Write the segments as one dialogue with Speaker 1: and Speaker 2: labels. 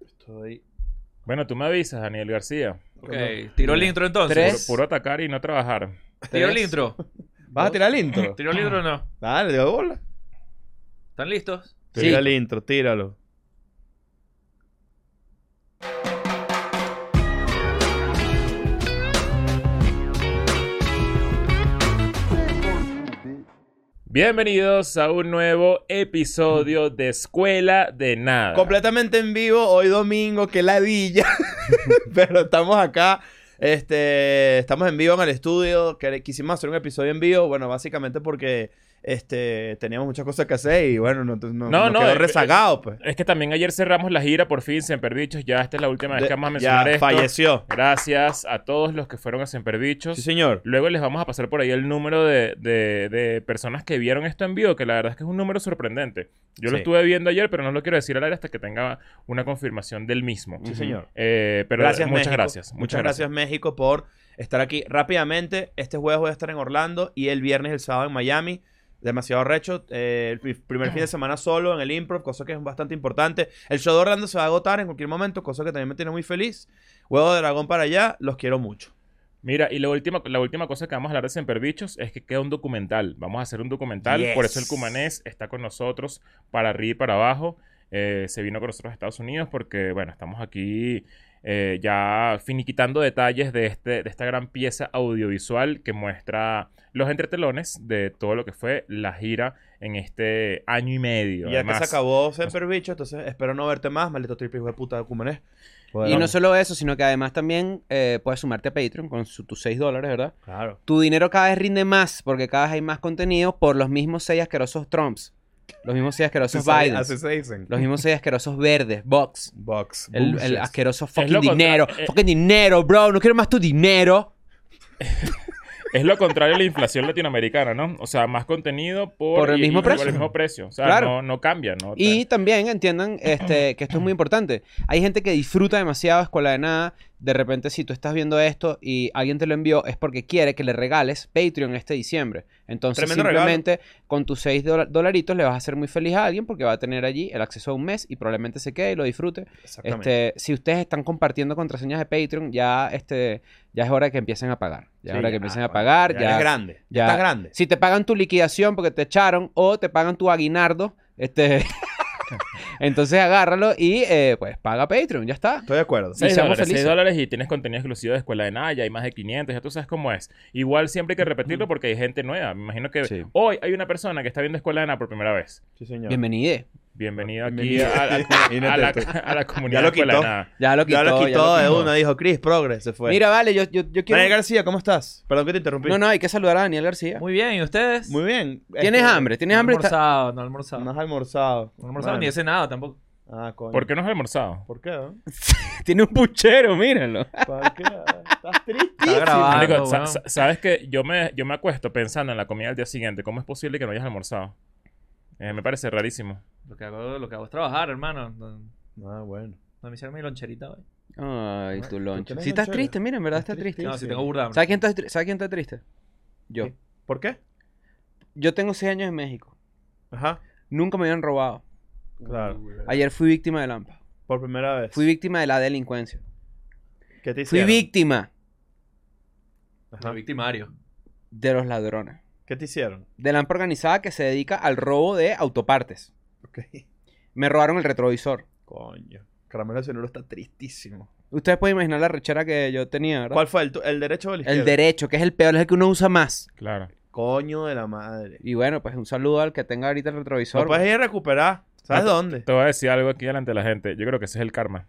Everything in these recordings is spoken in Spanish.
Speaker 1: Estoy.
Speaker 2: Bueno, tú me avisas, Daniel García.
Speaker 3: Ok, tiro el intro entonces.
Speaker 1: Tres.
Speaker 2: Puro, puro atacar y no trabajar.
Speaker 3: Tiro el
Speaker 1: Tres.
Speaker 3: intro.
Speaker 1: ¿Vas a tirar el intro?
Speaker 3: Tiro el intro o no.
Speaker 1: Dale, de bola.
Speaker 3: ¿Están listos?
Speaker 2: Sí.
Speaker 1: Tira el intro, tíralo.
Speaker 2: Bienvenidos a un nuevo episodio de Escuela de Nada.
Speaker 1: Completamente en vivo, hoy domingo, que ladilla. Pero estamos acá. Este, estamos en vivo en el estudio. que- Quisimos hacer un episodio en vivo. Bueno, básicamente porque este, teníamos muchas cosas que hacer y bueno, no, no,
Speaker 2: No,
Speaker 1: nos
Speaker 2: no,
Speaker 1: quedó
Speaker 2: eh,
Speaker 1: rezagado. Pues.
Speaker 2: Es que también ayer cerramos la gira, por fin, Semperdichos. Ya esta es la última vez que vamos a
Speaker 1: De-
Speaker 2: mencionar
Speaker 1: ya
Speaker 2: esto.
Speaker 1: falleció.
Speaker 2: Gracias a todos los que fueron a Semperdichos.
Speaker 1: Sí, señor.
Speaker 2: Luego les vamos a pasar por ahí el número de, de- de personas que vieron esto en vivo, que la verdad es que es un número sorprendente. Yo
Speaker 1: Sí.
Speaker 2: lo estuve viendo ayer, pero no lo quiero decir al aire hasta que tenga una confirmación del mismo.
Speaker 1: Sí, señor.
Speaker 2: Eh, pero muchas
Speaker 1: México.
Speaker 2: gracias.
Speaker 1: Muchas, gracias, México, por estar aquí. Rápidamente, este jueves voy a estar en Orlando y el viernes y el sábado en Miami. Demasiado recho. Eh, el pri- primer fin de semana solo en el improv, cosa que es bastante importante. El show de Orlando se va a agotar en cualquier momento, cosa que también me tiene muy feliz. Huevo de dragón para allá, los quiero mucho.
Speaker 2: Mira, y la última, la última cosa que vamos a hablar de Semperbichos es que queda un documental. Vamos a hacer un documental.
Speaker 1: Yes.
Speaker 2: Por eso el cumanés está con nosotros para arriba y para abajo. Eh, se vino con nosotros a Estados Unidos porque, bueno, estamos aquí eh, ya finiquitando detalles de, este, de esta gran pieza audiovisual que muestra los entretelones de todo lo que fue la gira en este año y medio.
Speaker 1: Y ya que se
Speaker 2: Además,
Speaker 1: acabó Semper Bicho, entonces espero no verte más, maldito triple hijo de puta de Cumané.
Speaker 4: Y no solo eso, sino que además también eh, puedes sumarte a Patreon con su- tus 6 dólares, ¿verdad?
Speaker 1: Claro.
Speaker 4: Tu dinero cada vez rinde más porque cada vez hay más contenido por los mismos 6 asquerosos Trumps, los mismos 6
Speaker 1: Así
Speaker 4: asquerosos
Speaker 1: se-
Speaker 4: Biden,
Speaker 1: Así se dicen.
Speaker 4: los mismos 6 asquerosos verdes, Vox,
Speaker 1: Box.
Speaker 4: el, el
Speaker 1: bullshit.
Speaker 4: asqueroso
Speaker 2: lo
Speaker 4: fucking
Speaker 2: contra-
Speaker 4: dinero,
Speaker 2: eh,
Speaker 4: fucking dinero, bro, no quiero más tu dinero
Speaker 2: Es lo contrario a la inflación latinoamericana, ¿no? O sea, más contenido por,
Speaker 4: Por el
Speaker 2: y-
Speaker 4: mismo
Speaker 2: y por
Speaker 4: precio.
Speaker 2: el mismo precio. O sea,
Speaker 4: Claro.
Speaker 2: no, no cambia, ¿no?
Speaker 4: Y también entiendan este, que esto es muy importante. Hay gente que disfruta demasiado Escuela de Nada. De repente, si tú estás viendo esto y alguien te lo envió, es porque quiere que le regales Patreon este diciembre. Entonces,
Speaker 1: Tremendo
Speaker 4: simplemente con tus 6 dolaritos le vas a hacer muy feliz a alguien porque va a tener allí el acceso a un mes y probablemente se quede y lo disfrute.
Speaker 1: Exactamente.
Speaker 4: Este, si ustedes están compartiendo contraseñas de Patreon, ya, este, ya es hora de que empiecen a pagar. Ya es
Speaker 1: Sí,
Speaker 4: hora de que
Speaker 1: ya,
Speaker 4: empiecen a
Speaker 1: bueno,
Speaker 4: pagar.
Speaker 1: ya
Speaker 4: ya-
Speaker 1: eres grande. Ya,
Speaker 4: ya-
Speaker 1: estás grande.
Speaker 4: si te pagan tu liquidación porque te echaron o te pagan tu aguinardo, este, entonces agárralo y eh, pues paga Patreon, ya está.
Speaker 1: Estoy de acuerdo.
Speaker 4: Sí.
Speaker 2: 6
Speaker 4: seamos
Speaker 2: dólares,
Speaker 4: felices.
Speaker 2: seis dólares y tienes contenido exclusivo de Escuela de Nada, ya hay más de 500, ya tú sabes cómo es. Igual siempre hay que repetirlo porque hay gente nueva. Me imagino que
Speaker 4: Sí.
Speaker 2: hoy hay una persona que está viendo Escuela de Nada por primera vez.
Speaker 1: Sí, señor.
Speaker 4: Bienvenido.
Speaker 2: Bienvenido aquí
Speaker 1: Bienvenido.
Speaker 2: a, a-
Speaker 1: Imagínate
Speaker 2: a la,
Speaker 1: tú.
Speaker 2: a la comunidad
Speaker 1: Ya lo
Speaker 2: de Escuela de
Speaker 1: quitó.
Speaker 2: Nada.
Speaker 4: Ya lo quitó.
Speaker 1: Ya lo
Speaker 4: ya
Speaker 1: quitó
Speaker 4: lo
Speaker 1: de
Speaker 4: quitó.
Speaker 1: una, dijo Chris, progres, se fue.
Speaker 4: Mira, vale, yo, yo, yo
Speaker 1: Daniel
Speaker 4: quiero...
Speaker 1: García, ¿cómo estás? Perdón que te interrumpí.
Speaker 4: No, no, hay que saludar a Daniel García.
Speaker 3: Muy bien, ¿y ustedes?
Speaker 1: Muy bien.
Speaker 4: ¿Tienes
Speaker 1: Este,
Speaker 4: hambre? ¿Tienes
Speaker 3: no
Speaker 4: hambre?
Speaker 3: he almorzado, no he almorzado.
Speaker 1: No
Speaker 3: No,
Speaker 1: has almorzado.
Speaker 3: he almorzado
Speaker 1: Bueno.
Speaker 3: ni he cenado tampoco.
Speaker 1: Ah, coño.
Speaker 2: ¿Por qué no has almorzado?
Speaker 1: ¿Por qué? eh?
Speaker 4: Está- Tiene un puchero, mírenlo.
Speaker 1: ¿Por qué? Estás triste.
Speaker 3: Está
Speaker 4: Ah,
Speaker 3: grabado.
Speaker 2: Marico, sa-
Speaker 3: weón.
Speaker 2: sa- sabes que yo me, yo me acuesto pensando en la comida del día siguiente. ¿Cómo es posible que no hayas almorzado? Eh, me parece rarísimo.
Speaker 3: Lo que, hago, lo que hago es trabajar, hermano. No,
Speaker 1: Ah, bueno.
Speaker 3: no me hicieron mi loncherita hoy.
Speaker 4: Ay, tu loncho.
Speaker 1: tenés
Speaker 4: Si estás
Speaker 1: lonchera.
Speaker 4: triste, miren, ¿verdad?
Speaker 1: Estás
Speaker 4: Estás triste.
Speaker 1: Sí,
Speaker 3: No,
Speaker 1: sí.
Speaker 3: si tengo burda. hambre.
Speaker 4: ¿Sabes quién, está, tri- ¿Sabes quién está triste? Yo.
Speaker 1: Sí. ¿Por qué?
Speaker 4: Yo tengo 6 años en México.
Speaker 1: Ajá.
Speaker 4: Nunca me habían robado.
Speaker 1: Claro.
Speaker 4: Ayer fui víctima de Lampa.
Speaker 1: Por primera vez.
Speaker 4: Fui víctima de la delincuencia.
Speaker 1: ¿Qué te
Speaker 4: Fui
Speaker 1: hicieron?
Speaker 4: víctima
Speaker 3: Soy
Speaker 1: Ajá.
Speaker 3: victimario.
Speaker 4: de los ladrones.
Speaker 1: ¿Qué te hicieron?
Speaker 4: De la empresa organizada que se dedica al robo de autopartes.
Speaker 1: Ok.
Speaker 4: Me robaron el retrovisor.
Speaker 1: Coño. Caramelo de cianuro está tristísimo.
Speaker 4: Ustedes pueden imaginar la rechera que yo tenía, ¿verdad?
Speaker 1: ¿Cuál fue? ¿El, tu- el derecho o el izquierdo?
Speaker 4: El derecho, que es el peor, es el que uno usa más.
Speaker 2: Claro.
Speaker 1: Coño de la madre.
Speaker 4: Y bueno, pues un saludo al que tenga ahorita el retrovisor.
Speaker 1: No puedes ir a recuperar. ¿Sabes
Speaker 2: No
Speaker 1: dónde?
Speaker 2: Te voy a decir algo aquí delante de la gente. Yo creo que ese es el karma.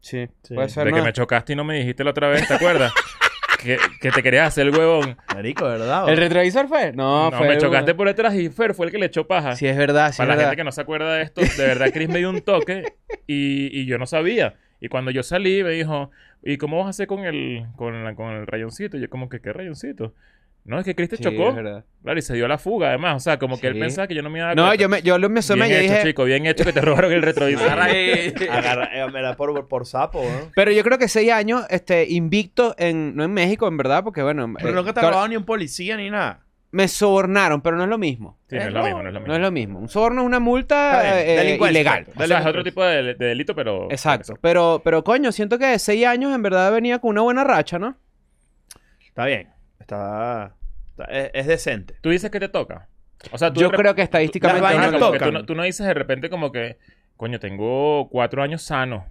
Speaker 4: Sí,
Speaker 1: Sí.
Speaker 4: puede ser,
Speaker 2: de que
Speaker 4: ¿no?
Speaker 2: me chocaste y no me dijiste la otra vez, ¿te acuerdas? que, que te querías hacer el huevón.
Speaker 1: Marico, ¿verdad?
Speaker 4: ¿El retrovisor fue? No,
Speaker 2: No,
Speaker 4: fue...
Speaker 2: me chocaste por detrás y Fer fue el que le echó paja.
Speaker 4: Sí, es verdad, sí
Speaker 2: Para la
Speaker 4: es verdad.
Speaker 2: gente que no se acuerda de esto, de verdad Chris me dio un toque y, y yo no sabía. Y cuando yo salí me dijo, ¿y cómo vas a hacer con el, con la- con el rayoncito? Y yo como que, ¿qué rayoncito? No, es que Chris te
Speaker 4: Sí,
Speaker 2: chocó.
Speaker 4: es verdad.
Speaker 2: Claro, y se dio la fuga además. O sea, como que él
Speaker 4: Sí.
Speaker 2: pensaba que yo no me iba a dar
Speaker 4: No,
Speaker 2: cuenta.
Speaker 4: yo, me, yo lo- me asomé y
Speaker 2: Bien hecho,
Speaker 4: dije... Ah,
Speaker 2: chico. Bien hecho que te robaron el retrovisor.
Speaker 3: Agarra ahí.
Speaker 1: Agarra, eh, me la por, por sapo, ¿no?
Speaker 4: Pero yo creo que seis años este, invicto en... No en México, en verdad, porque bueno...
Speaker 1: Pero
Speaker 4: eh,
Speaker 1: nunca te ha
Speaker 4: to-
Speaker 1: robado ni un policía ni nada.
Speaker 4: me sobornaron, pero no es lo mismo.
Speaker 2: Sí, no es lo mismo, no es lo mismo.
Speaker 4: No es lo mismo. Un soborno es una
Speaker 1: Está
Speaker 4: multa
Speaker 1: bien.
Speaker 4: eh,
Speaker 1: Delincuencia.
Speaker 4: ilegal.
Speaker 2: O sea, es otro tipo de, de delito, pero...
Speaker 4: pues. Exacto. Pero, pero coño, siento que de seis años en verdad venía con una buena racha, ¿no?
Speaker 1: Está bien. Está. está- es, es decente.
Speaker 2: Tú dices que te toca. O sea, tú
Speaker 4: Yo
Speaker 2: de rep-
Speaker 4: creo que
Speaker 1: Las
Speaker 4: estadísticamente...
Speaker 2: Ajá,
Speaker 1: vainas
Speaker 4: no-
Speaker 2: como que
Speaker 1: tocan.
Speaker 2: tú, no, tú no dices de repente como que, coño, tengo cuatro años sano.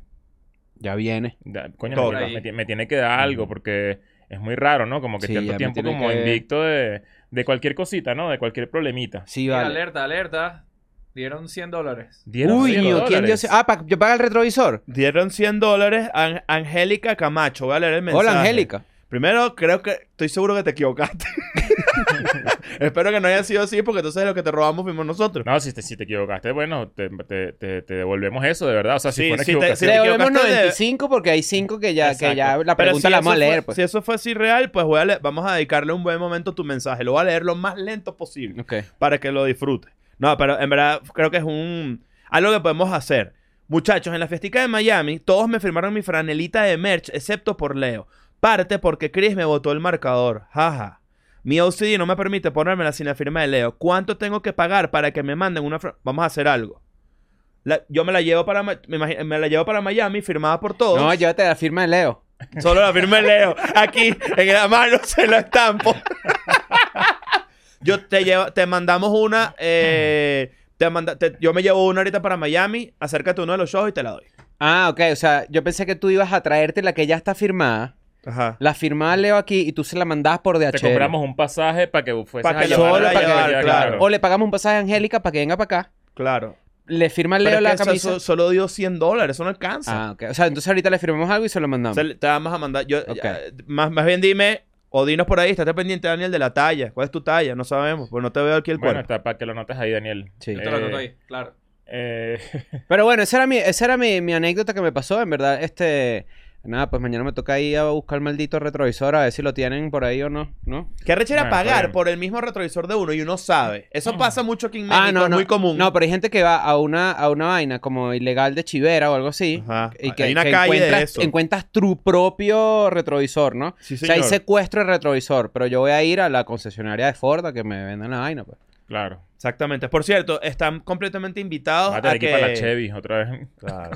Speaker 4: Ya viene.
Speaker 2: Da- Coño,
Speaker 1: Todo.
Speaker 2: me tiene- me, ti- me tiene que dar algo porque es muy raro, ¿no? Como que
Speaker 4: Sí, ya
Speaker 2: tanto
Speaker 4: me
Speaker 2: tiempo
Speaker 4: tiene
Speaker 2: como
Speaker 4: que-
Speaker 2: invicto de, de cualquier cosita, ¿no? De cualquier problemita.
Speaker 4: Sí, vale.
Speaker 3: Alerta, alerta. Dieron 100 dólares.
Speaker 2: Dieron
Speaker 4: Uy,
Speaker 2: cinco
Speaker 4: niño, ¿quién dio...
Speaker 2: dólares.
Speaker 4: Ah, pa- yo paga el retrovisor.
Speaker 1: Dieron 100 dólares a An- Angélica Camacho. Voy a leer el mensaje.
Speaker 4: Hola, Angélica.
Speaker 1: Primero, creo que. Estoy seguro que te equivocaste. Espero que no haya sido así, porque entonces lo que te robamos fuimos nosotros.
Speaker 2: No, si te, si te equivocaste, bueno, te, te- te- te devolvemos eso, de verdad. O sea, si
Speaker 1: Sí,
Speaker 2: fue una
Speaker 1: sí te- sí
Speaker 2: equivocación.
Speaker 1: te
Speaker 4: Le devolvemos
Speaker 1: equivocaste de-
Speaker 4: 95 porque hay 5 que ya, que
Speaker 2: Exacto.
Speaker 4: ya
Speaker 1: Pero
Speaker 4: la pregunta
Speaker 1: si
Speaker 4: la
Speaker 1: eso
Speaker 4: vamos a leer.
Speaker 1: fue-
Speaker 4: Pues.
Speaker 1: Si eso fue así real, pues voy a le- vamos a dedicarle un buen momento a tu mensaje. Lo voy a leer lo más lento posible.
Speaker 4: Ok.
Speaker 1: para que lo disfrutes. No, pero en verdad creo que es un algo que podemos hacer. Muchachos, en la fiestica de Miami, todos me firmaron mi franelita de merch, excepto por Leo. Parte porque Chris me botó el marcador. Jaja. Mi OCD no me permite ponérmela sin la firma de Leo. ¿Cuánto tengo que pagar para que me manden una fra- Vamos a hacer algo. La- yo me la llevo para Ma- me, imagi- me la llevo para Miami, firmada por todos.
Speaker 4: No, llévate la firma de Leo.
Speaker 1: Solo la firma de Leo. Aquí, en la mano, se la estampo. Yo te llevo, te mandamos una. eh, te manda- te- yo me llevo una ahorita para Miami. Acércate a uno de los shows y te la doy.
Speaker 4: Ah, ok. O sea, yo pensé que tú ibas a traerte la que ya está firmada.
Speaker 1: Ajá.
Speaker 4: La firmaba Leo aquí y tú se la mandabas por DHL.
Speaker 2: Te compramos un pasaje para que fuese
Speaker 1: Para que
Speaker 4: lo
Speaker 2: llevarla
Speaker 4: solo
Speaker 2: allá,
Speaker 4: para que-
Speaker 2: allá,
Speaker 1: claro.
Speaker 4: O le pagamos un pasaje a Angélica para que venga para acá.
Speaker 1: Claro.
Speaker 4: Le firma
Speaker 1: Pero
Speaker 4: Leo
Speaker 1: es
Speaker 4: la
Speaker 1: que eso-
Speaker 4: camisa.
Speaker 1: so- solo dio 100 dólares. Eso no alcanza.
Speaker 4: Ah, ok. O sea, entonces ahorita le firmamos algo y se lo
Speaker 1: O
Speaker 4: mandamos.
Speaker 1: sea, te vamos a mandar. Yo,
Speaker 4: Ok.
Speaker 1: eh, más, más bien dime, o dinos por ahí, estate pendiente, Daniel, de la talla. ¿Cuál es tu talla? No sabemos, pues no te veo aquí el
Speaker 2: Bueno,
Speaker 1: cuerpo.
Speaker 2: está para que lo notes ahí, Daniel.
Speaker 4: Sí.
Speaker 3: Yo te lo anoto ahí, claro.
Speaker 2: eh,
Speaker 4: Pero bueno, esa era, mi, esa era mi, mi anécdota que me pasó. En verdad, este... Nada, pues mañana me toca ir a buscar el maldito retrovisor a ver si lo tienen por ahí o no, ¿no?
Speaker 1: Qué rechera
Speaker 2: Bueno, está
Speaker 1: pagar
Speaker 2: bien.
Speaker 1: por el mismo retrovisor de uno y uno sabe. Eso pasa mucho aquí en Mm. México,
Speaker 4: ah, no,
Speaker 1: es
Speaker 4: no.
Speaker 1: muy común.
Speaker 4: No, pero hay gente que va a una, a una vaina como ilegal de chivera o algo así.
Speaker 1: Ajá. Ah,
Speaker 4: Y que,
Speaker 1: Hay una
Speaker 4: que
Speaker 1: calle de
Speaker 4: encuentras,
Speaker 1: eso.
Speaker 4: encuentras tu propio retrovisor, ¿no?
Speaker 1: Sí,
Speaker 4: O sea, hay
Speaker 1: señor.
Speaker 4: secuestro de retrovisor, pero yo voy a ir a la concesionaria de Ford a que me vendan la vaina, pues.
Speaker 2: claro.
Speaker 1: Exactamente. Por cierto, están completamente invitados
Speaker 4: Oh,
Speaker 2: Vas a
Speaker 1: a
Speaker 2: tener que ir
Speaker 1: que...
Speaker 2: para la Chevy otra vez.
Speaker 1: Claro.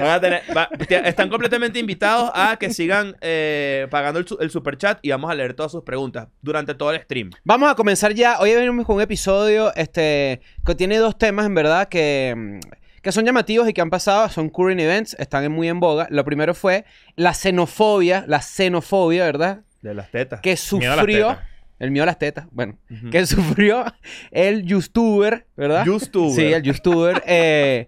Speaker 1: Van a tener- va- te- están completamente invitados a que sigan eh, pagando el, su- el superchat y vamos a leer todas sus preguntas durante todo el stream.
Speaker 4: Vamos a comenzar ya. Hoy venimos con un episodio este, que tiene dos temas, en verdad, que, mm, que son llamativos y que han pasado. Son current events, están en- muy en boga. Lo primero fue la xenofobia, la xenofobia, ¿verdad?
Speaker 1: De las tetas.
Speaker 4: Que
Speaker 2: Miedo a las
Speaker 4: sufrió...
Speaker 2: tetas. Mm.
Speaker 4: El miedo a las tetas, bueno.
Speaker 1: Ujú.
Speaker 4: Que sufrió el youtuber, ¿verdad?
Speaker 1: YouTuber.
Speaker 4: Sí, el youtuber. eh.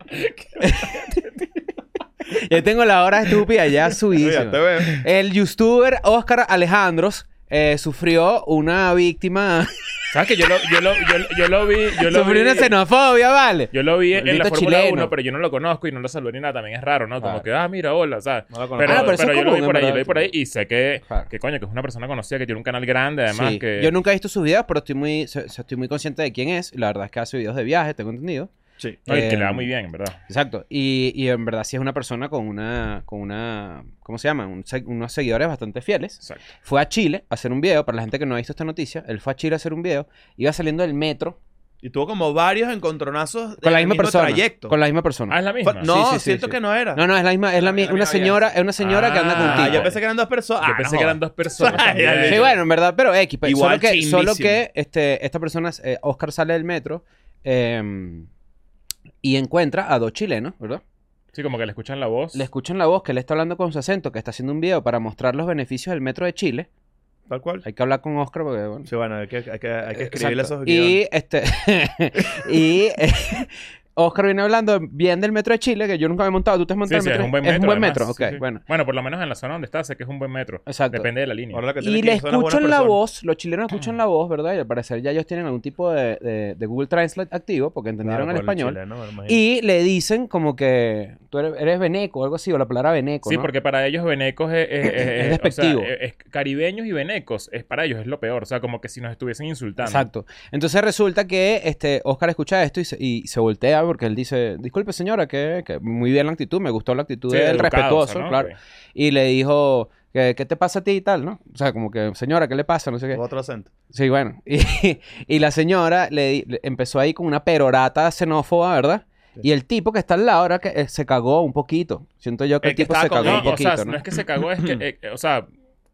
Speaker 4: Yo tengo la hora estúpida ya
Speaker 1: Ya te
Speaker 4: subida.
Speaker 1: veo.
Speaker 4: El youtuber Oscar Alejandros eh, sufrió una víctima.
Speaker 2: ¿Sabes que yo lo, yo lo, yo, lo- yo lo vi? Yo lo
Speaker 4: sufrió
Speaker 2: vi,
Speaker 4: una xenofobia, vale.
Speaker 2: Yo lo vi en
Speaker 4: Maldito
Speaker 2: la Fórmula
Speaker 4: chileno.
Speaker 2: 1, pero yo no lo conozco y no lo saludé ni nada. También es raro, ¿no? Como
Speaker 4: Claro.
Speaker 2: que, ah, mira, hola, ¿sabes?
Speaker 1: No lo
Speaker 2: Pero,
Speaker 1: conozco.
Speaker 4: Ah, pero eso
Speaker 2: pero
Speaker 4: es
Speaker 2: yo lo vi
Speaker 4: común,
Speaker 2: por
Speaker 4: en
Speaker 2: ahí, yo lo
Speaker 4: verdad.
Speaker 2: vi por ahí y sé que,
Speaker 4: Claro.
Speaker 2: que coño, que es una persona conocida, que tiene un canal grande además.
Speaker 4: Sí,
Speaker 2: que...
Speaker 4: Yo nunca he visto sus videos, pero estoy muy, so- so- estoy muy consciente de quién es. Y La verdad es que hace videos de viaje, tengo entendido.
Speaker 1: Sí.
Speaker 2: No, y que
Speaker 4: Eh,
Speaker 2: le va muy bien, en verdad.
Speaker 4: Exacto. Y, y en verdad sí es una persona con una, con una, ¿cómo se llama? Un se- unos seguidores bastante fieles.
Speaker 2: Exacto.
Speaker 4: Fue a Chile a hacer un video, para la gente que no ha visto esta noticia, él fue a Chile a hacer un video, iba saliendo del metro
Speaker 1: Y tuvo como varios encontronazos
Speaker 4: con
Speaker 1: en
Speaker 4: la
Speaker 1: el
Speaker 4: misma
Speaker 1: mismo
Speaker 4: persona.
Speaker 1: trayecto. Ah.
Speaker 4: Con la misma
Speaker 2: Ah,
Speaker 4: persona.
Speaker 2: es la
Speaker 1: Fue-
Speaker 2: misma.
Speaker 1: No,
Speaker 4: Sí, sí, sí,
Speaker 1: siento
Speaker 4: sí.
Speaker 1: que no era.
Speaker 4: No, no, es la misma, es la, mi-
Speaker 3: la
Speaker 4: una
Speaker 3: misma
Speaker 4: señora,
Speaker 3: vieja.
Speaker 4: es una señora que anda
Speaker 2: Ah,
Speaker 1: Ah,
Speaker 4: contigo.
Speaker 1: yo pensé que eran dos personas.
Speaker 2: Yo
Speaker 1: Ah,
Speaker 2: pensé
Speaker 1: no
Speaker 2: que
Speaker 1: jodas.
Speaker 2: eran dos personas.
Speaker 1: Ay,
Speaker 2: también.
Speaker 1: ay,
Speaker 4: Sí, bueno, en verdad, pero X, pues,
Speaker 1: Igual
Speaker 4: solo que, solo
Speaker 1: chimbísimo.
Speaker 4: que este, esta persona, eh, Oscar sale del metro eh, y encuentra a dos chilenos, ¿verdad?
Speaker 2: Sí, como que le escuchan la voz.
Speaker 4: Le escuchan la voz que le está hablando con su acento, que está haciendo un video para mostrar los beneficios del metro de Chile.
Speaker 1: Tal cual.
Speaker 4: Hay que hablar con Oscar porque, bueno,
Speaker 1: Sí, bueno, hay que, hay que, hay que
Speaker 4: Eh,
Speaker 1: escribirle
Speaker 4: exacto.
Speaker 1: esos guiones.
Speaker 4: Y este. y. eh, Oscar viene hablando bien del metro de Chile, que yo nunca me he montado. ¿Tú te has
Speaker 2: Sí,
Speaker 4: montado
Speaker 2: sí,
Speaker 4: el
Speaker 2: es
Speaker 4: metro?
Speaker 2: un buen metro.
Speaker 4: Es un buen
Speaker 2: además.
Speaker 4: metro,
Speaker 2: Sí,
Speaker 4: ok,
Speaker 2: sí.
Speaker 4: bueno.
Speaker 2: Bueno, por lo menos en la zona donde está, sé que es un buen metro.
Speaker 4: Exacto.
Speaker 2: Depende de la línea.
Speaker 1: Ahora lo que tiene
Speaker 4: Y
Speaker 1: que
Speaker 4: le
Speaker 1: ir son las buenas
Speaker 4: escuchan la
Speaker 1: personas.
Speaker 4: voz, los chilenos escuchan la voz, ¿verdad? Y al parecer ya ellos tienen algún tipo de, de- de Google Translate activo porque entendieron
Speaker 1: Claro,
Speaker 4: el
Speaker 1: por
Speaker 4: español.
Speaker 1: chileno, me imagino.
Speaker 4: y le dicen como que, Tú eres, eres veneco o algo así, o la palabra veneco.
Speaker 2: Sí,
Speaker 4: ¿no?
Speaker 2: porque para ellos venecos es, es- es-
Speaker 4: Es
Speaker 2: es- o sea,
Speaker 4: despectivo.
Speaker 2: es- es- caribeños y venecos, es para ellos es lo peor. O sea, como que si nos estuviesen insultando.
Speaker 4: Exacto. Entonces resulta que este Oscar escucha esto y se, y se voltea porque él dice, disculpe señora, que, que muy bien la actitud, me gustó la actitud
Speaker 2: Sí,
Speaker 4: del
Speaker 2: educados,
Speaker 4: respetuoso,
Speaker 2: ¿no?
Speaker 4: claro.
Speaker 2: Ok.
Speaker 4: Y le dijo, "¿Qué- ¿qué te pasa a ti y tal, no? O sea, como que, señora, ¿qué le pasa? No sé qué.
Speaker 1: Otro acento.
Speaker 4: Sí, bueno. Y, y la señora le, di- le- empezó ahí con una perorata xenófoba, ¿verdad?
Speaker 1: Sí.
Speaker 4: Y el tipo que está al lado era que eh, se cagó un poquito. Siento yo que
Speaker 1: El
Speaker 4: el,
Speaker 1: que
Speaker 4: tipo
Speaker 1: estaba
Speaker 4: se
Speaker 1: con-
Speaker 4: cagó
Speaker 2: No,
Speaker 4: un poquito,
Speaker 2: o sea,
Speaker 4: ¿no?
Speaker 2: no es que se cagó, es que, eh, eh, o sea,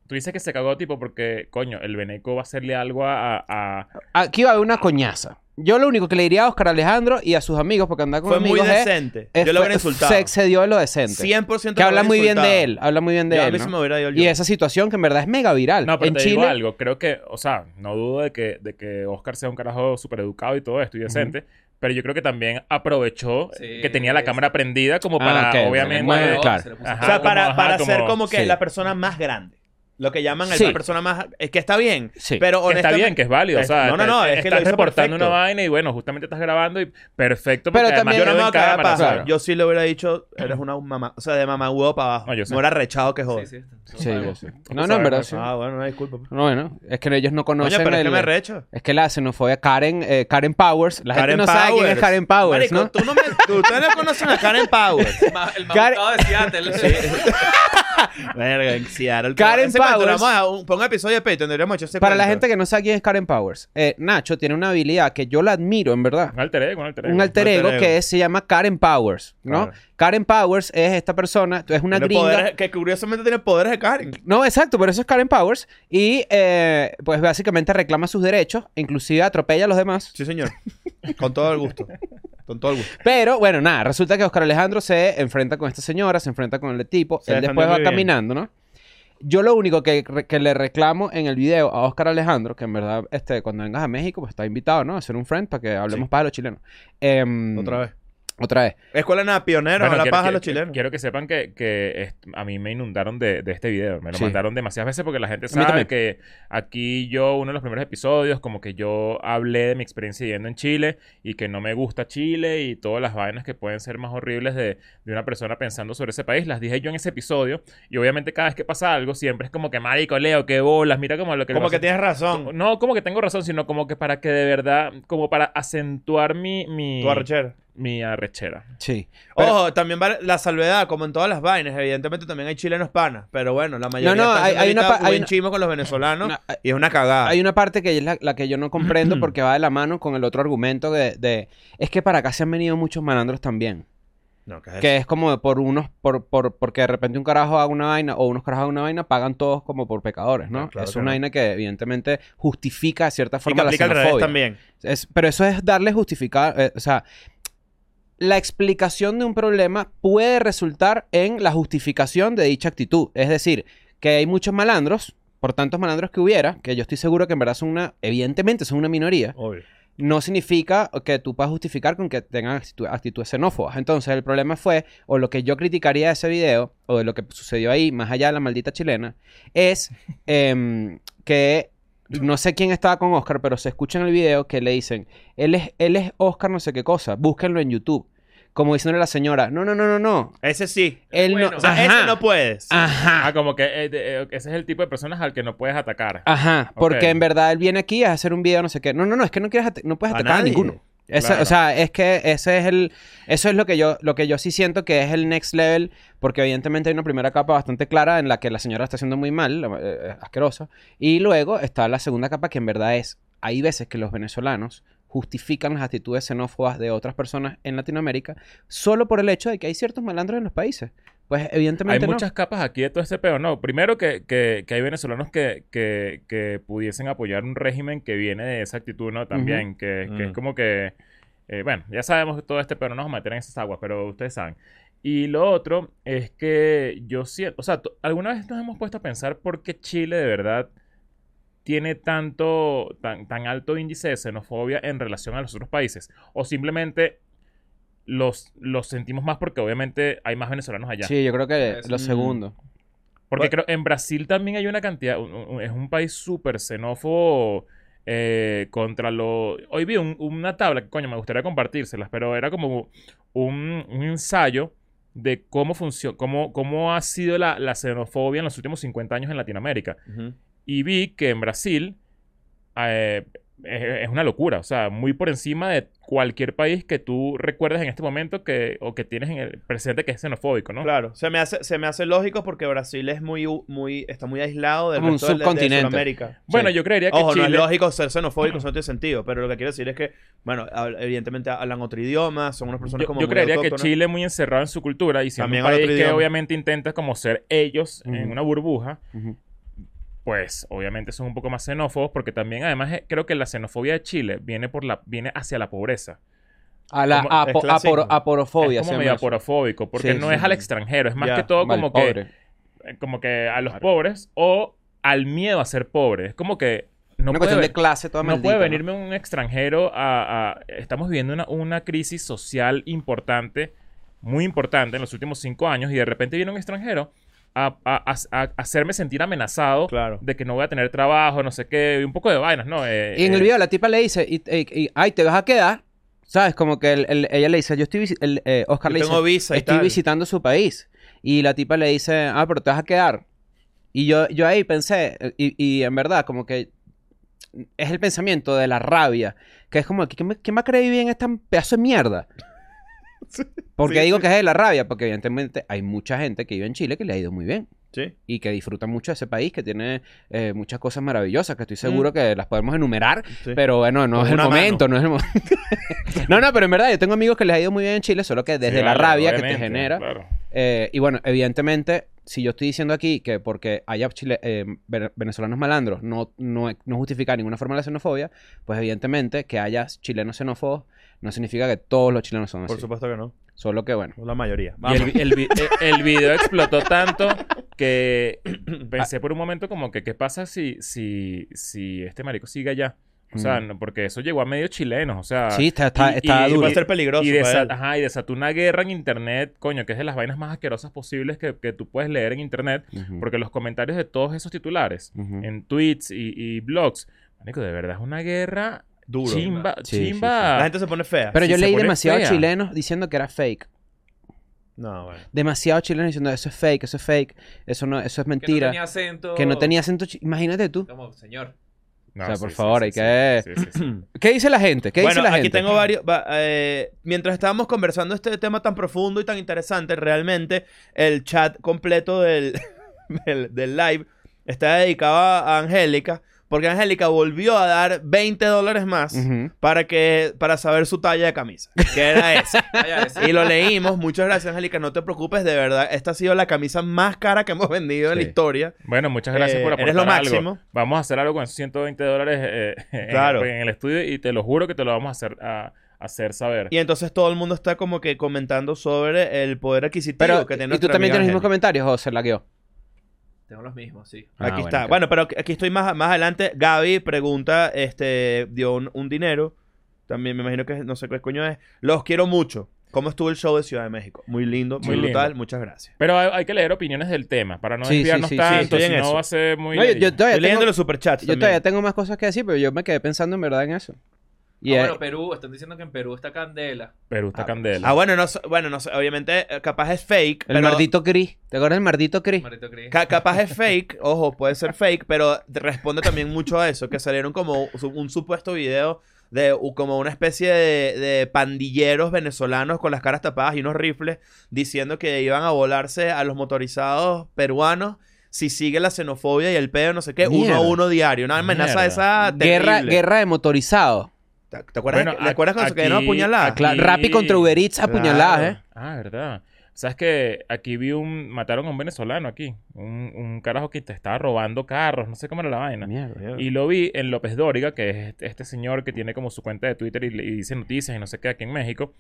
Speaker 2: tú dices que se cagó tipo porque, coño, el veneco va a hacerle algo a... a- a-
Speaker 4: Aquí va a haber una coñaza. Yo lo único que le diría a Oscar Alejandro y a sus amigos, porque andaba con
Speaker 1: Fue muy
Speaker 4: amigos es-
Speaker 1: decente.
Speaker 4: es-
Speaker 1: Yo lo hubiera
Speaker 4: fue-
Speaker 1: insultado.
Speaker 4: Se excedió de lo decente.
Speaker 1: 100%
Speaker 4: que
Speaker 1: lo
Speaker 4: habla
Speaker 1: hubiera
Speaker 4: muy bien
Speaker 1: insultado.
Speaker 4: de él, habla muy bien de
Speaker 1: Yo a
Speaker 4: él.
Speaker 1: mí
Speaker 4: ¿no?
Speaker 1: se me hubiera ido el
Speaker 4: Y
Speaker 1: yugo.
Speaker 4: esa situación que en verdad es mega viral.
Speaker 2: No, pero
Speaker 4: Eh, en
Speaker 2: te
Speaker 4: Chile,
Speaker 2: digo algo, creo que, o sea, no dudo de que, de que Oscar sea un carajo súper educado y todo esto y decente, pero yo creo que también aprovechó
Speaker 3: Sí,
Speaker 2: que tenía la
Speaker 3: sí.
Speaker 2: cámara prendida como
Speaker 4: Ah,
Speaker 2: para,
Speaker 4: ok, bueno,
Speaker 2: obviamente...
Speaker 4: bueno,
Speaker 2: eh,
Speaker 4: claro.
Speaker 2: ajá,
Speaker 1: O sea, para,
Speaker 2: ajá,
Speaker 1: para ser como que
Speaker 4: sí.
Speaker 1: la persona más grande. Lo que llaman el-
Speaker 4: Sí.
Speaker 1: la persona más... Es que está bien.
Speaker 4: Sí.
Speaker 1: Pero
Speaker 2: que está
Speaker 1: honestamente...
Speaker 2: bien, que es válido, o sea,
Speaker 1: No, no, no,
Speaker 2: te-
Speaker 1: es que lo
Speaker 2: estás
Speaker 1: hizo
Speaker 2: reportando
Speaker 1: perfecto.
Speaker 2: una vaina y bueno, justamente estás grabando y perfecto
Speaker 4: Pero
Speaker 2: porque además
Speaker 4: también-
Speaker 1: Yo no me voy
Speaker 2: quedó
Speaker 1: a
Speaker 2: en
Speaker 1: cagar
Speaker 2: cámara,
Speaker 1: para
Speaker 4: claro.
Speaker 1: Yo sí le hubiera dicho, eres una mamá... O sea, de mamá huevo para abajo.
Speaker 2: No, yo sé.
Speaker 1: No era rechado que joder.
Speaker 3: Sí, sí. está-
Speaker 4: Sí,
Speaker 3: sabemos.
Speaker 4: sí.
Speaker 2: Tú
Speaker 4: No, no,
Speaker 2: sabes,
Speaker 4: en verdad
Speaker 2: pues,
Speaker 4: sí.
Speaker 1: Ah, bueno, no, disculpa.
Speaker 4: No, bueno, es que ellos no
Speaker 1: Coño,
Speaker 4: conocen
Speaker 1: pero es que
Speaker 4: el-
Speaker 1: me recho.
Speaker 4: Es que la xenofobia Karen, eh, Karen Powers, la
Speaker 1: Karen
Speaker 4: gente no sabe quién es
Speaker 1: Powers.
Speaker 4: Karen Powers,
Speaker 1: Marico,
Speaker 4: ¿no?
Speaker 1: tú no me... tú- Ustedes no conocen a Karen Powers.
Speaker 3: El ma- El
Speaker 4: Care-
Speaker 3: mamutado de Seattle.
Speaker 1: Verga, en Seattle.
Speaker 4: Karen
Speaker 1: Ese cuento lo
Speaker 4: Powers.
Speaker 1: vamos a un- Pon un episodio de Patreon, deberíamos echar ese
Speaker 4: Para la
Speaker 1: cuento.
Speaker 4: gente que no sabe quién es Karen Powers, eh, Nacho tiene una habilidad que yo la admiro, en verdad.
Speaker 2: Un alter ego, un alter ego.
Speaker 4: Un alter
Speaker 1: Un alter
Speaker 4: ego
Speaker 1: ego.
Speaker 4: que es- se llama Karen Powers, ¿no?
Speaker 1: Claro.
Speaker 4: Karen Powers es esta persona, es una
Speaker 1: Tiene
Speaker 4: gringa.
Speaker 1: poderes- que curiosamente tiene poderes de Karen.
Speaker 4: No, exacto, por eso es Karen Powers. Y eh, pues básicamente reclama sus derechos, inclusive atropella a los demás.
Speaker 1: Sí, señor. Con todo el gusto. Con todo el gusto.
Speaker 4: Pero bueno, nada, resulta que Oscar Alejandro se enfrenta con esta señora, se enfrenta con el tipo,
Speaker 1: Se
Speaker 4: él
Speaker 1: defendió
Speaker 4: después va
Speaker 1: muy bien.
Speaker 4: caminando, ¿no? Yo lo único que, re- que le reclamo en el video a Oscar Alejandro, que en verdad, este, cuando vengas a México, pues está invitado, ¿no? A ser un friend para que hablemos para los chilenos. Em,
Speaker 1: Otra vez.
Speaker 4: Otra vez.
Speaker 1: Escuela de nada, pionero,
Speaker 2: Mm. Bueno,
Speaker 1: a la
Speaker 2: quiero-
Speaker 1: paja a
Speaker 2: quiero-
Speaker 1: los chilenos.
Speaker 2: Quiero que sepan que, que est- a mí me inundaron de, de este video. Me lo
Speaker 4: Sí.
Speaker 2: mandaron demasiadas veces porque la gente
Speaker 4: mí también.
Speaker 2: sabe que aquí yo, uno de los primeros episodios, como que yo hablé de mi experiencia viviendo en Chile y que no me gusta Chile y todas las vainas que pueden ser más horribles de, de una persona pensando sobre ese país. Las dije yo en ese episodio y obviamente cada vez que pasa algo siempre es como que marico, Leo, qué bolas, mira como lo que le
Speaker 1: Como
Speaker 2: pasó
Speaker 1: que tienes razón.
Speaker 2: No como que tengo razón, sino como que para que de verdad, como para acentuar mi, mi,
Speaker 1: Tu arrechera.
Speaker 2: mi arrechera.
Speaker 4: Sí. Pero-
Speaker 1: Ojo, también vale la salvedad, como en todas las vainas. Evidentemente también hay chilenos panas. Pero bueno, la mayoría
Speaker 4: No, no,
Speaker 1: están
Speaker 4: hay-
Speaker 1: haciendo
Speaker 4: hay una
Speaker 1: ahorita
Speaker 4: pa- hay
Speaker 1: buen
Speaker 4: una-
Speaker 1: chimo con los venezolanos.
Speaker 4: No, hay-
Speaker 1: y es una cagada.
Speaker 4: Hay una parte que es la, la que yo no comprendo porque va de la mano con el otro argumento de, de- Es que para acá se han venido muchos malandros también.
Speaker 1: No, ¿qué es
Speaker 4: Que es como de por unos... Por, por, porque de repente un carajo haga una vaina o unos carajos hagan una vaina, pagan todos como por pecadores, ¿no?
Speaker 1: Ah, claro
Speaker 4: es
Speaker 1: que
Speaker 4: una
Speaker 1: no.
Speaker 4: vaina que evidentemente justifica de cierta
Speaker 1: eso? Y que
Speaker 4: forma la
Speaker 1: aplica al revés
Speaker 4: xenofobia.
Speaker 1: también.
Speaker 4: Es- pero eso es darle justificar, eh, o sea, la explicación de un problema puede resultar en la justificación de dicha actitud. Es decir, que hay muchos malandros, por tantos malandros que hubiera, que yo estoy seguro que en verdad son una, evidentemente son una minoría,
Speaker 1: Obvio.
Speaker 4: no significa que tú puedas justificar con que tengan actitu- actitudes xenófobas. Entonces el problema fue, o lo que yo criticaría de ese video, o de lo que sucedió ahí, más allá de la maldita chilena, es em, que no sé quién estaba con Oscar, pero se escucha en el video que le dicen, él es, él es Oscar no sé qué cosa, búsquenlo en YouTube. Como diciéndole a la señora, no, no, no, no, no.
Speaker 1: Ese sí.
Speaker 4: Él no.
Speaker 3: Bueno,
Speaker 1: O sea,
Speaker 4: ajá,
Speaker 1: ese no puedes.
Speaker 4: Ajá.
Speaker 2: Ah, como que eh, de- eh, ese es el tipo de personas al que no puedes atacar.
Speaker 4: Ajá. Porque
Speaker 2: Ok.
Speaker 4: en verdad él viene aquí a hacer un video, no sé qué. No, no, no, es que no quieres ate- no puedes
Speaker 1: A
Speaker 4: atacar a,
Speaker 1: nadie.
Speaker 4: ninguno. Esa-
Speaker 2: Claro.
Speaker 4: O sea, es que ese es el, eso es lo que yo, lo que yo sí siento que es el next level, porque evidentemente hay una primera capa bastante clara en la que la señora está haciendo muy mal, la- eh, eh, asquerosa, y luego está la segunda capa que en verdad es, hay veces que los venezolanos justifican las actitudes xenófobas de otras personas en Latinoamérica solo por el hecho de que hay ciertos malandros en los países. Pues
Speaker 2: Hay
Speaker 4: evidentemente no.
Speaker 2: muchas capas aquí de todo este pedo. No, primero que, que- que hay venezolanos que, que- que pudiesen apoyar un régimen que viene de esa actitud, ¿no? También, que, que es
Speaker 1: Mm.
Speaker 2: como que... eh, bueno, ya sabemos todo este pedo, no nos vamos a meter en esas aguas, pero ustedes saben. Y lo otro es que yo siento... O sea, to- alguna vez nos hemos puesto a pensar por qué Chile de verdad tiene tanto, tan, tan alto índice de xenofobia en relación a los otros países. O simplemente los, los sentimos más porque obviamente hay más venezolanos allá.
Speaker 4: Sí, yo creo que
Speaker 3: Es-
Speaker 4: lo
Speaker 3: mm.
Speaker 4: segundo.
Speaker 2: Porque
Speaker 1: Bueno.
Speaker 2: creo en Brasil también hay una cantidad, un- un- es un país súper xenófobo eh, contra lo... Hoy vi un- una tabla que, coño, me gustaría compartírselas, pero era como un, un ensayo de cómo, funcio- cómo, cómo ha sido la, la xenofobia en los últimos 50 años en Latinoamérica.
Speaker 1: Ujú.
Speaker 2: Y vi que en Brasil eh, es, es una locura, o sea, muy por encima de cualquier país que tú recuerdes en este momento que, o que tienes en el presente que es xenofóbico, ¿no?
Speaker 1: Claro, se me, hace, se me hace lógico porque Brasil es muy, u- muy, está muy aislado del
Speaker 4: Como un
Speaker 1: resto del- de- de
Speaker 4: subcontinente.
Speaker 1: Sudamérica.
Speaker 2: Bueno,
Speaker 4: Sí.
Speaker 2: yo creería que
Speaker 1: Ojo, no es
Speaker 2: Chile...
Speaker 1: lógico ser xenofóbico, eso no tiene sentido. Pero lo que quiero decir es que, bueno, hab- evidentemente hablan otro idioma, son unas personas
Speaker 2: Yo,
Speaker 1: como.
Speaker 2: yo
Speaker 1: muy
Speaker 2: creería que
Speaker 1: autóctonas.
Speaker 2: Chile muy encerrado en su cultura y siendo
Speaker 1: También
Speaker 2: un
Speaker 1: habla otro
Speaker 2: país que
Speaker 1: idioma.
Speaker 2: obviamente intenta como ser ellos en
Speaker 4: Ujú.
Speaker 2: una burbuja,
Speaker 4: Ujú.
Speaker 2: pues obviamente son un poco más xenófobos porque también además eh, creo que la xenofobia de Chile viene por la viene hacia la pobreza.
Speaker 4: A la
Speaker 2: Como-
Speaker 4: apo-
Speaker 1: es clasismo.
Speaker 4: aporo- aporofobia.
Speaker 2: es como
Speaker 4: se llama
Speaker 2: medio
Speaker 4: eso.
Speaker 2: aporofóbico porque
Speaker 4: Sí,
Speaker 2: no
Speaker 4: sí,
Speaker 2: es al
Speaker 4: sí.
Speaker 2: extranjero, es más
Speaker 1: Ya,
Speaker 2: que todo
Speaker 4: Mal,
Speaker 2: como que
Speaker 4: pobre.
Speaker 2: eh, como que a los pobres o al miedo a ser pobre, es como que no puede
Speaker 4: Una cuestión
Speaker 2: ve-
Speaker 4: de clase toda
Speaker 2: no
Speaker 4: maldita,
Speaker 2: puede venirme un extranjero a, a- Estamos viviendo una, una crisis social importante, muy importante en los últimos cinco años y de repente viene un extranjero a, a- a- a hacerme sentir amenazado
Speaker 1: Claro.
Speaker 2: de que no voy a tener trabajo, no sé qué, y un poco de vainas, ¿no? Eh,
Speaker 4: Y en el
Speaker 2: eh,
Speaker 4: video la tipa le dice, y, y- y- ay, te vas a quedar. ¿Sabes? Como que el- el- ella le dice, yo estoy... visi- El, eh, Oscar
Speaker 1: Yo
Speaker 4: le
Speaker 1: tengo
Speaker 4: dice,
Speaker 1: visa y
Speaker 4: estoy
Speaker 1: tal.
Speaker 4: visitando su país. Y la tipa le dice, ah, pero te vas a quedar. Y yo, yo ahí pensé, eh, y, y en verdad, como que es el pensamiento de la rabia. Que es como, ¿quién me, quién me va a creer bien esta pedazo de mierda? Porque
Speaker 1: sí,
Speaker 4: digo
Speaker 1: sí.
Speaker 4: que es de la rabia, porque evidentemente hay mucha gente que vive en Chile que le ha ido muy bien
Speaker 1: Sí.
Speaker 4: y que disfruta mucho de ese país, que tiene eh, muchas cosas maravillosas, que estoy seguro
Speaker 1: Mm.
Speaker 4: que las podemos enumerar,
Speaker 1: sí.
Speaker 4: pero bueno, no
Speaker 1: Con
Speaker 4: es el
Speaker 1: una
Speaker 4: momento, no es el momento. no, no, pero en verdad yo tengo amigos que les ha ido muy bien en Chile, solo que desde
Speaker 2: sí,
Speaker 4: la
Speaker 2: vale,
Speaker 4: rabia que te
Speaker 2: obviamente,
Speaker 4: genera.
Speaker 2: claro.
Speaker 4: eh, y bueno, evidentemente, si yo estoy diciendo aquí que porque haya chile- eh, ve- venezolanos malandros no, no, no justifica de ninguna forma la xenofobia, pues evidentemente que haya chilenos xenófobos no significa que todos los chilenos son
Speaker 1: Por
Speaker 4: así.
Speaker 1: supuesto que no.
Speaker 4: Solo que bueno.
Speaker 1: no La mayoría.
Speaker 2: Y
Speaker 1: Vamos.
Speaker 2: el, vi- el vi- eh, el video explotó tanto que pensé por un momento como que qué pasa si, si, si este marico sigue allá. O sea,
Speaker 4: Mm.
Speaker 2: no- porque eso llegó a medios chilenos, o sea...
Speaker 4: Sí, está, está,
Speaker 2: Ah, y-
Speaker 4: está
Speaker 2: y-
Speaker 4: duro.
Speaker 1: Puede ser peligroso.
Speaker 2: Y,
Speaker 1: para
Speaker 2: desa-
Speaker 1: él.
Speaker 2: ajá, y desató una guerra en internet, coño, que es de las vainas más asquerosas posibles que, que tú puedes leer en internet.
Speaker 4: Ujú,
Speaker 2: Porque los comentarios de todos esos titulares,
Speaker 4: ujú.
Speaker 2: en tweets y, y blogs, marico, de verdad es una guerra
Speaker 1: Duro.
Speaker 2: chimba,
Speaker 4: Sí, sí,
Speaker 2: chimba.
Speaker 1: La gente se pone fea.
Speaker 4: Pero
Speaker 2: Sí,
Speaker 4: yo
Speaker 2: se
Speaker 4: leí
Speaker 2: pone
Speaker 4: demasiado
Speaker 2: fea.
Speaker 4: chilenos diciendo que era fake.
Speaker 1: No, bueno.
Speaker 4: Demasiado chilenos diciendo eso es fake, eso es fake, eso no, eso es
Speaker 3: Que no
Speaker 4: mentira.
Speaker 3: tenía acento.
Speaker 4: Que no tenía acento. chi- Imagínate tú.
Speaker 3: Como, señor.
Speaker 2: No,
Speaker 4: O sea, por favor, hay que-
Speaker 2: sí, sí, sí.
Speaker 4: ¿Qué dice la gente? ¿Qué
Speaker 1: bueno,
Speaker 4: dice la
Speaker 1: aquí
Speaker 4: gente?
Speaker 1: tengo varios. va- eh, mientras estábamos conversando este tema tan profundo y tan interesante, realmente el chat completo del, del, del live está dedicado a Angélica, porque Angélica volvió a dar 20 dólares más
Speaker 4: Ujú.
Speaker 1: para, que, para saber su talla de camisa, que era esa.
Speaker 3: Vaya, ese-
Speaker 1: y lo leímos. Muchas gracias, Angélica. No te preocupes, de verdad. Esta ha sido la camisa más cara que hemos vendido en la
Speaker 4: Sí.
Speaker 1: historia.
Speaker 2: Bueno, muchas gracias
Speaker 1: Eh,
Speaker 2: por aportar
Speaker 1: eres lo
Speaker 2: algo.
Speaker 1: máximo.
Speaker 2: Vamos a hacer algo con 120 dólares eh, en,
Speaker 1: Claro.
Speaker 2: en el estudio y te lo juro que te lo vamos a hacer, a- a hacer saber.
Speaker 1: Y entonces todo el mundo está como que comentando sobre el poder adquisitivo
Speaker 4: Pero,
Speaker 1: que tiene
Speaker 4: ¿y tú
Speaker 1: nuestra
Speaker 4: también
Speaker 1: amiga
Speaker 4: tienes los mismos
Speaker 1: Angélica.
Speaker 4: comentarios o se lagueó?
Speaker 3: Tengo los mismos, sí.
Speaker 4: Ah,
Speaker 1: Aquí
Speaker 4: bueno,
Speaker 1: está.
Speaker 4: ok.
Speaker 1: Bueno, pero aquí estoy más, más adelante. Gaby pregunta, este, dio un, un dinero. También me imagino que es- no sé qué coño es. Los quiero mucho. ¿Cómo estuvo el show de Ciudad de México? Muy lindo, muy
Speaker 2: Muy lindo.
Speaker 1: brutal. Muchas gracias.
Speaker 2: Pero hay, hay que leer opiniones del tema para no
Speaker 4: Sí, sí,
Speaker 2: desviarnos
Speaker 4: sí, sí,
Speaker 2: tanto,
Speaker 1: estoy en
Speaker 2: si no
Speaker 1: eso.
Speaker 2: va a ser muy...
Speaker 4: No, yo, yo
Speaker 2: ladilla.
Speaker 1: Estoy
Speaker 4: todavía tengo,
Speaker 1: leyendo los superchats.
Speaker 4: yo
Speaker 1: también.
Speaker 4: todavía tengo más cosas que decir, pero yo me quedé pensando en verdad en eso. Y
Speaker 3: Ah,
Speaker 4: eh,
Speaker 3: bueno, Perú. Están diciendo que en Perú está Candela.
Speaker 2: Perú está
Speaker 4: Ah,
Speaker 2: candela.
Speaker 1: Ah, bueno, no, sé- bueno, no sé, obviamente eh, capaz es fake.
Speaker 4: el
Speaker 1: pero
Speaker 4: mardito gris. ¿Te acuerdas del mardito gris?
Speaker 3: Marito Cris.
Speaker 1: ca- capaz es fake, ojo, puede ser fake, pero te responde también mucho a eso, que salieron como su- un supuesto video de u- como una especie de, de pandilleros venezolanos con las caras tapadas y unos rifles diciendo que iban a volarse a los motorizados peruanos si sigue la xenofobia y el pedo, no sé qué, uno a
Speaker 4: Mierda.
Speaker 1: uno diario. Una amenaza de
Speaker 2: Mierda.
Speaker 1: esa terrible.
Speaker 4: Ah, Guerra, guerra de motorizado.
Speaker 1: ¿Te, te acuerdas,
Speaker 2: Bueno,
Speaker 1: ¿te acuerdas cuando se
Speaker 2: aquí-
Speaker 1: quedaron apuñaladas?
Speaker 2: aquí- Sí.
Speaker 4: Rappi contra Uber Eats
Speaker 1: Claro.
Speaker 4: apuñaladas, ¿eh?
Speaker 2: Ah, verdad. ¿Sabes que Aquí vi un... Mataron a un venezolano aquí. Un, un carajo que te estaba robando carros, no sé cómo era la vaina.
Speaker 4: Mierda.
Speaker 2: Y lo vi en López Dóriga, que es este, este señor que tiene como su cuenta de Twitter y, le- y dice noticias y no sé qué aquí en México.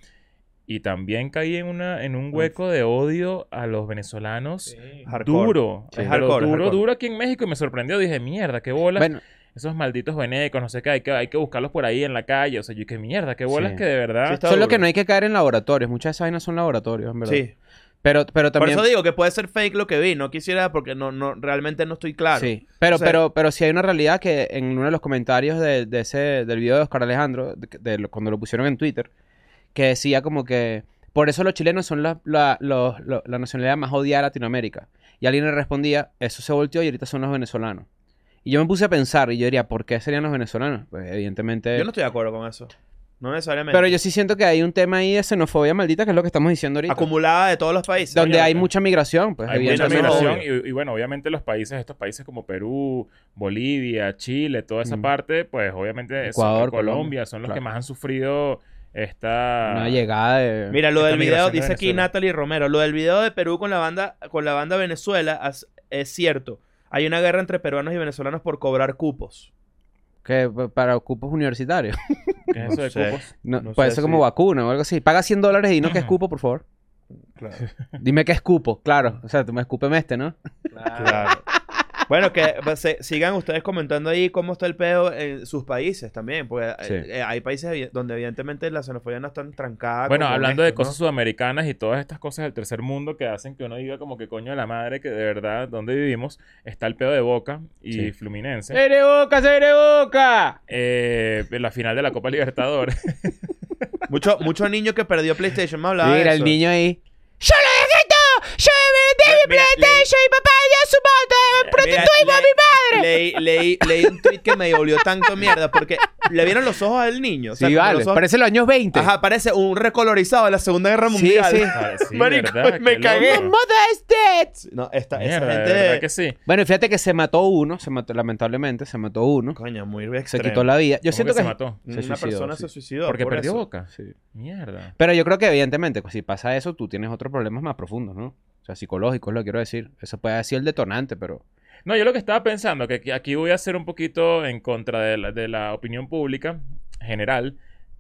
Speaker 2: Y también caí en, una, en un hueco de odio a los venezolanos.
Speaker 3: Sí.
Speaker 1: Hardcore.
Speaker 2: Duro,
Speaker 1: Sí.
Speaker 2: pero
Speaker 1: Hardcore, es
Speaker 2: duro,
Speaker 1: hardcore.
Speaker 2: duro aquí en México y me sorprendió. Dije, mierda, qué bolas.
Speaker 4: Bueno,
Speaker 2: Esos malditos venecos, no sé qué, hay que, hay que buscarlos por ahí en la calle. O sea, yo qué mierda, qué bolas
Speaker 4: Sí.
Speaker 2: que de verdad.
Speaker 1: Sí, está
Speaker 4: solo
Speaker 1: duro.
Speaker 4: que no hay que caer en laboratorios. Muchas de esas vainas son laboratorios, en verdad.
Speaker 1: Sí,
Speaker 4: Pero, pero también...
Speaker 1: Por eso digo que puede ser fake lo que vi. No quisiera porque no, no realmente no estoy claro.
Speaker 4: Sí, pero,
Speaker 1: O sea-
Speaker 4: pero, pero sí hay una realidad que en uno de los comentarios de, de ese, del video de Oscar Alejandro, de- de lo- cuando lo pusieron en Twitter, que decía como que Por eso los chilenos son la, la- los- lo- la nacionalidad más odiada de Latinoamérica. Y alguien le respondía, eso se volteó y ahorita son los venezolanos. Y yo me puse a pensar y yo diría, ¿por qué serían los venezolanos? Pues evidentemente...
Speaker 1: Yo no estoy de acuerdo con eso. No necesariamente.
Speaker 4: Pero yo sí siento que hay un tema ahí de xenofobia maldita, que es lo que estamos diciendo ahorita.
Speaker 1: Acumulada de todos los países.
Speaker 4: donde
Speaker 1: Coño,
Speaker 4: hay
Speaker 1: ¿no?
Speaker 4: mucha migración, pues
Speaker 2: Hay mucha
Speaker 1: evidentemente,
Speaker 2: migración
Speaker 1: obvio.
Speaker 2: y, y bueno, obviamente los países, estos países como Perú, Bolivia, Chile, toda esa
Speaker 4: Mm.
Speaker 2: parte, pues obviamente son-
Speaker 4: Ecuador,
Speaker 2: Colombia,
Speaker 4: Colombia,
Speaker 2: son los
Speaker 4: claro.
Speaker 2: que más han sufrido esta...
Speaker 4: Una llegada de...
Speaker 1: Mira, lo
Speaker 2: Esta
Speaker 1: del video,
Speaker 2: migración de
Speaker 1: dice aquí
Speaker 2: Venezuela.
Speaker 1: Natalie Romero, lo del video de Perú con la banda, con la banda Venezuela as- es cierto. Hay una guerra entre peruanos y venezolanos por cobrar cupos.
Speaker 4: Que pues, para cupos universitarios.
Speaker 2: ¿qué es eso de
Speaker 1: sé.
Speaker 2: cupos?
Speaker 4: No,
Speaker 1: No
Speaker 4: puede
Speaker 1: sé
Speaker 4: ser como
Speaker 1: si-
Speaker 4: vacuna o algo así. Paga 100 dólares y no que es cupo, por favor. Dime que es cupo, claro. O sea, tú me escúpeme este, ¿no?
Speaker 3: Claro.
Speaker 1: Claro. bueno, que pues, se- sigan ustedes comentando ahí cómo está el pedo en sus países también, porque eh,
Speaker 4: Sí.
Speaker 1: eh, hay países evi- donde evidentemente la xenofobia no está tan trancada.
Speaker 2: Ah, Bueno,
Speaker 1: como en
Speaker 2: hablando de
Speaker 1: estos, ¿no?
Speaker 2: cosas sudamericanas y todas estas cosas del tercer mundo que hacen que uno diga como que coño de la madre que de verdad donde vivimos está el pedo de Boca y
Speaker 4: Sí.
Speaker 2: Fluminense.
Speaker 4: ¡Sere boca, sere boca!
Speaker 2: Eh, la final de la Copa Libertadores.
Speaker 1: Mucho, mucho niño que perdió PlayStation, me hablaba de
Speaker 4: Mira, el
Speaker 1: eso.
Speaker 4: niño ahí. ¡Yo lo grito! ¡Yo me
Speaker 1: Mira,
Speaker 4: metí mi
Speaker 1: mira,
Speaker 4: PlayStation y papá dio su bote!
Speaker 1: Mira, le- Leí, leí, leí un tweet que me volvió tanto mierda porque le vieron los ojos al niño. o sea,
Speaker 4: Sí,
Speaker 1: como
Speaker 4: vale.
Speaker 1: los ojos-
Speaker 4: Parece los años 20.
Speaker 1: Ajá, parece un recolorizado de la Segunda Guerra
Speaker 4: Sí,
Speaker 1: Mundial.
Speaker 4: sí.
Speaker 2: Vale, sí,
Speaker 1: Marico,
Speaker 2: ¿verdad?
Speaker 1: pues, me
Speaker 2: Qué
Speaker 1: cagué.
Speaker 2: loco.
Speaker 4: ¡Moda is dead!
Speaker 1: No, esta, esa
Speaker 2: Mierda, de
Speaker 1: gente.
Speaker 2: verdad que sí.
Speaker 4: Bueno, y fíjate que se mató uno. Se mató, lamentablemente, se mató uno.
Speaker 1: Coño, muy
Speaker 4: Se
Speaker 1: extremo. Mm,
Speaker 4: quitó la vida. Yo
Speaker 2: ¿Cómo
Speaker 4: siento
Speaker 2: que
Speaker 4: que...
Speaker 2: se mató?
Speaker 1: Una
Speaker 4: se suicidó,
Speaker 1: persona
Speaker 4: sí.
Speaker 1: se suicidó.
Speaker 2: Porque
Speaker 1: por
Speaker 2: perdió
Speaker 1: eso.
Speaker 2: Boca.
Speaker 4: Sí.
Speaker 2: Mierda.
Speaker 4: Pero yo creo que evidentemente, pues, si pasa eso, tú tienes otros problemas más profundos, ¿no? O sea, psicológicos, lo quiero decir. Eso puede haber sido el detonante, pero...
Speaker 2: No, yo lo que estaba pensando, que aquí- aquí voy a ser un poquito en contra de la, de la opinión pública general.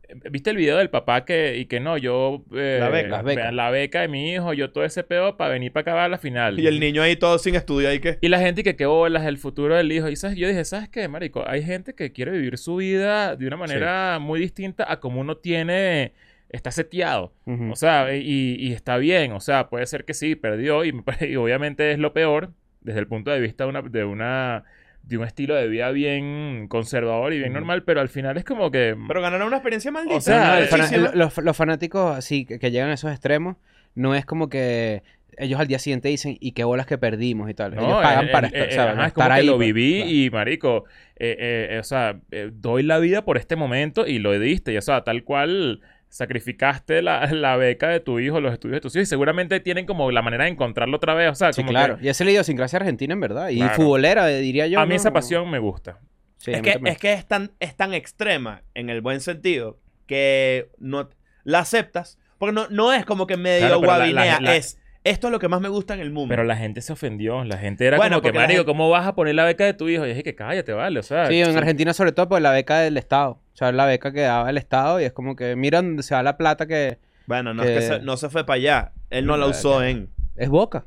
Speaker 2: Eh, ¿Viste el video del papá que, y que no, yo... eh,
Speaker 1: La beca.
Speaker 4: Las becas.
Speaker 2: La beca de mi hijo, yo todo ese pedo para venir para acabar la final.
Speaker 1: Y el niño ahí todo sin estudio ahí que.
Speaker 2: Y la gente que qué bolas, el futuro del hijo. Y ¿sabes? yo dije, ¿sabes qué, marico? Hay gente que quiere vivir su vida de una manera muy distinta a como uno tiene... Está seteado.
Speaker 4: Ujú.
Speaker 2: O sea, y, y está bien, o sea, puede ser que sí, perdió y, me pare- y obviamente es lo peor desde el punto de vista de una, de una de un estilo de vida bien conservador y bien
Speaker 4: Ujú.
Speaker 2: normal, pero al final es como que mm,
Speaker 1: Pero ganaron una experiencia maldita.
Speaker 2: O sea,
Speaker 4: No, no, el
Speaker 2: sí,
Speaker 4: fana-
Speaker 2: sí, ¿no?
Speaker 4: lo- los, los fanáticos así que, que llegan a esos extremos, no es como que ellos al día siguiente dicen, y qué bolas que perdimos y tal.
Speaker 2: no,
Speaker 4: ellos pagan
Speaker 2: eh,
Speaker 4: para
Speaker 2: eh,
Speaker 4: estar,
Speaker 2: eh,
Speaker 4: ¿sabes?
Speaker 2: ajá, es como
Speaker 4: estar
Speaker 2: que
Speaker 4: ahí.
Speaker 2: lo
Speaker 4: pues.
Speaker 2: viví
Speaker 4: Claro.
Speaker 2: y marico, eh, eh, eh, o sea, eh, doy la vida por este momento y lo diste, y o sea, tal cual sacrificaste la, la beca de tu hijo, los estudios de tus hijos, y seguramente tienen como la manera de encontrarlo otra vez, o sea,
Speaker 4: Sí,
Speaker 2: como que
Speaker 4: claro. Y esa es la idiosincrasia argentina, en verdad. Y
Speaker 2: Claro.
Speaker 4: futbolera, eh, diría yo.
Speaker 2: a mí
Speaker 4: ¿no?
Speaker 2: esa
Speaker 4: Como-
Speaker 2: pasión me gusta.
Speaker 4: Sí, a
Speaker 1: es,
Speaker 4: mí
Speaker 1: que,
Speaker 4: también.
Speaker 1: es que es tan, es tan extrema en el buen sentido que no la aceptas. Porque no, no es como que medio
Speaker 2: Claro, pero la- la-
Speaker 1: guabinea.
Speaker 2: la-
Speaker 1: es esto es lo que más me gusta en el mundo.
Speaker 2: Pero la gente se ofendió. La gente era
Speaker 1: Bueno,
Speaker 2: como que,
Speaker 1: porque la
Speaker 2: marico,
Speaker 1: gente-
Speaker 2: ¿cómo vas a poner la beca de tu hijo? Y dije que cállate, vale. O sea,
Speaker 4: Sí, en
Speaker 2: sí.
Speaker 4: Argentina sobre todo por la beca del Estado. O sea, la beca que daba el Estado y es como que mira dónde se va la plata que
Speaker 1: bueno, no
Speaker 4: que-
Speaker 1: es que se, no se fue para allá. Él no la
Speaker 4: Vale.
Speaker 1: usó en.
Speaker 4: es boca.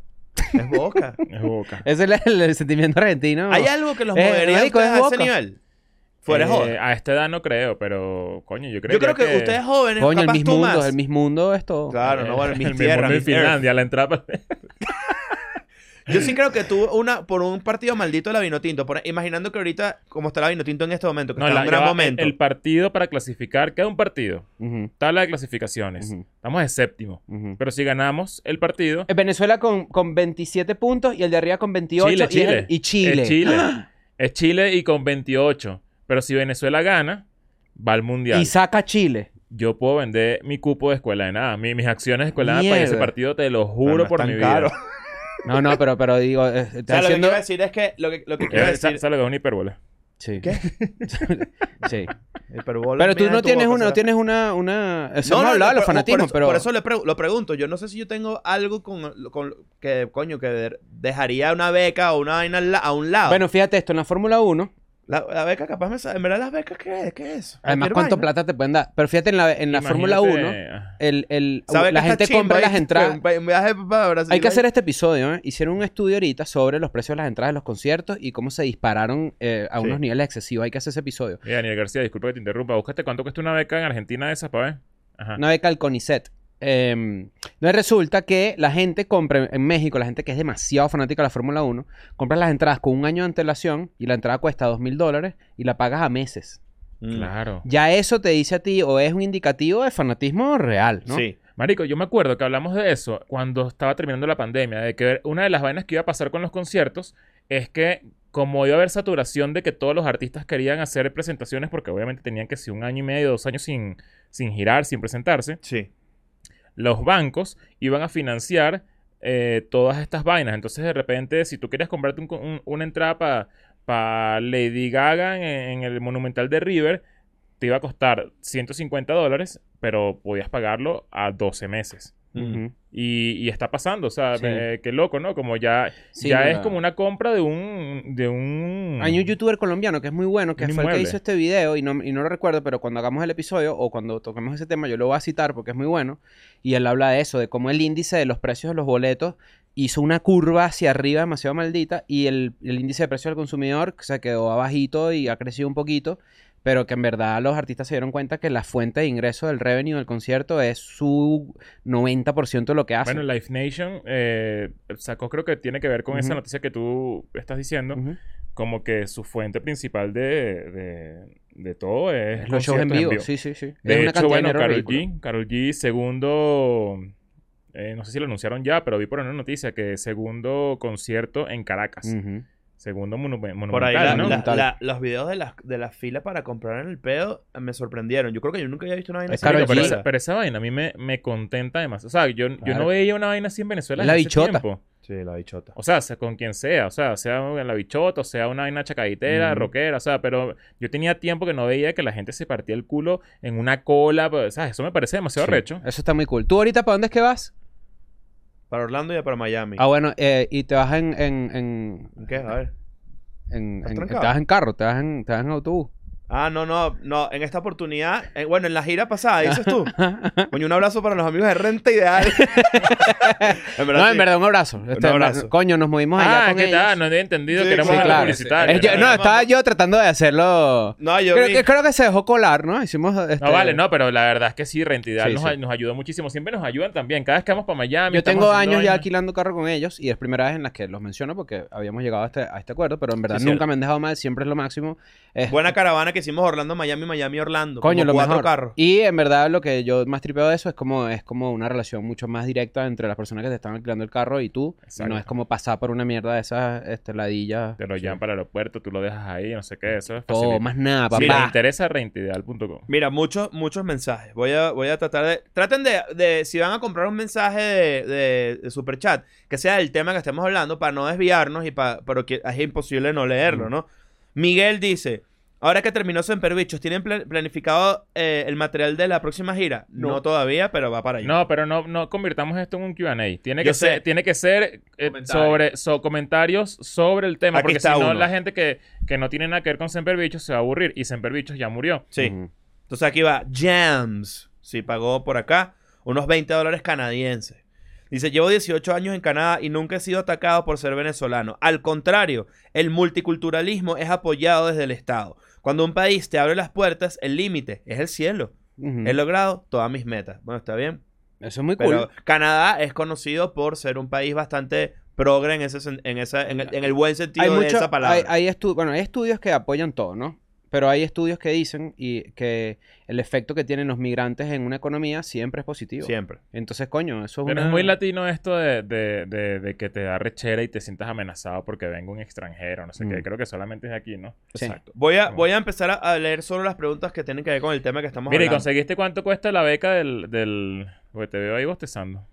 Speaker 1: Es boca.
Speaker 2: Es boca.
Speaker 4: Ese es el, el sentimiento argentino.
Speaker 1: ¿Hay algo que los
Speaker 4: Eh,
Speaker 1: movería a
Speaker 4: marico,
Speaker 1: ustedes
Speaker 4: es
Speaker 1: a ese
Speaker 4: Boca.
Speaker 1: nivel? Fuera
Speaker 2: Eh,
Speaker 1: de joda.
Speaker 2: A esta edad no creo, pero coño, yo
Speaker 1: Yo
Speaker 2: creo
Speaker 1: creo que, ustedes jóvenes,
Speaker 4: Coño, el
Speaker 1: capaz
Speaker 4: mismo
Speaker 1: tú
Speaker 4: mundo,
Speaker 1: más.
Speaker 4: el mismo mundo es todo.
Speaker 1: Claro, no, bueno, mis
Speaker 2: eh, el
Speaker 1: tierras,
Speaker 2: mismo en
Speaker 1: mis earth.
Speaker 2: Finlandia, la entrada. para-
Speaker 1: Yo sí creo que tú, una, por un partido maldito de la Vinotinto, por- imaginando que ahorita, como está la Vinotinto en este momento, que
Speaker 2: No,
Speaker 1: está
Speaker 2: la-
Speaker 1: en un
Speaker 2: ya
Speaker 1: gran
Speaker 2: va,
Speaker 1: momento.
Speaker 2: El partido para clasificar, queda un partido.
Speaker 4: Ujú,
Speaker 2: Tabla de clasificaciones.
Speaker 4: ujú,
Speaker 2: Estamos de séptimo.
Speaker 4: ujú.
Speaker 2: Pero si ganamos el partido,
Speaker 4: Eh, Venezuela con, con 27 puntos y el de arriba con 28
Speaker 2: Chile,
Speaker 4: y, es el-
Speaker 2: Chile.
Speaker 4: y Chile.
Speaker 2: es Chile. es Chile y con 28. Pero si Venezuela gana, va al mundial.
Speaker 4: Y saca Chile.
Speaker 2: yo puedo vender mi cupo de escuela de nada. Mi- mis acciones de escuela de nada para ese
Speaker 4: Mierda.
Speaker 2: partido, te lo
Speaker 1: Pero
Speaker 2: juro
Speaker 1: no
Speaker 2: por
Speaker 1: es
Speaker 2: mi
Speaker 1: tan
Speaker 2: vida.
Speaker 1: caro.
Speaker 4: No, no, pero, pero digo, eh, está
Speaker 1: O sea, lo que
Speaker 4: haciendo-
Speaker 1: quiero decir es que. Lo que, lo que quiero
Speaker 2: Eh, sa-
Speaker 1: decir.
Speaker 2: ¿Sabes lo que es una híperbole?
Speaker 4: Sí.
Speaker 1: ¿Qué?
Speaker 4: sí.
Speaker 1: Hiperbole,
Speaker 4: Pero tú
Speaker 1: mira
Speaker 4: no
Speaker 1: tu
Speaker 4: tienes
Speaker 1: boca,
Speaker 4: una, no
Speaker 1: será.
Speaker 4: tienes una, una. Eso
Speaker 1: No,
Speaker 4: hemos
Speaker 1: no,
Speaker 4: hablado de
Speaker 1: no,
Speaker 4: los
Speaker 1: por-
Speaker 4: fanatismos,
Speaker 1: por,
Speaker 4: pero.
Speaker 1: Por eso le pregu- lo pregunto. Yo no sé si yo tengo algo con. con que, coño, que de- dejaría una beca o una vaina al la- a un lado.
Speaker 4: Bueno, fíjate esto, en la Fórmula 1,
Speaker 1: La, la beca capaz me sale. En verdad, las becas, ¿qué, qué es?
Speaker 4: además
Speaker 1: Cualquier
Speaker 4: cuánto
Speaker 1: vaina.
Speaker 4: plata te pueden dar. Pero fíjate en la, en la
Speaker 2: Imagínate,
Speaker 4: Fórmula 1,
Speaker 2: ah,
Speaker 4: el, el,
Speaker 1: ¿Sabe
Speaker 4: la
Speaker 1: que está
Speaker 4: gente
Speaker 1: chimba
Speaker 4: compra
Speaker 1: ahí?
Speaker 4: las entradas.
Speaker 1: Un pa- un viaje para Brasil
Speaker 4: Hay que
Speaker 1: ahí.
Speaker 4: hacer este episodio, ¿eh? Hicieron un estudio ahorita sobre los precios de las entradas de los conciertos y cómo se dispararon eh, a
Speaker 1: Sí.
Speaker 4: unos niveles excesivos. Hay que hacer ese episodio.
Speaker 2: Mira, Daniel García, disculpa que te interrumpa. Búscate cuánto cuesta una beca en Argentina de esas, pa' ver. Ajá.
Speaker 4: Una beca al CONICET. Eh, entonces resulta que la gente compra en México, la gente que es demasiado fanática de la Fórmula 1, compra las entradas con un año de antelación y la entrada cuesta dos mil dólares y la pagas a meses.
Speaker 1: Mm.
Speaker 2: Claro.
Speaker 4: Ya eso te dice a ti o es un indicativo de fanatismo real, ¿no?
Speaker 1: Sí.
Speaker 2: Marico, yo me acuerdo que hablamos de eso cuando estaba terminando la pandemia, de que una de las vainas que iba a pasar con los conciertos es que como iba a haber saturación de que todos los artistas querían hacer presentaciones porque obviamente tenían que si un año y medio, dos años sin, sin girar, sin presentarse,
Speaker 1: Sí.
Speaker 2: los bancos iban a financiar eh, todas estas vainas. Entonces, de repente, si tú querías comprarte un con- un- una entrada para Lady Gaga en, en el Monumental de River, te iba a costar 150 dólares, pero podías pagarlo a 12 meses.
Speaker 1: Mm.
Speaker 4: Ujú.
Speaker 2: Y, y está pasando, o sea,
Speaker 4: Sí.
Speaker 2: eh, qué loco, ¿no? Como ya,
Speaker 4: Sí,
Speaker 2: ya
Speaker 4: no,
Speaker 2: es
Speaker 4: no.
Speaker 2: como una compra de un... De un...
Speaker 4: Hay un youtuber colombiano que es muy bueno, que
Speaker 2: Mm. Un
Speaker 4: fue el que
Speaker 2: inmueble.
Speaker 4: hizo este video, y no, y no lo recuerdo, pero cuando hagamos el episodio o cuando toquemos ese tema, yo lo voy a citar porque es muy bueno. Y él habla de eso, de cómo el índice de los precios de los boletos hizo una curva hacia arriba demasiado maldita y el, el índice de precios del consumidor se quedó abajito y ha crecido un poquito, pero que en verdad los artistas se dieron cuenta que la fuente de ingreso del revenue del concierto es su 90% de lo que hacen.
Speaker 2: Bueno, Life Nation eh, sacó, creo que tiene que ver con esa
Speaker 4: Ujú.
Speaker 2: noticia que tú estás diciendo,
Speaker 4: Ujú.
Speaker 2: como que su fuente principal de, de, de todo es
Speaker 4: Los shows en
Speaker 2: conciertos
Speaker 4: vivo. sí, sí, sí.
Speaker 2: De
Speaker 4: es una
Speaker 2: hecho,
Speaker 4: cantidad de
Speaker 2: bueno,
Speaker 4: dinero
Speaker 2: Carol
Speaker 4: ridícula.
Speaker 2: G, Karol G, segundo, eh, no sé si lo anunciaron ya, pero vi por una noticia que segundo concierto en Caracas,
Speaker 4: Ujú.
Speaker 2: segundo monu- monumental,
Speaker 1: Por ahí la-
Speaker 2: ¿no?
Speaker 1: la-
Speaker 4: Monumental.
Speaker 1: la- los videos de las de la fila para comprar en el pedo eh, me sorprendieron. Yo creo que yo nunca había visto una vaina
Speaker 4: Es
Speaker 1: así.
Speaker 4: Karol
Speaker 2: pero,
Speaker 4: G.
Speaker 2: esa, pero esa vaina a mí me, me contenta además. O sea, yo, yo
Speaker 4: Claro.
Speaker 2: no veía una vaina así en Venezuela
Speaker 4: La
Speaker 2: desde hace
Speaker 4: bichota.
Speaker 2: tiempo.
Speaker 1: Sí, la bichota.
Speaker 2: O sea, sea con quien sea, o sea, sea en la bichota, o sea una vaina chacaditera,
Speaker 4: Ujú.
Speaker 2: rockera, o sea, pero yo tenía tiempo que no veía que la gente se partía el culo en una cola, pues, ¿sabes? Eso me parece demasiado
Speaker 4: Sí,
Speaker 2: recho.
Speaker 4: Eso está muy cool. ¿Tú ahorita para dónde es que vas?
Speaker 1: Para Orlando y para Miami.
Speaker 4: Ah, bueno, eh, y te vas en. en, en,
Speaker 1: ¿En ¿Qué? A ver.
Speaker 4: en-
Speaker 1: ¿Estás
Speaker 4: en- te
Speaker 1: trancado?
Speaker 4: vas en carro, te vas en, te vas en autobús.
Speaker 1: Ah, no, no, no. En esta oportunidad, eh, bueno, en la gira pasada, dices tú. Coño, un abrazo para los amigos de Renta Ideal. en
Speaker 4: no, en
Speaker 1: sí.
Speaker 4: verdad, un abrazo. Este,
Speaker 1: abrazo.
Speaker 4: Coño, nos movimos allá
Speaker 2: Ah,
Speaker 4: con
Speaker 2: ¿qué
Speaker 4: ellos.
Speaker 2: tal? No había entendido
Speaker 1: Sí,
Speaker 2: que era
Speaker 1: claro.
Speaker 2: muy
Speaker 4: Sí, claro.
Speaker 2: publicitaria.
Speaker 4: Es- yo-
Speaker 1: Pero
Speaker 4: no,
Speaker 1: vamos.
Speaker 4: estaba yo tratando de hacerlo.
Speaker 1: No, yo
Speaker 4: Creo
Speaker 1: vi-
Speaker 4: que, creo que se dejó colar, ¿no? Hicimos. este,
Speaker 2: No vale, no, pero la verdad es que sí, Reentidad
Speaker 4: Sí,
Speaker 2: nos,
Speaker 4: sí.
Speaker 2: nos ayudó muchísimo. Siempre nos ayudan también. Cada vez que vamos para Miami.
Speaker 4: Yo
Speaker 2: estamos
Speaker 4: tengo
Speaker 2: haciendo
Speaker 4: años ya
Speaker 2: vainas.
Speaker 4: alquilando carro con ellos y es primera vez en las que los menciono porque habíamos llegado a este, a este acuerdo, pero en verdad
Speaker 1: Sí,
Speaker 4: nunca
Speaker 1: cierto.
Speaker 4: me han dejado mal, siempre es lo máximo. Este, Es-
Speaker 1: Buena caravana que hicimos Orlando, Miami, Miami, Orlando.
Speaker 4: Coño,
Speaker 1: como
Speaker 4: lo
Speaker 1: cuatro
Speaker 4: mejor.
Speaker 1: carros.
Speaker 4: Y en verdad lo que yo más tripeo de eso es como es como una relación mucho más directa entre las personas que te están alquilando el carro y tú.
Speaker 2: Exacto.
Speaker 4: No es como pasar por una mierda de esas este, ladillas.
Speaker 2: Te lo llevan para el aeropuerto, tú lo dejas ahí, no sé qué, eso es
Speaker 4: Todo,
Speaker 2: facilito.
Speaker 4: más nada,
Speaker 2: Si les
Speaker 4: papá.
Speaker 2: interesa, reentidad.com.
Speaker 1: Mira, muchos, muchos mensajes. Voy a, voy a tratar de. Traten de, de- si van a comprar un mensaje de, de, de superchat, que sea del tema que estemos hablando, para no desviarnos y para. Pero que es imposible no leerlo, ¿no? Miguel dice: Ahora que terminó Semperbichos, ¿tienen pla- planificado eh, el material de la próxima gira? No,
Speaker 2: No.
Speaker 1: todavía, pero va para allá.
Speaker 2: No, pero no, no convirtamos esto en un QA. Tiene
Speaker 1: Yo
Speaker 2: que ser,
Speaker 1: sé.
Speaker 2: tiene que ser eh,
Speaker 3: Comentario.
Speaker 2: sobre so- comentarios sobre el tema.
Speaker 1: Aquí
Speaker 2: porque si
Speaker 1: está
Speaker 2: no,
Speaker 1: uno.
Speaker 2: la gente que, que no tiene nada que ver con Semper Bichos se va a aburrir. Y Semper Bichos ya murió.
Speaker 1: Sí.
Speaker 4: Ujú.
Speaker 1: Entonces aquí va Jams. Sí, pagó por acá unos 20 dólares canadienses. Dice, llevo 18 años en Canadá y nunca he sido atacado por ser venezolano. Al contrario, el multiculturalismo es apoyado desde el Estado. Cuando un país te abre las puertas, el límite es el cielo.
Speaker 4: Ujú.
Speaker 1: He logrado todas mis metas. Bueno, está bien.
Speaker 4: Eso es muy cool.
Speaker 1: Pero Canadá es conocido por ser un país bastante progre en, ese, sen- en, esa, en, el, en el buen sentido
Speaker 4: hay
Speaker 1: de
Speaker 4: mucho-
Speaker 1: esa palabra.
Speaker 4: hay- hay estu- bueno, hay estudios que apoyan todo, ¿no? Pero hay estudios que dicen y que el efecto que tienen los migrantes en una economía siempre es positivo.
Speaker 1: Siempre.
Speaker 4: Entonces, coño, eso es
Speaker 2: Pero
Speaker 4: una-
Speaker 2: es muy latino esto de, de- de- de que te da rechera y te sientas amenazado porque venga un extranjero, no sé
Speaker 4: Mm.
Speaker 2: qué. Creo que solamente es aquí, ¿no?
Speaker 4: Sí.
Speaker 1: Voy a,
Speaker 2: Bueno.
Speaker 1: voy a empezar a, a leer solo las preguntas que tienen que ver con el tema que estamos
Speaker 2: Mira, ¿y
Speaker 1: hablando.
Speaker 2: conseguiste cuánto cuesta la beca del... del... Porque te veo ahí bostezando.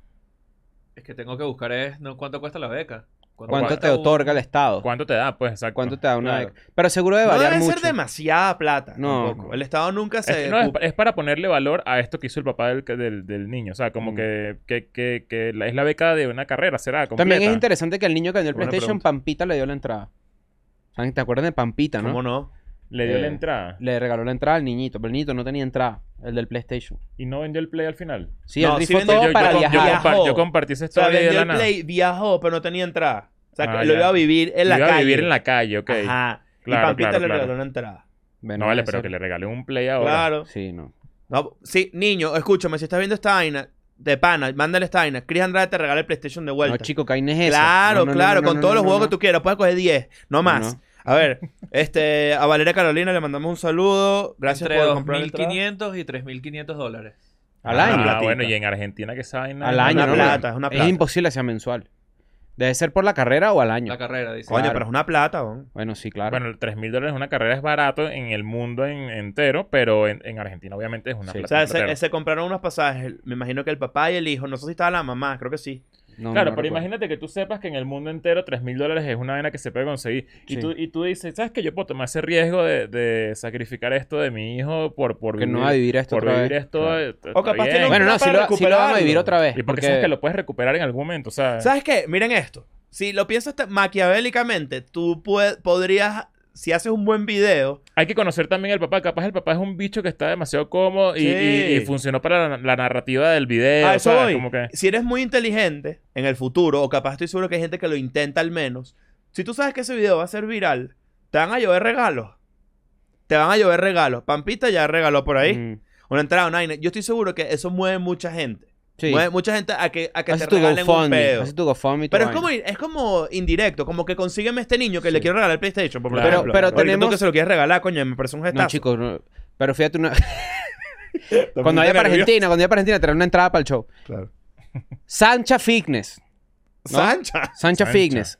Speaker 3: Es que tengo que buscar es no, cuánto cuesta la beca.
Speaker 4: ¿Cuánto te
Speaker 3: cuesta un-
Speaker 4: otorga el Estado?
Speaker 2: ¿Cuánto te da? Pues exacto.
Speaker 4: ¿Cuánto te da una
Speaker 1: Claro.
Speaker 4: beca? Pero seguro de
Speaker 1: No
Speaker 4: variar
Speaker 1: debe
Speaker 4: mucho.
Speaker 1: ser demasiada plata.
Speaker 4: No,
Speaker 1: tampoco.
Speaker 4: no.
Speaker 1: El Estado nunca
Speaker 2: Es,
Speaker 1: se.
Speaker 2: que Eh, no, es
Speaker 1: ocupa-
Speaker 2: pa- es para ponerle valor a esto que hizo el papá del, del- del niño. O sea, como
Speaker 4: Mm.
Speaker 2: que, que- que- que la- es la beca de una carrera, será. Completa.
Speaker 4: También es interesante que el niño que vendió el
Speaker 1: Buena
Speaker 4: PlayStation,
Speaker 1: pregunta.
Speaker 4: Pampita le dio la entrada. ¿Saben? ¿Te acuerdas de Pampita, no?
Speaker 1: ¿Cómo no?
Speaker 2: Le dio
Speaker 4: Eh,
Speaker 2: la entrada
Speaker 4: Le regaló la entrada al niñito, pero el niñito no tenía entrada, el del PlayStation.
Speaker 2: y no vendió el play al final.
Speaker 4: Sí,
Speaker 1: No,
Speaker 4: él
Speaker 1: sí
Speaker 4: rifó
Speaker 1: vendió-
Speaker 4: todo
Speaker 2: yo, yo
Speaker 4: para
Speaker 2: com- yo
Speaker 4: viajar.
Speaker 1: viajó.
Speaker 2: compa- yo compartí esa
Speaker 1: O sea,
Speaker 2: historia de
Speaker 1: vendió
Speaker 2: la
Speaker 1: el
Speaker 2: nada.
Speaker 1: Play, viajó, pero no tenía entrada. O sea,
Speaker 2: Ah,
Speaker 1: que lo
Speaker 2: ya.
Speaker 1: iba a vivir en la
Speaker 2: Iba
Speaker 1: calle.
Speaker 2: a vivir en la calle, ok.
Speaker 1: Ajá.
Speaker 2: Claro,
Speaker 1: y Pampita
Speaker 2: claro,
Speaker 1: le
Speaker 2: claro.
Speaker 1: regaló una entrada.
Speaker 4: Bueno,
Speaker 2: No vale,
Speaker 4: puede
Speaker 2: pero
Speaker 4: ser.
Speaker 2: que le regalé un play ahora.
Speaker 1: Claro.
Speaker 4: Sí, no.
Speaker 1: No, sí, niño, escúchame, si estás viendo esta vaina, de pana, mándale esta vaina. Chris Andrade te regala el PlayStation de vuelta.
Speaker 4: No, chico, Caín es esa.
Speaker 1: Claro,
Speaker 4: No, no, no,
Speaker 1: claro,
Speaker 4: no,
Speaker 1: con
Speaker 4: no,
Speaker 1: todos
Speaker 4: no,
Speaker 1: los
Speaker 4: no,
Speaker 1: juegos
Speaker 4: no.
Speaker 1: que tú quieras. Puedes coger 10, no más.
Speaker 4: No, no.
Speaker 1: A ver, este, a Valeria Carolina le mandamos un saludo. Gracias
Speaker 3: Entre
Speaker 1: por comprar la entrada.
Speaker 3: 2.500 y 3.500 dólares.
Speaker 4: Al año.
Speaker 2: Ah,
Speaker 1: Platica.
Speaker 2: bueno, y en Argentina que esa vaina.
Speaker 4: Al
Speaker 1: una
Speaker 4: año, ¿no?
Speaker 1: plata, es una plata.
Speaker 4: Es imposible que sea mensual. Debe ser por la carrera o al año.
Speaker 3: La carrera, dice.
Speaker 1: Coño,
Speaker 4: Claro.
Speaker 1: pero es una plata, weón.
Speaker 4: Bueno, sí, claro.
Speaker 2: Bueno, 3 mil dólares en una carrera es barato en el mundo en- entero, pero en, en Argentina obviamente es una
Speaker 4: Sí.
Speaker 1: O
Speaker 2: plata.
Speaker 1: sea,
Speaker 2: un platero.
Speaker 1: se, se compraron unos pasajes. Me imagino que el papá y el hijo. No sé si estaba la mamá, creo que sí.
Speaker 4: No,
Speaker 2: claro,
Speaker 4: no
Speaker 2: pero
Speaker 4: recuerdo.
Speaker 2: imagínate que tú sepas que en el mundo entero 3 mil dólares es una vaina que se puede conseguir.
Speaker 4: Sí.
Speaker 2: Y, tú, y tú dices, ¿sabes qué? Yo puedo tomar ese riesgo de, de sacrificar esto de mi hijo por, por
Speaker 4: Que no va a
Speaker 2: vivir,
Speaker 4: vivir esto
Speaker 2: por
Speaker 4: otra
Speaker 2: vivir
Speaker 4: vez.
Speaker 2: esto.
Speaker 4: Claro.
Speaker 2: eh, está-
Speaker 1: O
Speaker 2: está
Speaker 1: capaz
Speaker 2: bien.
Speaker 1: tiene un
Speaker 4: Bueno, no,
Speaker 1: para
Speaker 4: sí lo, sí lo vamos a
Speaker 1: recuperarlo.
Speaker 4: vivir otra vez.
Speaker 2: Y porque,
Speaker 4: porque-
Speaker 2: sabes que lo puedes recuperar en algún momento, o
Speaker 4: Ah.
Speaker 2: sea...
Speaker 1: ¿Sabes qué? Miren esto. Si lo piensas te- maquiavélicamente, tú pue- podrías, si haces un buen video,
Speaker 2: Hay que conocer también al papá. Capaz el papá es un bicho que está demasiado cómodo y,
Speaker 1: Sí.
Speaker 2: y- y funcionó para la, la narrativa del
Speaker 4: Eh,
Speaker 2: video.
Speaker 1: A eso
Speaker 2: ¿sabes?
Speaker 1: voy.
Speaker 2: Como que-
Speaker 1: si eres muy inteligente en el futuro, o capaz estoy seguro que hay gente que lo intenta al menos, si tú sabes que ese video va a ser viral, te van a llover regalos. Te van a llover regalos. Pampita ya regaló por ahí.
Speaker 4: Mm,
Speaker 1: Una entrada, una vaina. Yo estoy seguro que eso mueve mucha gente.
Speaker 4: sí.
Speaker 1: Mueve mucha gente a que, a que te
Speaker 4: Haces tu
Speaker 1: regalen un
Speaker 4: GoFundMe.
Speaker 1: pedo.
Speaker 4: Haces tu GoFundMe. y tu
Speaker 1: Pero es
Speaker 4: vaina.
Speaker 1: como, es como indirecto, como que consígueme este niño que
Speaker 4: Sí.
Speaker 1: le quiero regalar el PlayStation, por
Speaker 2: Claro,
Speaker 1: ejemplo.
Speaker 4: pero
Speaker 1: Ahorita tú
Speaker 4: tenemos-
Speaker 1: que se lo quieres regalar, coño, me parece un gestazo.
Speaker 4: No, chicos, no. pero fíjate una... cuando vaya para Argentina, cuando vaya para Argentina, traer una entrada para el show.
Speaker 1: Claro.
Speaker 4: Sancha Fitness. ¿no?
Speaker 1: Sancha.
Speaker 4: Sancha
Speaker 2: Sancha.
Speaker 4: Fitness.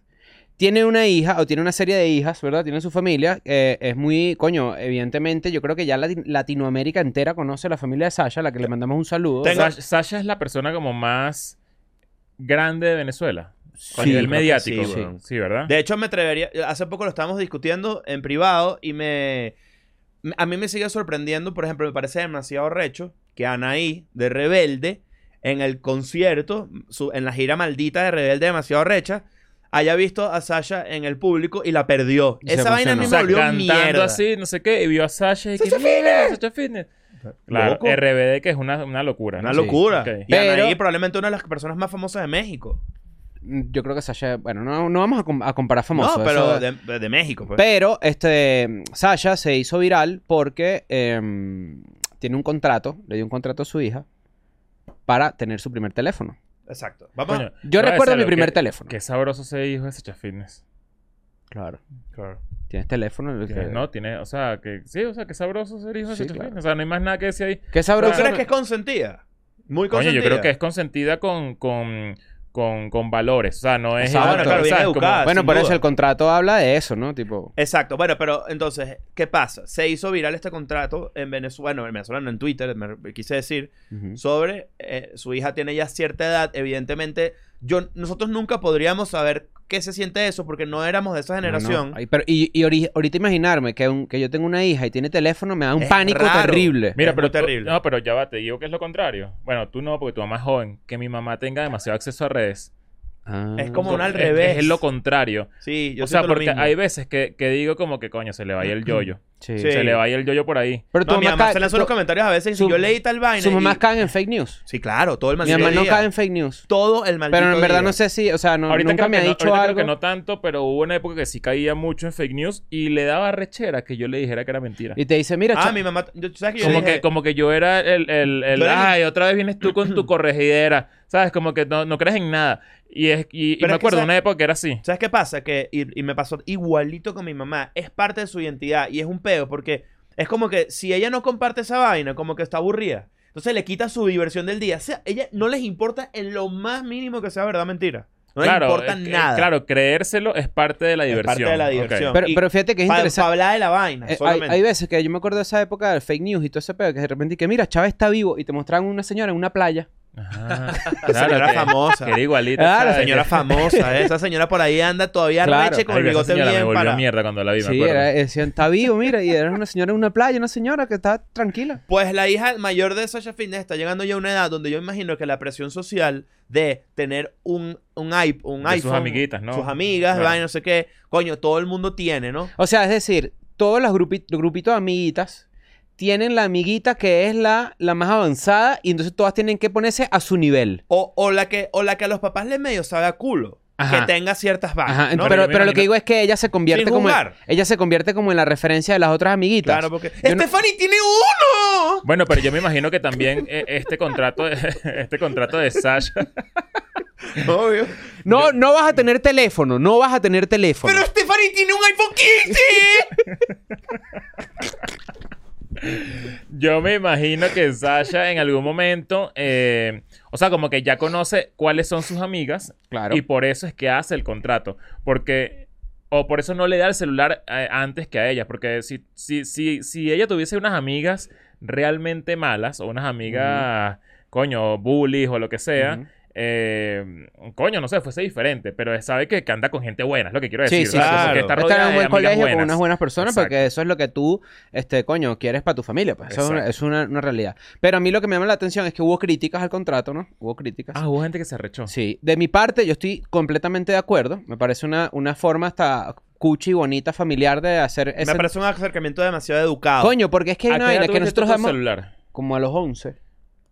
Speaker 4: Tiene una hija o tiene una serie de hijas, ¿verdad? Tiene su familia. eh, es muy, coño, evidentemente, yo creo que ya Lati- Latinoamérica entera conoce la familia de Sasha, a la que le mandamos un saludo.
Speaker 1: Tengo-
Speaker 2: Sasha, Sasha es la persona como más grande de Venezuela.
Speaker 4: Sí,
Speaker 2: A nivel
Speaker 1: creo que
Speaker 2: mediático.
Speaker 1: sí,
Speaker 2: Sí,
Speaker 1: weón.
Speaker 2: ¿verdad?
Speaker 1: De hecho, me atrevería. Hace poco lo estábamos discutiendo en privado y me. me- A mí me sigue sorprendiendo, por ejemplo, me parece demasiado recho que Anaí de Rebelde, en el concierto, su- en la gira maldita de Rebelde, demasiado recha, haya visto a Sasha en el público y la perdió.
Speaker 4: Y se
Speaker 1: Esa vaina a mí
Speaker 4: emocionó.
Speaker 1: me
Speaker 2: o sea,
Speaker 1: volvió
Speaker 2: cantando
Speaker 1: mierda.
Speaker 2: así, no sé qué, y vio a Sasha y que,
Speaker 1: ¡Sasha
Speaker 2: "Mira, Sasha Fitness. Claro,
Speaker 1: Loco.
Speaker 2: RBD que es una, una locura. ¿no?
Speaker 1: Una
Speaker 4: Sí,
Speaker 1: locura.
Speaker 2: ok.
Speaker 1: Y Anaí
Speaker 4: Pero-
Speaker 1: probablemente una de las personas más famosas de México.
Speaker 4: Mm, Yo creo que Sasha, bueno, no, no vamos a, com- a comparar famosos.
Speaker 1: no, pero
Speaker 4: eso-
Speaker 1: de, de- de México, pues.
Speaker 4: Pero, este, Sasha se hizo viral porque em, tiene un contrato, le dio un contrato a su hija para tener su primer teléfono.
Speaker 1: Exacto. Vamos.
Speaker 2: Coño,
Speaker 4: Yo
Speaker 2: voy a
Speaker 4: recuerdo
Speaker 2: decir
Speaker 4: mi
Speaker 2: algo,
Speaker 4: primer
Speaker 2: qué-
Speaker 4: teléfono.
Speaker 2: Qué sabroso ese hijo de Sasha Fitness.
Speaker 4: Claro.
Speaker 2: Claro.
Speaker 4: Tienes teléfono. el que-
Speaker 2: No, tiene, o sea, que sí, o sea, qué sabroso ese hijo de
Speaker 4: Sí,
Speaker 2: Sasha
Speaker 4: claro.
Speaker 2: Fitness. O sea, no hay más nada que decir ahí.
Speaker 4: ¿Qué
Speaker 1: ¿Pero
Speaker 4: sabroso?
Speaker 1: crees que es consentida? Muy
Speaker 2: Coño,
Speaker 1: consentida.
Speaker 2: yo creo que es consentida con, con, con, con valores. O sea, no es.
Speaker 4: Exacto. Ah, bueno, claro,
Speaker 2: o sea,
Speaker 1: bien
Speaker 2: es como-
Speaker 1: educada.
Speaker 4: Bueno,
Speaker 1: sin
Speaker 4: por
Speaker 1: duda.
Speaker 4: eso el contrato habla de eso, ¿no? Tipo,
Speaker 1: Exacto. Bueno, pero entonces, ¿qué pasa? Se hizo viral este contrato en Venezuela, bueno, en Venezuela, no en Twitter, me- quise decir,
Speaker 4: ujú.
Speaker 1: sobre eh, su hija tiene ya cierta edad. Evidentemente, yo, nosotros nunca podríamos saber qué se siente eso porque no éramos de esa generación.
Speaker 4: No, no. Ay, pero- y y ori- ahorita imaginarme que, un- que yo tengo una hija y tiene teléfono me da un
Speaker 1: Es
Speaker 4: pánico
Speaker 1: raro.
Speaker 4: terrible.
Speaker 2: Mira,
Speaker 1: Es
Speaker 2: pero
Speaker 1: muy
Speaker 2: tú-
Speaker 1: terrible.
Speaker 2: no, pero ya va, te digo que es lo contrario. Bueno, tú no, porque tu mamá es joven. Que mi mamá tenga demasiado acceso a redes.
Speaker 4: Ah.
Speaker 1: Es como una- Al
Speaker 2: Es-
Speaker 1: revés.
Speaker 2: Es lo contrario.
Speaker 1: Sí, yo
Speaker 2: o sea,
Speaker 1: siento lo
Speaker 2: porque
Speaker 1: mismo. Mm,
Speaker 2: hay veces que, que digo como que coño, se le va a ir el yoyo.
Speaker 4: Sí.
Speaker 1: Sí.
Speaker 2: Se le va a ir el yoyo por ahí.
Speaker 4: Pero tu
Speaker 1: No, mi
Speaker 4: mamá
Speaker 1: mamá
Speaker 4: cae-
Speaker 1: se lanzó en los
Speaker 4: tu-
Speaker 1: comentarios a veces
Speaker 4: su-
Speaker 1: y yo leí tal vaina.
Speaker 4: sus
Speaker 1: y-
Speaker 4: mamás caen en fake news.
Speaker 1: Sí, claro, todo el
Speaker 4: Mi
Speaker 1: maldito
Speaker 4: mamá no
Speaker 1: día.
Speaker 4: cae en fake news.
Speaker 1: Todo el maldito
Speaker 4: Pero en verdad
Speaker 1: día.
Speaker 4: no sé si, o sea, no,
Speaker 2: ahorita
Speaker 4: nunca
Speaker 2: creo
Speaker 4: me ha
Speaker 2: que no,
Speaker 4: dicho
Speaker 2: ahorita creo
Speaker 4: algo.
Speaker 2: que no tanto, pero hubo una época que sí caía mucho en fake news y le daba rechera que yo le dijera que era mentira.
Speaker 4: Y te dice, mira,
Speaker 1: Ah,
Speaker 4: cha-
Speaker 1: mi mamá. yo- ¿Sabes que yo
Speaker 2: Como
Speaker 1: dije-
Speaker 2: que, como que yo era el, el, el,
Speaker 1: Yo era el-
Speaker 2: ay, otra vez vienes tú con tu corregidera. ¿Sabes? Como que no, no crees en nada. Y, es, y, y
Speaker 1: Pero
Speaker 2: me
Speaker 1: es que
Speaker 2: acuerdo de
Speaker 1: esa-
Speaker 2: una época que era así.
Speaker 1: ¿Sabes qué pasa? Que, y, y me pasó igualito con mi mamá. Es parte de su identidad y es un pedo porque es como que si ella no comparte esa vaina, como que está aburrida. Entonces le quita su diversión del día. O sea, ella no les importa en lo más mínimo que sea verdad o mentira. No
Speaker 2: claro,
Speaker 1: les importa
Speaker 2: es que-
Speaker 1: nada.
Speaker 2: Claro, creérselo es parte de la
Speaker 1: Es
Speaker 2: diversión.
Speaker 1: parte de la
Speaker 2: Ok.
Speaker 1: diversión.
Speaker 4: pero,
Speaker 1: y-
Speaker 4: pero fíjate que es
Speaker 1: Para
Speaker 4: interesante.
Speaker 1: hablar de la vaina.
Speaker 4: Eh, hay,
Speaker 1: solamente.
Speaker 4: hay veces que yo me acuerdo de esa época del fake news y todo ese pedo que de repente que mira, Chávez está vivo y te mostraban una señora en una playa.
Speaker 2: Ajá.
Speaker 1: La señora
Speaker 2: Ah, Claro,
Speaker 1: famosa. Ah,
Speaker 2: que, que era igualita.
Speaker 4: Claro,
Speaker 1: La
Speaker 2: ¿sabes?
Speaker 1: señora famosa. ¿eh? Esa señora por ahí anda todavía
Speaker 4: Claro.
Speaker 1: reche con
Speaker 2: Ay,
Speaker 1: el
Speaker 2: esa
Speaker 1: bigote
Speaker 2: señora me
Speaker 1: bien
Speaker 2: volvió
Speaker 1: para.
Speaker 2: mierda cuando la vi, me
Speaker 4: sí,
Speaker 2: acuerdo.
Speaker 4: era, decían, está vivo, mira, y era una señora en una playa, una señora que está tranquila.
Speaker 1: Pues la hija mayor de Sasha Fitness está llegando ya a una edad donde yo imagino que la presión social de tener un, un, iP- un
Speaker 2: De sus
Speaker 1: iPhone.
Speaker 2: amiguitas, ¿no?
Speaker 1: Sus amigas,
Speaker 2: Claro.
Speaker 1: vaina, no sé qué. Coño, todo el mundo tiene, ¿no?
Speaker 4: O sea, es decir, todos los, grupi- los grupitos de amiguitas tienen la amiguita que es la, la más avanzada y entonces todas tienen que ponerse a su nivel.
Speaker 1: O, o, la, que, o la que a los papás le medio sabe a culo.
Speaker 4: Ajá.
Speaker 1: Que tenga ciertas vainas.
Speaker 4: Ajá,
Speaker 1: Ah, ¿no?
Speaker 4: pero,
Speaker 2: Pero yo me
Speaker 4: pero lo
Speaker 2: imagino-
Speaker 4: que digo es que ella se convierte
Speaker 1: Sin
Speaker 4: como en,
Speaker 1: juzgar.
Speaker 4: ella se convierte como en la referencia de las otras amiguitas.
Speaker 1: Claro, porque.
Speaker 4: Yo no-
Speaker 1: ¡Stephanie tiene uno!
Speaker 2: Bueno, pero yo me imagino que también eh, este contrato de, este contrato de Sasha.
Speaker 1: Obvio.
Speaker 4: No, no vas a tener teléfono, no vas a tener teléfono.
Speaker 1: ¡Pero Stephanie tiene un iPhone 15!
Speaker 2: Yo me imagino que Sasha en algún momento, eh, o sea, como que ya conoce cuáles son sus amigas
Speaker 4: Claro.
Speaker 2: y por eso es que hace el contrato. Porque, o por eso no le da el celular eh, antes que a ellas. Porque si, si, si, si ella tuviese unas amigas realmente malas o unas amigas, coño, bullies o lo que sea.
Speaker 4: Ujú.
Speaker 2: eh, coño, no sé, fuese diferente, pero sabe que, que anda con gente buena, es lo que quiero
Speaker 4: Sí,
Speaker 2: decir.
Speaker 4: sí,
Speaker 2: o sea, como
Speaker 1: claro.
Speaker 2: que está
Speaker 4: Estar
Speaker 2: rodeada
Speaker 4: en un
Speaker 2: de
Speaker 4: buen
Speaker 2: amigas
Speaker 4: colegio con
Speaker 2: buenas.
Speaker 4: unas buenas personas
Speaker 2: Exacto.
Speaker 4: porque eso es lo que tú, este, coño, quieres para tu familia. Pues. Eso es, una,
Speaker 2: Exacto.
Speaker 4: es una- una realidad. Pero a mí lo que me llama la atención es que hubo críticas al contrato, ¿no? Hubo críticas.
Speaker 2: Ah, hubo gente que se arrechó.
Speaker 4: Sí, de mi parte yo estoy completamente de acuerdo. Me parece una, una forma hasta cuchi, bonita, familiar de hacer ese...
Speaker 1: Me parece un acercamiento demasiado educado.
Speaker 4: Coño, porque es que hay
Speaker 2: ¿A
Speaker 4: una
Speaker 2: qué edad
Speaker 4: vaina que
Speaker 2: tuviste
Speaker 4: nosotros
Speaker 2: tú tu
Speaker 4: damos
Speaker 2: celular?
Speaker 4: como a los 11.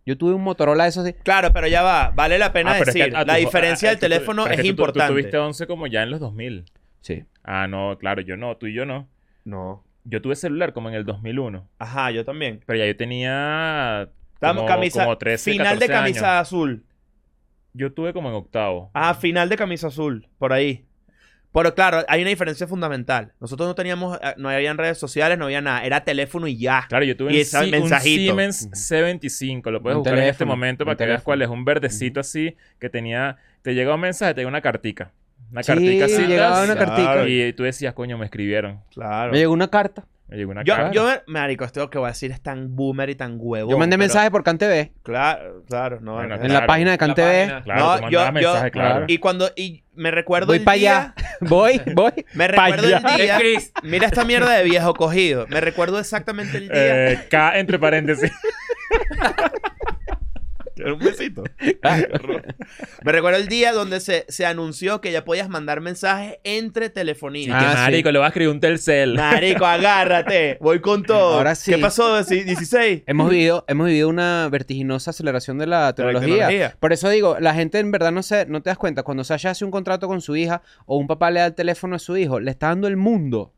Speaker 4: Yo tuve un Motorola de esos de-
Speaker 1: Claro, pero ya va. Vale la pena
Speaker 2: Ah, pero es que
Speaker 1: decir.
Speaker 2: a tu-
Speaker 1: la diferencia
Speaker 2: a-
Speaker 1: del
Speaker 2: tú- tú-
Speaker 1: teléfono
Speaker 2: pero
Speaker 1: es
Speaker 2: que tú-
Speaker 1: importante.
Speaker 2: Tú, tuviste 11 como ya en los 2000.
Speaker 4: Sí.
Speaker 2: Ah, no, claro, yo no, tú y yo no.
Speaker 1: No.
Speaker 2: Yo tuve celular como en el 2001,
Speaker 1: Ajá, yo también.
Speaker 2: pero ya yo tenía
Speaker 1: Tam-
Speaker 2: como,
Speaker 1: camisa,
Speaker 2: como 13,
Speaker 1: final de
Speaker 2: 14 años.
Speaker 1: camisa azul.
Speaker 2: Yo tuve como en octavo.
Speaker 1: Ajá, final de camisa azul. Por ahí. Pero claro, hay una diferencia fundamental. Nosotros no teníamos, eh, no habían redes sociales, no había nada. Era teléfono y ya.
Speaker 2: Claro, yo tuve
Speaker 1: Y
Speaker 2: un,
Speaker 1: esa-
Speaker 2: Si- un
Speaker 1: mensajito.
Speaker 2: Siemens C25, lo puedes
Speaker 4: Un
Speaker 2: buscar en este
Speaker 4: teléfono,
Speaker 2: momento
Speaker 4: un
Speaker 2: para que veas
Speaker 4: teléfono.
Speaker 2: cuál es, un verdecito así que tenía, te llegaba un mensaje, te llegaba una cartica. Una
Speaker 4: Sí,
Speaker 2: cartica así.
Speaker 4: llegaba una
Speaker 1: Claro.
Speaker 4: cartica.
Speaker 2: Y tú decías, coño, me escribieron.
Speaker 1: Claro.
Speaker 4: Me llegó una carta.
Speaker 2: Me llegó una
Speaker 1: Yo,
Speaker 2: carta.
Speaker 1: yo, marico, esto que voy a decir es tan boomer y tan huevo.
Speaker 4: Yo mandé mensaje por CanTV.
Speaker 1: Claro, claro, no.
Speaker 2: Bueno,
Speaker 1: no.
Speaker 4: En la
Speaker 2: Claro.
Speaker 4: página de
Speaker 3: La
Speaker 4: CanTV.
Speaker 3: página.
Speaker 2: Claro,
Speaker 1: No,
Speaker 2: tú
Speaker 1: yo-
Speaker 2: mandabas
Speaker 1: yo-
Speaker 2: mensajes, claro.
Speaker 1: Y cuando, y me recuerdo
Speaker 4: Voy
Speaker 1: el
Speaker 4: pa'
Speaker 1: día-
Speaker 4: allá. Voy, voy.
Speaker 1: Me recuerdo
Speaker 4: Pa'
Speaker 1: el
Speaker 4: allá.
Speaker 1: día.
Speaker 3: Chris.
Speaker 1: Mira esta mierda de viejo cogido. Me recuerdo exactamente el día.
Speaker 2: Eh, K entre paréntesis.
Speaker 1: un besito. Me recuerdo el día donde se, se anunció que ya podías mandar mensajes entre
Speaker 2: Y
Speaker 1: telefonía.
Speaker 4: Ah,
Speaker 2: que, marico, le va a escribir un telcel.
Speaker 1: Marico, agárrate. Voy con todo.
Speaker 4: Ahora sí.
Speaker 1: ¿Qué pasó? Deci- 16.
Speaker 4: Hemos vivido, hemos vivido una vertiginosa aceleración de la
Speaker 1: De la
Speaker 4: tecnología.
Speaker 1: tecnología.
Speaker 4: Por eso digo, la gente en verdad no se, no te das cuenta. Cuando Sasha hace un contrato con su hija o un papá le da el teléfono a su hijo, le está dando el mundo.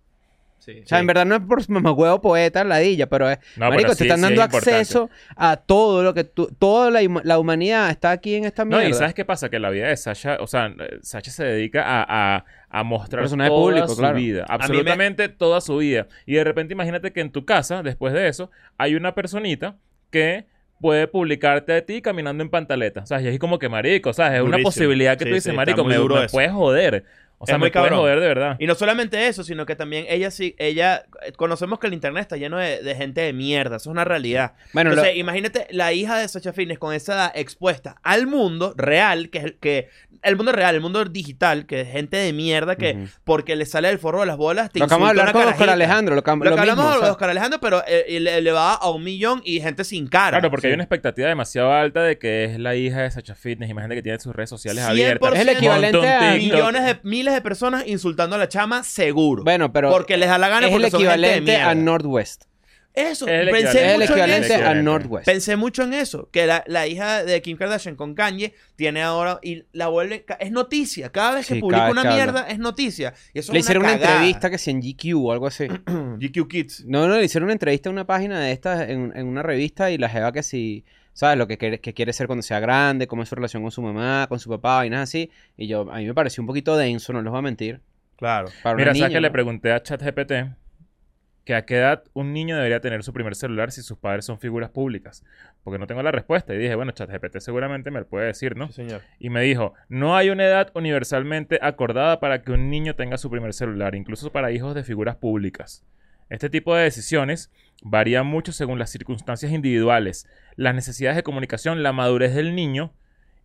Speaker 3: Sí.
Speaker 4: O sea, en verdad no es por mamagüevo poeta, ladilla, pero es.
Speaker 2: No,
Speaker 4: marico,
Speaker 2: pero
Speaker 4: te
Speaker 2: sí-
Speaker 4: están
Speaker 2: sí
Speaker 4: dando
Speaker 2: es importante.
Speaker 4: acceso a todo lo que tú. Toda la, hum- la humanidad está aquí en esta
Speaker 2: No,
Speaker 4: mierda.
Speaker 2: y ¿sabes qué pasa? Que la vida de Sasha, o sea, eh, Sasha se dedica a, a, a mostrar
Speaker 4: Personaje
Speaker 2: toda
Speaker 4: público,
Speaker 2: su
Speaker 4: claro.
Speaker 2: vida. Absolutamente toda su vida. Y de repente imagínate que en tu casa, después de eso, hay una personita que puede publicarte a ti caminando en pantaleta. O sea, y es como que marico, ¿sabes? Es una
Speaker 1: Durísimo.
Speaker 2: posibilidad que
Speaker 1: Sí,
Speaker 2: tú dices,
Speaker 1: sí, está
Speaker 2: marico,
Speaker 1: muy
Speaker 2: me,
Speaker 1: duro
Speaker 2: me
Speaker 1: eso.
Speaker 2: puedes joder. O
Speaker 1: Es
Speaker 2: sea,
Speaker 1: muy
Speaker 2: me puedes
Speaker 1: cabrón.
Speaker 2: joder de verdad.
Speaker 1: Y no solamente eso, sino que también ella sí, ella, eh, conocemos que el internet está lleno de, de gente de mierda, eso es una realidad.
Speaker 4: Bueno, lo-
Speaker 1: Entonces, imagínate la hija de Sacha Fitness con esa edad expuesta al mundo real, que es el que. El mundo real, el mundo digital, que es gente de mierda que
Speaker 4: Ujú.
Speaker 1: porque le sale del forro de las bolas, te
Speaker 4: lo acabamos de
Speaker 1: insulta
Speaker 4: hablar
Speaker 1: una
Speaker 4: con Oscar
Speaker 1: carajita.
Speaker 4: Alejandro. Lo, cam-
Speaker 1: Lo,
Speaker 4: lo
Speaker 1: que
Speaker 4: mismo,
Speaker 1: hablamos
Speaker 4: o
Speaker 1: de
Speaker 4: sea,
Speaker 1: Oscar Alejandro, pero eh, le, le va a un millón y gente sin cara.
Speaker 2: Claro, porque hay
Speaker 1: Sí.
Speaker 2: una expectativa demasiado alta de que es la hija de Sacha Fitness. Imagínate que tiene sus redes sociales
Speaker 1: 100%
Speaker 2: abiertas.
Speaker 4: Es el equivalente
Speaker 2: Montón
Speaker 4: a.
Speaker 2: TikTok.
Speaker 1: millones de miles de personas insultando a la chama seguro.
Speaker 4: Bueno, pero.
Speaker 1: porque les da la gana
Speaker 4: es el
Speaker 1: porque son gente de
Speaker 4: equivalente a
Speaker 1: mierda.
Speaker 4: Northwest.
Speaker 1: Eso,
Speaker 2: Es el
Speaker 1: pensé
Speaker 4: Es el
Speaker 1: mucho en
Speaker 4: equivalente
Speaker 1: eso.
Speaker 4: a
Speaker 2: Equivalente.
Speaker 4: Northwest.
Speaker 1: Pensé mucho en eso, que la, la hija de Kim Kardashian con Kanye tiene ahora y la vuelve es noticia, cada vez que
Speaker 4: Sí,
Speaker 1: publica
Speaker 4: cada vez
Speaker 1: una
Speaker 4: que habla.
Speaker 1: mierda es noticia. Y eso
Speaker 4: Le
Speaker 1: es
Speaker 4: hicieron una
Speaker 1: cagada.
Speaker 4: entrevista que si en GQ o algo así.
Speaker 2: Mm.
Speaker 1: GQ Kids.
Speaker 4: No, no, le hicieron una entrevista a una página de estas en, en una revista y la jeva que si, ¿sabes? Lo que quiere, que quiere ser cuando sea grande, cómo es su relación con su mamá, con su papá, vainas así. Y yo, a mí me pareció un poquito denso, no les voy a mentir.
Speaker 1: Claro.
Speaker 4: Para
Speaker 2: Mira,
Speaker 4: una niña,
Speaker 2: ¿sabes que le
Speaker 4: ¿no?
Speaker 2: pregunté a ChatGPT que a qué edad un niño debería tener su primer celular si sus padres son figuras públicas? Porque no tengo la respuesta. Y dije, bueno, ChatGPT seguramente me lo puede decir, ¿no?
Speaker 1: Sí, señor.
Speaker 2: Y me dijo, no hay una edad universalmente acordada para que un niño tenga su primer celular, incluso para hijos de figuras públicas. Este tipo de decisiones varían mucho según las circunstancias individuales, las necesidades de comunicación, la madurez del niño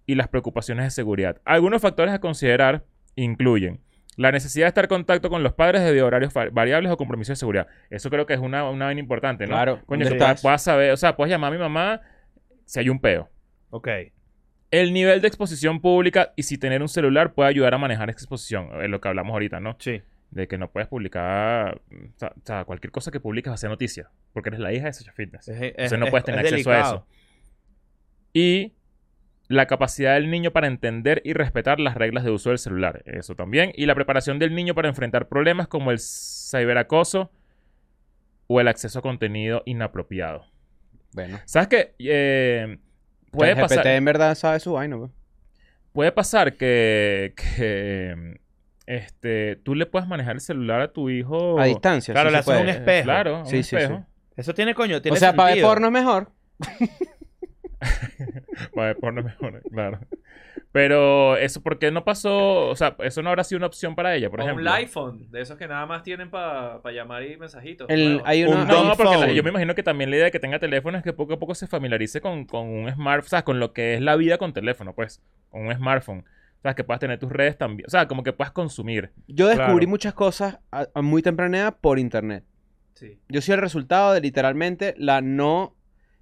Speaker 2: y las preocupaciones de seguridad. Algunos factores a considerar incluyen la necesidad de estar en contacto con los padres debido a horarios fa- variables o compromisos de seguridad. Eso creo que es una, una vaina importante, ¿no?
Speaker 4: Claro,
Speaker 2: Coño,
Speaker 4: ¿dónde
Speaker 2: que puedas
Speaker 4: estás?
Speaker 2: puedas saber, o sea, puedes llamar a mi mamá si hay un peo.
Speaker 1: Ok.
Speaker 2: El nivel de exposición pública y si tener un celular puede ayudar a manejar esa exposición. Es lo que hablamos ahorita, ¿no?
Speaker 1: Sí.
Speaker 2: De que no puedes publicar. O sea, o sea, cualquier cosa que publiques va a ser noticia. Porque eres la hija de Sasha Fitness. Entonces no puedes tener acceso a eso. Y la capacidad del niño para entender y respetar las reglas de uso del celular. Eso también. Y la preparación del niño para enfrentar problemas como el ciberacoso o el acceso a contenido inapropiado.
Speaker 4: Bueno,
Speaker 2: ¿Sabes qué? Eh, puede
Speaker 4: puede
Speaker 2: pasar.
Speaker 4: en verdad sabe su vaina, pues.
Speaker 2: Puede pasar que, que, este, tú le puedas manejar el celular a tu hijo.
Speaker 4: A distancia.
Speaker 1: Claro,
Speaker 4: sí
Speaker 1: le
Speaker 4: se
Speaker 1: haces
Speaker 4: puede.
Speaker 1: un espejo.
Speaker 2: Claro, un
Speaker 4: Sí, sí,
Speaker 2: espejo.
Speaker 1: Es Eso tiene coño, tiene
Speaker 4: o sea, para ver
Speaker 1: sentido.
Speaker 4: porno es mejor.
Speaker 2: Para ver porno mejor, claro. Pero eso, ¿por qué no pasó? O sea, eso no habrá sido una opción para ella, por
Speaker 3: O
Speaker 2: ejemplo.
Speaker 3: un live phone, de esos que nada más tienen para llamar y mensajitos.
Speaker 4: El-
Speaker 3: nuevos.
Speaker 4: hay uno-
Speaker 1: Un
Speaker 2: No,
Speaker 1: Don't
Speaker 2: porque la-
Speaker 1: phone.
Speaker 2: yo me imagino que también la idea de que tenga teléfono es que poco a poco se familiarice con, con un smartphone, o sea, con lo que es la vida con teléfono, pues, con un smartphone. O sea, que puedas tener tus redes también, o sea, como que puedas consumir.
Speaker 4: Yo descubrí
Speaker 2: Claro.
Speaker 4: muchas cosas a, a muy temprana edad por internet.
Speaker 3: Sí.
Speaker 4: Yo soy el resultado de literalmente la no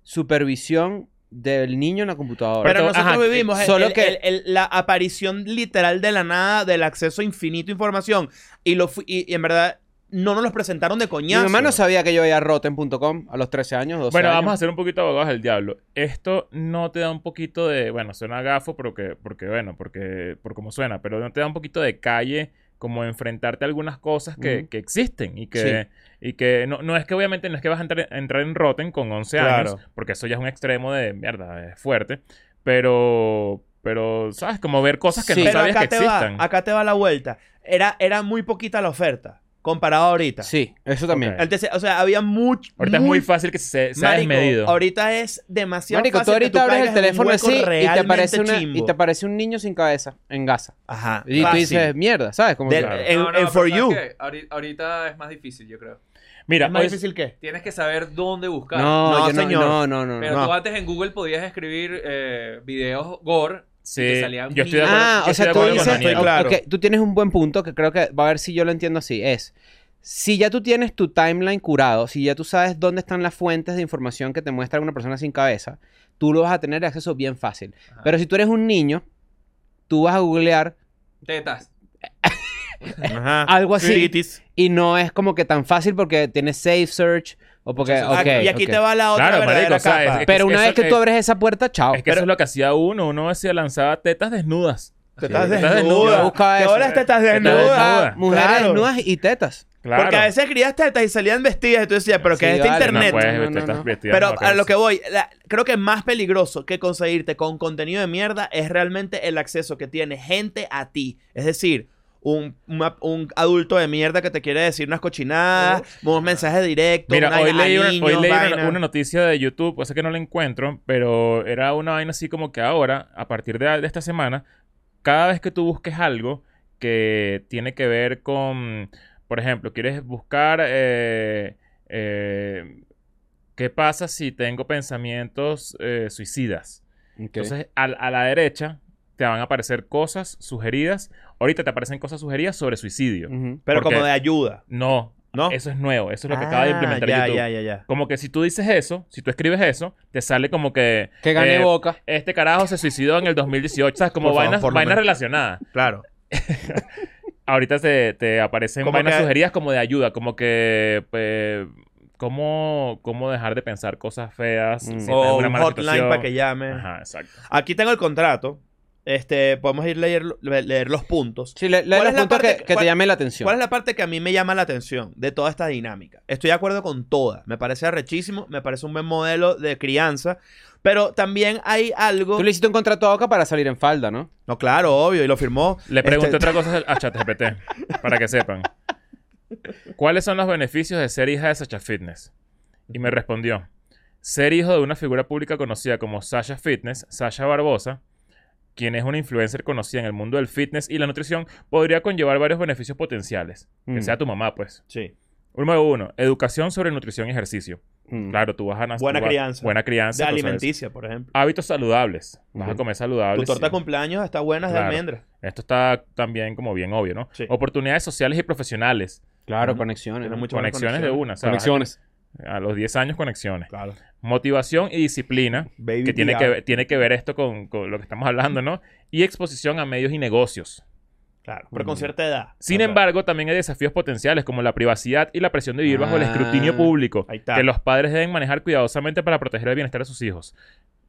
Speaker 4: supervisión del niño en la computadora.
Speaker 1: Pero
Speaker 2: Pero,
Speaker 1: nosotros
Speaker 2: ajá,
Speaker 1: vivimos el-
Speaker 4: solo
Speaker 1: el-
Speaker 4: que-
Speaker 1: el- el- la aparición literal de la nada del acceso a infinito información. Y, lo fu- y, y en verdad no nos los presentaron de
Speaker 4: Mi
Speaker 1: coñazo.
Speaker 4: mamá no sabía que yo veía Rotten.com a los 13 años, 12
Speaker 2: Bueno,
Speaker 4: años.
Speaker 2: vamos a hacer un poquito abogados del diablo. Esto no te da un poquito de, bueno, suena gafo porque, porque bueno, porque por cómo suena, pero no te da un poquito de calle como enfrentarte a algunas cosas que,
Speaker 4: Ujú.
Speaker 2: que existen y que, y que no, no es que obviamente no es que vas a entrar, entrar en Rotten con 11
Speaker 1: Claro.
Speaker 2: años, porque eso ya es un extremo de mierda, es fuerte, pero, pero, ¿sabes? Como ver cosas que
Speaker 4: Sí.
Speaker 2: no
Speaker 1: Pero
Speaker 2: sabías que
Speaker 1: acá te, va,
Speaker 2: existan.
Speaker 1: acá te va la vuelta. Era, era muy poquita la oferta comparado a ahorita.
Speaker 4: Sí, eso también.
Speaker 2: Ok.
Speaker 1: Antes, o sea, había mucho.
Speaker 2: Ahorita es muy fácil que se, sea
Speaker 1: Marico,
Speaker 2: desmedido.
Speaker 1: Ahorita es demasiado
Speaker 4: Marico, tú
Speaker 1: fácil que
Speaker 4: ahorita abres el
Speaker 1: caigas en un
Speaker 4: teléfono
Speaker 1: hueco
Speaker 4: así y te,
Speaker 1: realmente
Speaker 4: aparece una- y
Speaker 1: chimbo.
Speaker 4: te aparece un niño sin cabeza en Gaza.
Speaker 1: Ajá.
Speaker 4: Y tú
Speaker 1: fácil.
Speaker 4: dices, mierda, ¿sabes? Como
Speaker 1: Del-
Speaker 4: que-
Speaker 2: Claro.
Speaker 1: en,
Speaker 3: No, no,
Speaker 1: en
Speaker 3: pero
Speaker 1: For
Speaker 3: ¿sabes
Speaker 1: You.
Speaker 3: qué? Ahori- Ahorita es más difícil, yo creo.
Speaker 2: Mira,
Speaker 1: ¿Es más
Speaker 2: hoy-
Speaker 1: difícil que?
Speaker 3: Tienes que saber dónde buscar.
Speaker 4: No,
Speaker 1: No,
Speaker 4: yo no,
Speaker 1: señor.
Speaker 4: no, no, no, no.
Speaker 3: Pero
Speaker 1: no.
Speaker 3: tú antes en Google podías escribir eh, videos gore
Speaker 2: sí,
Speaker 3: y te salían
Speaker 2: yo estoy de
Speaker 3: mil-
Speaker 2: acuerdo,
Speaker 4: Ah,
Speaker 2: yo estoy
Speaker 4: o
Speaker 2: de
Speaker 4: sea, tú
Speaker 2: acuerdo con
Speaker 4: dices,
Speaker 2: Daniel.
Speaker 1: Estoy claro.
Speaker 4: ok, tú tienes un buen punto que creo que va a ver si yo lo entiendo así, es si ya tú tienes tu timeline curado, si ya tú sabes dónde están las fuentes de información que te muestra una persona sin cabeza, tú lo vas a tener acceso bien fácil.
Speaker 3: Ajá.
Speaker 4: Pero si tú eres un niño, tú vas a googlear
Speaker 3: tetas.
Speaker 1: Ajá.
Speaker 4: algo así
Speaker 1: Tiritis.
Speaker 4: y no es como que tan fácil porque tienes safe search o porque
Speaker 3: Entonces,
Speaker 4: ok,
Speaker 1: Ah, y aquí
Speaker 4: ok.
Speaker 1: te va la otra
Speaker 2: Claro,
Speaker 1: verdadera
Speaker 2: marico, o sea,
Speaker 1: capa.
Speaker 2: es- es-
Speaker 4: Pero una
Speaker 2: eso-
Speaker 4: vez que tú abres esa puerta, chao.
Speaker 2: Es que eso es lo que hacía uno. Uno hacía lanzaba tetas desnudas.
Speaker 1: Te estás
Speaker 2: Sí,
Speaker 1: desnuda.
Speaker 2: estás desnuda.
Speaker 4: Yo buscaba
Speaker 1: Que
Speaker 4: eso.
Speaker 1: ahora te estás desnuda.
Speaker 2: desnuda.
Speaker 4: Mujeres
Speaker 1: Claro.
Speaker 4: desnudas y tetas.
Speaker 2: Claro.
Speaker 1: Porque a veces querías tetas y salían vestidas. Y tú decías, pero que
Speaker 4: Sí,
Speaker 1: es este
Speaker 4: vale.
Speaker 1: internet.
Speaker 2: No, pues,
Speaker 4: No, no,
Speaker 2: tetas
Speaker 4: no.
Speaker 2: vestidas,
Speaker 1: Pero
Speaker 2: no,
Speaker 1: a lo
Speaker 2: pues.
Speaker 1: que voy, la- creo que más peligroso que conseguirte con contenido de mierda es realmente el acceso que tiene gente a ti. Es decir, un, una- un adulto de mierda que te quiere decir unas cochinadas, unos mensajes directos.
Speaker 2: Mira,
Speaker 1: una-
Speaker 2: hoy
Speaker 1: a
Speaker 2: leí, una,
Speaker 1: niños,
Speaker 2: hoy leí una-
Speaker 1: vaina.
Speaker 2: una noticia de YouTube, o sea que no la encuentro, pero era una vaina así como que ahora, a partir de, de esta semana, cada vez que tú busques algo que tiene que ver con, por ejemplo, quieres buscar eh, eh, qué pasa si tengo pensamientos eh, suicidas. Entonces, al- a, la derecha te van a aparecer cosas sugeridas. Ahorita te aparecen cosas sugeridas sobre
Speaker 1: Mm.
Speaker 2: suicidio.
Speaker 4: Ujú.
Speaker 1: Pero
Speaker 2: ¿Por
Speaker 1: como
Speaker 2: qué?
Speaker 1: de ayuda,
Speaker 2: No,
Speaker 1: ¿no?
Speaker 2: eso es nuevo. Eso es lo que acaba de
Speaker 1: Ah,
Speaker 2: implementar
Speaker 1: ya,
Speaker 2: YouTube.
Speaker 1: Ya, ya, ya.
Speaker 2: Como que si tú dices eso, si tú escribes eso, te sale como que
Speaker 4: Que gane
Speaker 2: Eh,
Speaker 4: boca.
Speaker 2: este carajo se suicidó en el 2018. ¿Sabes? Como
Speaker 1: Por favor,
Speaker 2: vainas,
Speaker 1: por lo
Speaker 2: vainas
Speaker 1: menos.
Speaker 2: relacionadas.
Speaker 1: Claro.
Speaker 2: Ahorita te, te aparecen
Speaker 1: Como
Speaker 2: vainas
Speaker 1: que-
Speaker 2: sugeridas como de ayuda, como que. eh, cómo, cómo dejar de pensar cosas feas.
Speaker 4: Mm.
Speaker 2: si estás en
Speaker 1: o
Speaker 2: una
Speaker 1: un
Speaker 2: mala
Speaker 1: hotline
Speaker 2: situación.
Speaker 1: para que llame.
Speaker 2: Ajá, exacto.
Speaker 1: Aquí tengo el contrato. Este, podemos ir a leer, leer los puntos.
Speaker 4: Sí, le, lee
Speaker 1: ¿Cuál
Speaker 4: los
Speaker 1: es la
Speaker 4: puntos
Speaker 1: parte
Speaker 4: que,
Speaker 1: que-
Speaker 4: que te
Speaker 1: cuál-
Speaker 4: llame la atención.
Speaker 1: ¿Cuál es la parte que a mí me llama la atención de toda esta dinámica? Estoy de acuerdo con toda. Me parece arrechísimo, me parece un buen modelo de crianza, pero también hay algo...
Speaker 4: Tú le hiciste un contrato a Oca para salir en falda, ¿no?
Speaker 1: No, claro, obvio, y lo firmó.
Speaker 2: Le
Speaker 1: Este-
Speaker 2: pregunté otra cosa a ChatGPT, para que sepan. ¿Cuáles son los beneficios de ser hija de Sasha Fitness? Y me respondió, ser hijo de una figura pública conocida como Sasha Fitness, Sasha Barbosa, quien es una influencer conocida en el mundo del fitness y la nutrición, podría conllevar varios beneficios potenciales.
Speaker 4: Mm.
Speaker 2: Que sea tu mamá, pues.
Speaker 1: Sí.
Speaker 2: Número uno, educación sobre nutrición y ejercicio.
Speaker 4: Mm.
Speaker 2: Claro, tú vas a nacer.
Speaker 1: Buena crianza.
Speaker 2: Buena crianza.
Speaker 1: De
Speaker 2: tú sabes.
Speaker 1: alimenticia, por ejemplo.
Speaker 2: Hábitos saludables. Vas a
Speaker 4: Ujú.
Speaker 2: comer
Speaker 1: Tu
Speaker 2: saludables.
Speaker 1: torta de
Speaker 2: sí.
Speaker 1: cumpleaños está buena es de
Speaker 2: Claro.
Speaker 1: almendra.
Speaker 2: Esto está también como bien obvio, ¿no?
Speaker 1: Sí.
Speaker 2: Oportunidades sociales y profesionales.
Speaker 4: Claro,
Speaker 1: Ujú.
Speaker 4: conexiones.
Speaker 1: Tiene
Speaker 4: ¿no?
Speaker 1: mucho- Muchas buenas
Speaker 2: Conexiones de
Speaker 1: conexiones.
Speaker 2: una. o sea, A los 10 años conexiones.
Speaker 1: Claro.
Speaker 2: Motivación y disciplina,
Speaker 1: Baby
Speaker 2: que tiene
Speaker 1: tía.
Speaker 2: que, ver- tiene que ver esto con, con lo que estamos hablando, ¿no? Y exposición a medios y negocios.
Speaker 1: Claro, pero
Speaker 4: Mm.
Speaker 1: con cierta edad.
Speaker 2: Sin
Speaker 1: O sea,
Speaker 2: embargo, también hay desafíos potenciales como la privacidad y la presión de vivir bajo el
Speaker 4: Ah.
Speaker 2: escrutinio público,
Speaker 1: Ahí está.
Speaker 2: que los padres deben manejar cuidadosamente para proteger el bienestar de sus hijos.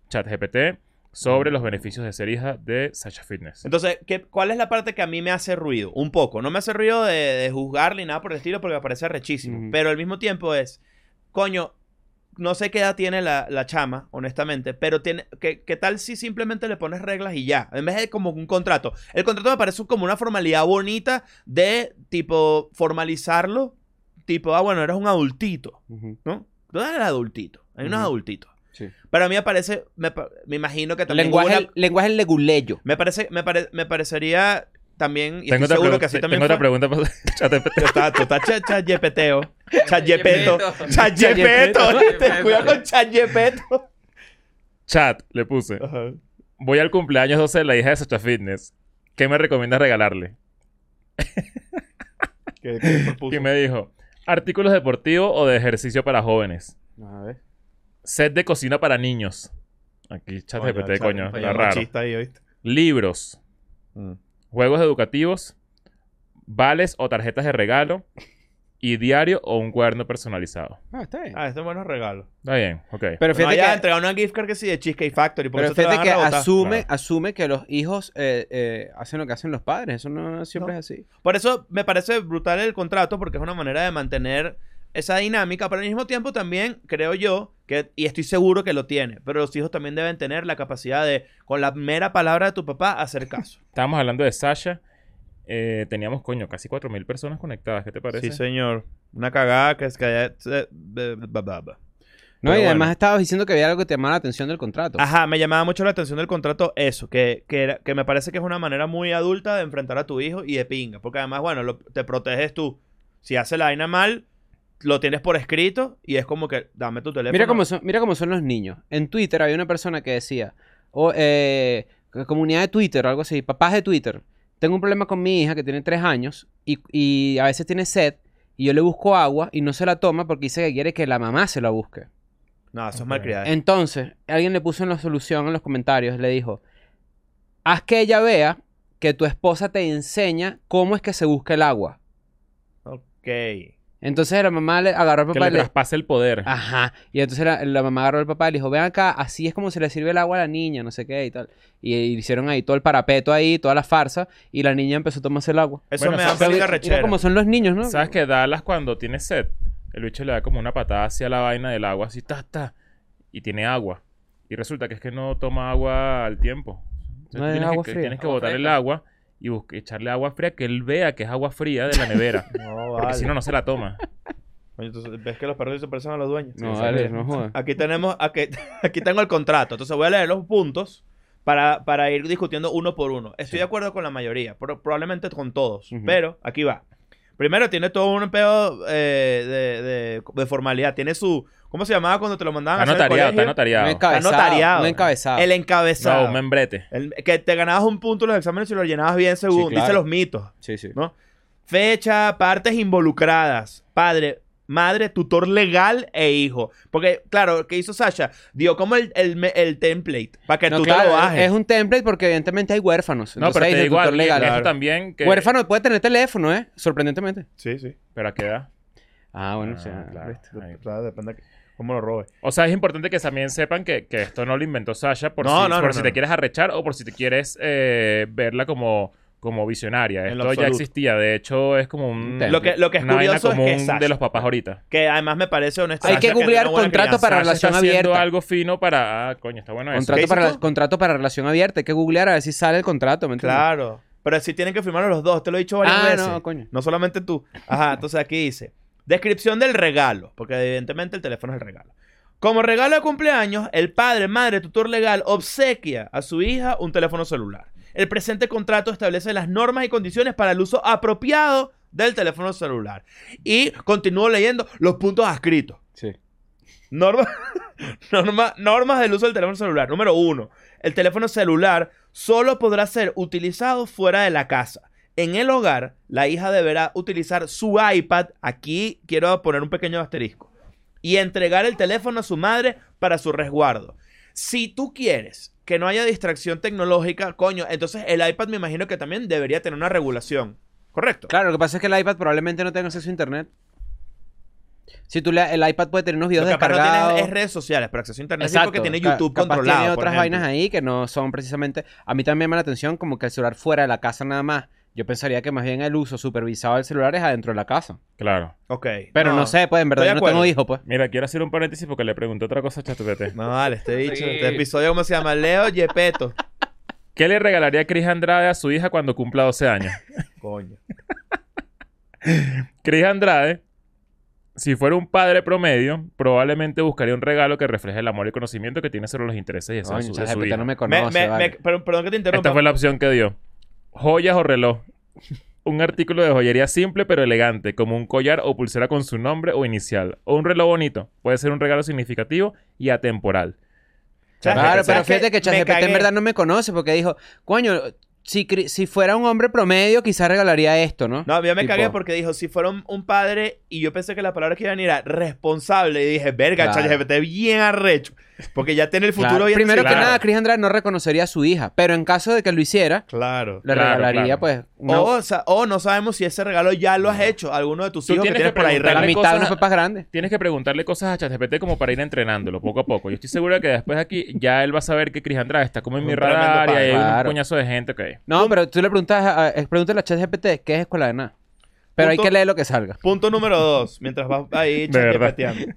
Speaker 2: ChatGPT sobre los beneficios de ser hija de Sasha Fitness.
Speaker 1: Mm. Entonces, ¿qué, ¿cuál es la parte que a mí me hace ruido? Un poco. No me hace ruido de, de juzgar ni nada por el estilo porque me parece rechísimo.
Speaker 4: Ujú.
Speaker 1: Pero al mismo tiempo es, coño, no sé qué edad tiene la, la chama, honestamente, pero tiene, ¿qué, qué tal si simplemente le pones reglas y ya? En vez de como un contrato. El contrato me parece como una formalidad bonita de, tipo, formalizarlo. Tipo, ah, bueno, eres un adultito,
Speaker 4: Ujú.
Speaker 1: ¿no? ¿Dónde era el adultito? Hay unos
Speaker 4: Ujú.
Speaker 1: adultitos.
Speaker 4: Sí.
Speaker 1: Pero a mí me parece, me, pa- me imagino que también hubo
Speaker 4: lenguaje,
Speaker 1: una-
Speaker 4: lenguaje leguleyo.
Speaker 1: me parece, me, pare- me parecería también, y estoy
Speaker 2: Tengo otra,
Speaker 1: seguro
Speaker 2: pregunta,
Speaker 1: que así también
Speaker 2: tengo otra
Speaker 1: fue.
Speaker 2: pregunta. para- ChatGPT.
Speaker 1: Está, tú estás cha- chayepeteo. Chayepeto. Chayepeto.
Speaker 3: Chayepeto.
Speaker 1: ¿viste? Cuidado con chayepeto.
Speaker 2: Chat, le puse.
Speaker 1: Ajá.
Speaker 2: Voy al cumpleaños 12 de la hija de Sacha Fitness. ¿Qué me recomiendas regalarle?
Speaker 1: Que- que propuso.
Speaker 2: Y me dijo, artículos deportivos o de ejercicio para jóvenes.
Speaker 4: A ver.
Speaker 2: Set de cocina para niños. Aquí chat
Speaker 1: Coño,
Speaker 2: GPT,
Speaker 1: chat,
Speaker 2: coño,
Speaker 1: coño,
Speaker 2: está raro.
Speaker 1: machista ahí, ¿oíste?
Speaker 2: Libros,
Speaker 1: Mm.
Speaker 2: juegos educativos, vales o tarjetas de regalo, y diario o un cuaderno personalizado.
Speaker 4: Ah, está bien.
Speaker 1: Ah, este es buenos regalos.
Speaker 2: Está bien, ok.
Speaker 4: Pero
Speaker 1: Pero
Speaker 4: fíjate
Speaker 1: ya
Speaker 4: que-
Speaker 1: entregaron una gift card que sí de Cheesecake Factory. Por
Speaker 4: Pero
Speaker 1: eso te la
Speaker 4: fíjate
Speaker 1: van
Speaker 4: que
Speaker 1: a rebotar.
Speaker 4: asume,
Speaker 2: Claro.
Speaker 4: asume que los hijos eh, eh, hacen lo que hacen los padres. Eso no siempre
Speaker 1: No.
Speaker 4: es así.
Speaker 1: Por eso me parece brutal el contrato, porque es una manera de mantener esa dinámica, pero al mismo tiempo también creo yo, que, y estoy seguro que lo tiene, pero los hijos también deben tener la capacidad de, con la mera palabra de tu papá, hacer caso.
Speaker 2: Estábamos hablando de Sasha. Eh, teníamos, coño, casi 4.000 personas conectadas. ¿Qué te parece?
Speaker 1: Sí, señor. Una cagada que es que haya- eh, se- be- ba- ba- ba.
Speaker 4: No,
Speaker 1: Pero
Speaker 4: y además
Speaker 1: bueno.
Speaker 4: estabas diciendo que había algo que te llamaba la atención del contrato.
Speaker 1: Ajá, me llamaba mucho la atención del contrato eso, que, que, era- que me parece que es una manera muy adulta de enfrentar a tu hijo y de pinga, porque además, bueno, lo- te proteges tú. Si hace la vaina mal, lo tienes por escrito y es como que, dame tu teléfono.
Speaker 4: Mira cómo, son, mira cómo son los niños. En Twitter había una persona que decía, o, eh, comunidad de Twitter, algo así, papás de Twitter, tengo un problema con mi hija que tiene tres años y, y a veces tiene sed y yo le busco agua y no se la toma porque dice que quiere que la mamá se la busque.
Speaker 1: No, eso
Speaker 2: Ok.
Speaker 1: es malcriado.
Speaker 4: Entonces, alguien le puso en la solución en los comentarios, le dijo, haz que ella vea que tu esposa te enseña cómo es que se busca el agua.
Speaker 1: Ok.
Speaker 4: Entonces la mamá le agarró al
Speaker 2: Que
Speaker 4: papá
Speaker 2: le
Speaker 4: y le
Speaker 2: traspase el poder.
Speaker 4: Ajá. Y entonces la, la mamá agarró al papá y le dijo, ven acá, así es como se le sirve el agua a la niña, no sé qué y tal. Y, y hicieron ahí todo el parapeto ahí, toda la farsa, y la niña empezó a tomarse el agua.
Speaker 1: Eso
Speaker 2: Bueno,
Speaker 1: me da
Speaker 2: ¿sabes-
Speaker 1: un
Speaker 4: Mira
Speaker 1: rechera.
Speaker 4: cómo son los niños, ¿no?
Speaker 2: ¿Sabes que Dallas cuando tiene sed, el bicho le da como una patada hacia la vaina del agua, así, ta, ta, y tiene agua. Y resulta que es que no toma agua al tiempo. Entonces
Speaker 4: No
Speaker 2: tú
Speaker 4: es
Speaker 2: tienes,
Speaker 4: agua
Speaker 2: que,
Speaker 4: fría.
Speaker 2: tienes que
Speaker 3: Agua
Speaker 2: botar el
Speaker 3: fresca.
Speaker 2: agua y busque- echarle agua fría que él vea que es agua fría de la nevera.
Speaker 1: No,
Speaker 2: porque
Speaker 1: vale.
Speaker 2: si no, no se la toma.
Speaker 1: Coño, entonces, ¿Ves que los perros se parecen a los dueños?
Speaker 4: No,
Speaker 2: Sí,
Speaker 4: vale,
Speaker 2: sí.
Speaker 4: no jodas.
Speaker 1: Aquí tenemos, aquí, aquí tengo el contrato. Entonces voy a leer los puntos para, para ir discutiendo uno por uno. Estoy de acuerdo con la mayoría, pro- probablemente con todos.
Speaker 4: Ujú.
Speaker 1: Pero aquí va. Primero tiene todo un pedo eh, de, de- de formalidad. Tiene su. ¿Cómo se llamaba cuando te lo mandaban
Speaker 4: Ah,
Speaker 2: Está
Speaker 1: a hacer al
Speaker 2: notariado, está
Speaker 1: colegio?
Speaker 2: notariado.
Speaker 4: Un encabezado.
Speaker 1: notariado.
Speaker 4: Un encabezado.
Speaker 1: El encabezado.
Speaker 2: No, un membrete.
Speaker 1: El- que te ganabas un punto en los exámenes si lo llenabas bien según.
Speaker 4: claro.
Speaker 1: Dice los mitos.
Speaker 4: Sí, sí.
Speaker 1: ¿no? Fecha, partes involucradas, padre, madre, tutor legal e hijo. Porque, claro, ¿qué hizo Sasha? Dio como el, el me- el template para que
Speaker 4: No,
Speaker 1: tú te
Speaker 4: claro,
Speaker 1: lo bajes.
Speaker 4: es- es un template porque evidentemente hay huérfanos.
Speaker 2: No,
Speaker 4: Entonces
Speaker 2: pero
Speaker 4: hay
Speaker 2: te
Speaker 4: de
Speaker 2: digo
Speaker 4: tutor
Speaker 2: algo,
Speaker 4: legal.
Speaker 2: esto
Speaker 1: Claro.
Speaker 2: también que...
Speaker 4: Huérfano puede tener teléfono, ¿eh? Sorprendentemente.
Speaker 1: Sí, sí.
Speaker 2: Pero a qué edad.
Speaker 4: Ah, bueno, o sea,
Speaker 2: Ah, claro.
Speaker 4: ¿viste?
Speaker 2: Ahí.
Speaker 1: depende de cómo lo robes.
Speaker 2: O sea, es importante que también sepan que, que esto no lo inventó Sasha por
Speaker 1: No,
Speaker 2: si,
Speaker 1: no,
Speaker 2: por
Speaker 1: no,
Speaker 2: si
Speaker 1: no,
Speaker 2: te
Speaker 1: no.
Speaker 2: quieres arrechar o por si te quieres eh, verla como, como visionaria.
Speaker 1: En lo
Speaker 2: Esto ya
Speaker 1: absoluto.
Speaker 2: existía. De hecho, es como un...
Speaker 4: Lo
Speaker 1: Lo que, lo que es
Speaker 2: una vaina
Speaker 1: curioso es
Speaker 2: común
Speaker 1: que Sasha,
Speaker 2: de los papás ahorita.
Speaker 1: que además me parece honesto.
Speaker 4: Hay
Speaker 1: Sasha,
Speaker 4: que
Speaker 1: tiene
Speaker 4: googlear
Speaker 1: una buena
Speaker 4: contrato
Speaker 1: crianza.
Speaker 4: para
Speaker 2: Sasha
Speaker 4: relación
Speaker 2: está haciendo
Speaker 4: abierta.
Speaker 2: algo fino para... Ah, coño, está bueno eso.
Speaker 4: Contrato
Speaker 1: ¿Qué
Speaker 4: para,
Speaker 1: hiciste
Speaker 4: la- contrato para relación abierta. Hay que googlear a ver si sale el contrato, ¿me entiendes?
Speaker 1: Claro. Pero si tienen que firmarlo los dos, te lo he dicho varias
Speaker 4: Ah,
Speaker 1: veces.
Speaker 4: no, coño.
Speaker 1: No solamente tú. Ajá, entonces aquí dice. Descripción del regalo, porque evidentemente el teléfono es el regalo. Como regalo de cumpleaños, el padre, madre, tutor legal obsequia a su hija un teléfono celular. El presente contrato establece las normas y condiciones para el uso apropiado del teléfono celular. Y continúo leyendo los puntos adscritos.
Speaker 4: Sí.
Speaker 1: Norma- norma- normas del uso del teléfono celular. Número uno, el teléfono celular solo podrá ser utilizado fuera de la casa. En el hogar, la hija deberá utilizar su iPad. Aquí quiero poner un pequeño asterisco. Y entregar el teléfono a su madre para su resguardo. Si tú quieres que no haya distracción tecnológica, coño, entonces el iPad me imagino que también debería tener una regulación. ¿Correcto?
Speaker 4: Claro, lo que pasa es que el iPad probablemente no tenga acceso a internet. Si tú le, el iPad puede tener unos
Speaker 1: Lo
Speaker 4: videos
Speaker 1: que capaz no
Speaker 4: descargados.
Speaker 1: tienes es redes sociales, pero acceso a internet sí,
Speaker 4: Exacto.
Speaker 1: porque tiene
Speaker 4: Ca-
Speaker 1: YouTube
Speaker 4: capaz
Speaker 1: controlado.
Speaker 4: Tiene
Speaker 1: por
Speaker 4: otras
Speaker 1: ejemplo.
Speaker 4: vainas ahí que no son precisamente. A mí también me llama la atención como que el celular fuera de la casa nada más. Yo pensaría que más bien el uso supervisado del celular es adentro de la casa.
Speaker 2: Claro.
Speaker 1: Ok.
Speaker 4: Pero no, sé, pues en verdad
Speaker 1: estoy
Speaker 4: yo
Speaker 1: de
Speaker 4: no tengo
Speaker 1: acuerdo.
Speaker 4: hijos, pues.
Speaker 2: Mira, quiero hacer un paréntesis porque le pregunté otra cosa a ChatGPT.
Speaker 1: No, vale, este dicho.
Speaker 3: Sí.
Speaker 1: Este episodio, ¿cómo se llama? Leo Yepeto.
Speaker 2: ¿Qué le regalaría Cris Andrade a su hija cuando cumpla 12 años?
Speaker 1: Coño.
Speaker 2: Cris Andrade Si fuera un padre promedio, probablemente buscaría un regalo que refleje el amor y conocimiento que tiene sobre los intereses y deseos
Speaker 4: Coño,
Speaker 2: de su- de su
Speaker 4: ChatGPT
Speaker 2: hijo.
Speaker 4: no me
Speaker 1: Me-
Speaker 4: conoce,
Speaker 1: me- me-
Speaker 4: vale.
Speaker 1: pero- perdón que te interrumpa.
Speaker 2: Esta fue la opción que dio. Joyas o reloj. Un artículo de joyería simple pero elegante, como un collar o pulsera con su nombre o inicial. O un reloj bonito. Puede ser un regalo significativo y atemporal.
Speaker 1: ¿Sabes
Speaker 4: Claro,
Speaker 1: qué?
Speaker 4: pero
Speaker 1: ¿Sabes qué?
Speaker 4: fíjate que
Speaker 1: Me
Speaker 4: ChatGPT en
Speaker 1: cagué.
Speaker 4: verdad no me conoce porque dijo, coño, si, cri- si fuera un hombre promedio quizás regalaría esto, ¿no?
Speaker 1: No, yo me
Speaker 4: Tipo-
Speaker 1: cagué porque dijo, si fuera un, un padre, y yo pensé que la palabra que iban a ir era responsable, y dije, verga,
Speaker 4: Claro.
Speaker 1: ChatGPT bien arrecho. Porque ya tiene el futuro
Speaker 4: Claro.
Speaker 1: bien
Speaker 4: Primero que
Speaker 1: anticipado.
Speaker 4: nada, Chris Andrade no reconocería a su hija, pero en caso de que lo hiciera,
Speaker 1: Claro.
Speaker 4: le
Speaker 2: Claro,
Speaker 4: regalaría
Speaker 2: claro.
Speaker 4: pues una-
Speaker 1: O, sa- o no sabemos si ese regalo ya lo has hecho a alguno de tus
Speaker 2: Tú
Speaker 1: hijos que
Speaker 2: tienes
Speaker 1: tienes
Speaker 2: que
Speaker 1: por ahí
Speaker 4: la
Speaker 2: preguntarle
Speaker 1: regalos.
Speaker 4: mitad de
Speaker 2: cosas-
Speaker 4: unos papas grandes.
Speaker 2: Tienes que preguntarle cosas a ChatGPT como para ir entrenándolo poco a poco. Yo estoy seguro que después aquí ya él va a saber que Chris Andrade está como en
Speaker 1: Un
Speaker 2: mi
Speaker 1: tremendo
Speaker 2: radar y
Speaker 1: padre.
Speaker 2: hay un
Speaker 4: Claro.
Speaker 2: coñazo de gente que...
Speaker 4: No, pero tú le preguntas a, a- pregúntale a ChatGPT qué es escuela de nada. Pero hay
Speaker 1: Punto-
Speaker 4: que leer lo que salga.
Speaker 1: Punto número dos, mientras vas ahí
Speaker 2: De verdad.
Speaker 1: chateando.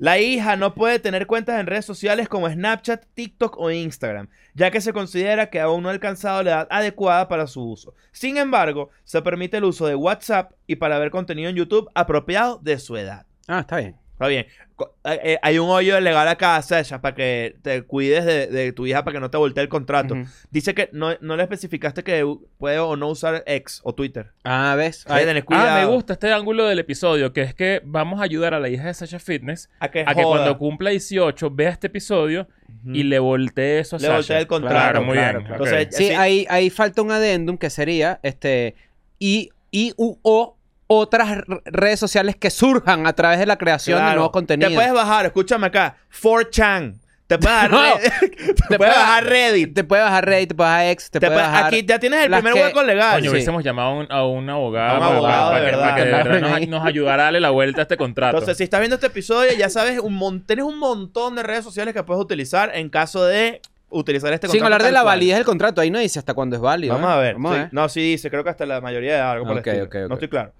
Speaker 1: La hija no puede tener cuentas en redes sociales como Snapchat, TikTok o Instagram, ya que se considera que aún no ha alcanzado la edad adecuada para su uso. Sin embargo, se permite el uso de WhatsApp y para ver contenido en YouTube apropiado de su edad.
Speaker 4: Ah, está bien.
Speaker 1: Está bien. Co- eh, eh, hay un hoyo legal acá, Sasha, para que te cuides de, de tu hija para que no te voltee el contrato.
Speaker 4: Ujú.
Speaker 1: Dice que no, no le especificaste que u- puede o no usar X o Twitter.
Speaker 4: Ah, ¿ves?
Speaker 1: Hay que
Speaker 4: Ay,
Speaker 1: tener cuidado.
Speaker 2: Ah, me gusta este ángulo del episodio, que es que vamos a ayudar a la hija de Sasha Fitness
Speaker 1: A que,
Speaker 2: a que
Speaker 1: joda.
Speaker 2: cuando cumpla 18 vea este episodio
Speaker 1: Ujú.
Speaker 2: y le voltee eso a
Speaker 1: Le
Speaker 2: Sasha.
Speaker 1: voltee el contrato.
Speaker 2: Claro, muy
Speaker 4: Claro,
Speaker 2: bien.
Speaker 4: claro.
Speaker 2: ok.
Speaker 1: Entonces,
Speaker 4: sí,
Speaker 1: sí.
Speaker 4: Ahí, ahí falta un adendum que sería este y, y u, o otras r- redes sociales que surjan a través de la creación de
Speaker 1: Claro.
Speaker 4: nuevos contenidos.
Speaker 1: Te puedes bajar, escúchame acá, 4chan. Te puedes bajar,
Speaker 4: No.
Speaker 1: Reddit. te puedes
Speaker 4: puedes-
Speaker 1: bajar Reddit.
Speaker 4: Te puedes bajar Reddit, te puedes bajar X, te,
Speaker 1: Te
Speaker 4: puedes
Speaker 1: puedes-
Speaker 4: bajar...
Speaker 1: Aquí ya tienes el
Speaker 4: las
Speaker 1: primer
Speaker 4: que-
Speaker 1: hueco legal.
Speaker 2: Coño,
Speaker 4: Sí.
Speaker 2: hubiésemos llamado a un, a un abogado,
Speaker 1: A un
Speaker 2: para-
Speaker 1: abogado,
Speaker 2: para,
Speaker 1: de
Speaker 2: que-
Speaker 1: verdad.
Speaker 2: para que de
Speaker 4: Claro,
Speaker 2: verdad nos,
Speaker 4: ahí.
Speaker 2: nos ayudara a darle la vuelta a este contrato.
Speaker 1: Entonces, si estás viendo este episodio, ya sabes, un mon- tienes un montón de redes sociales que puedes utilizar en caso de utilizar este
Speaker 4: Sin
Speaker 1: contrato
Speaker 4: hablar de
Speaker 1: tal
Speaker 4: la
Speaker 1: cual.
Speaker 4: validez del contrato, ahí no dice hasta cuándo es válido.
Speaker 1: Vamos
Speaker 4: ¿eh?
Speaker 1: a ver.
Speaker 4: Vamos
Speaker 1: sí. No, sí dice, creo que hasta la mayoría de algo por el
Speaker 4: Ok,
Speaker 1: estilo.
Speaker 4: ok, ok.
Speaker 1: No estoy claro.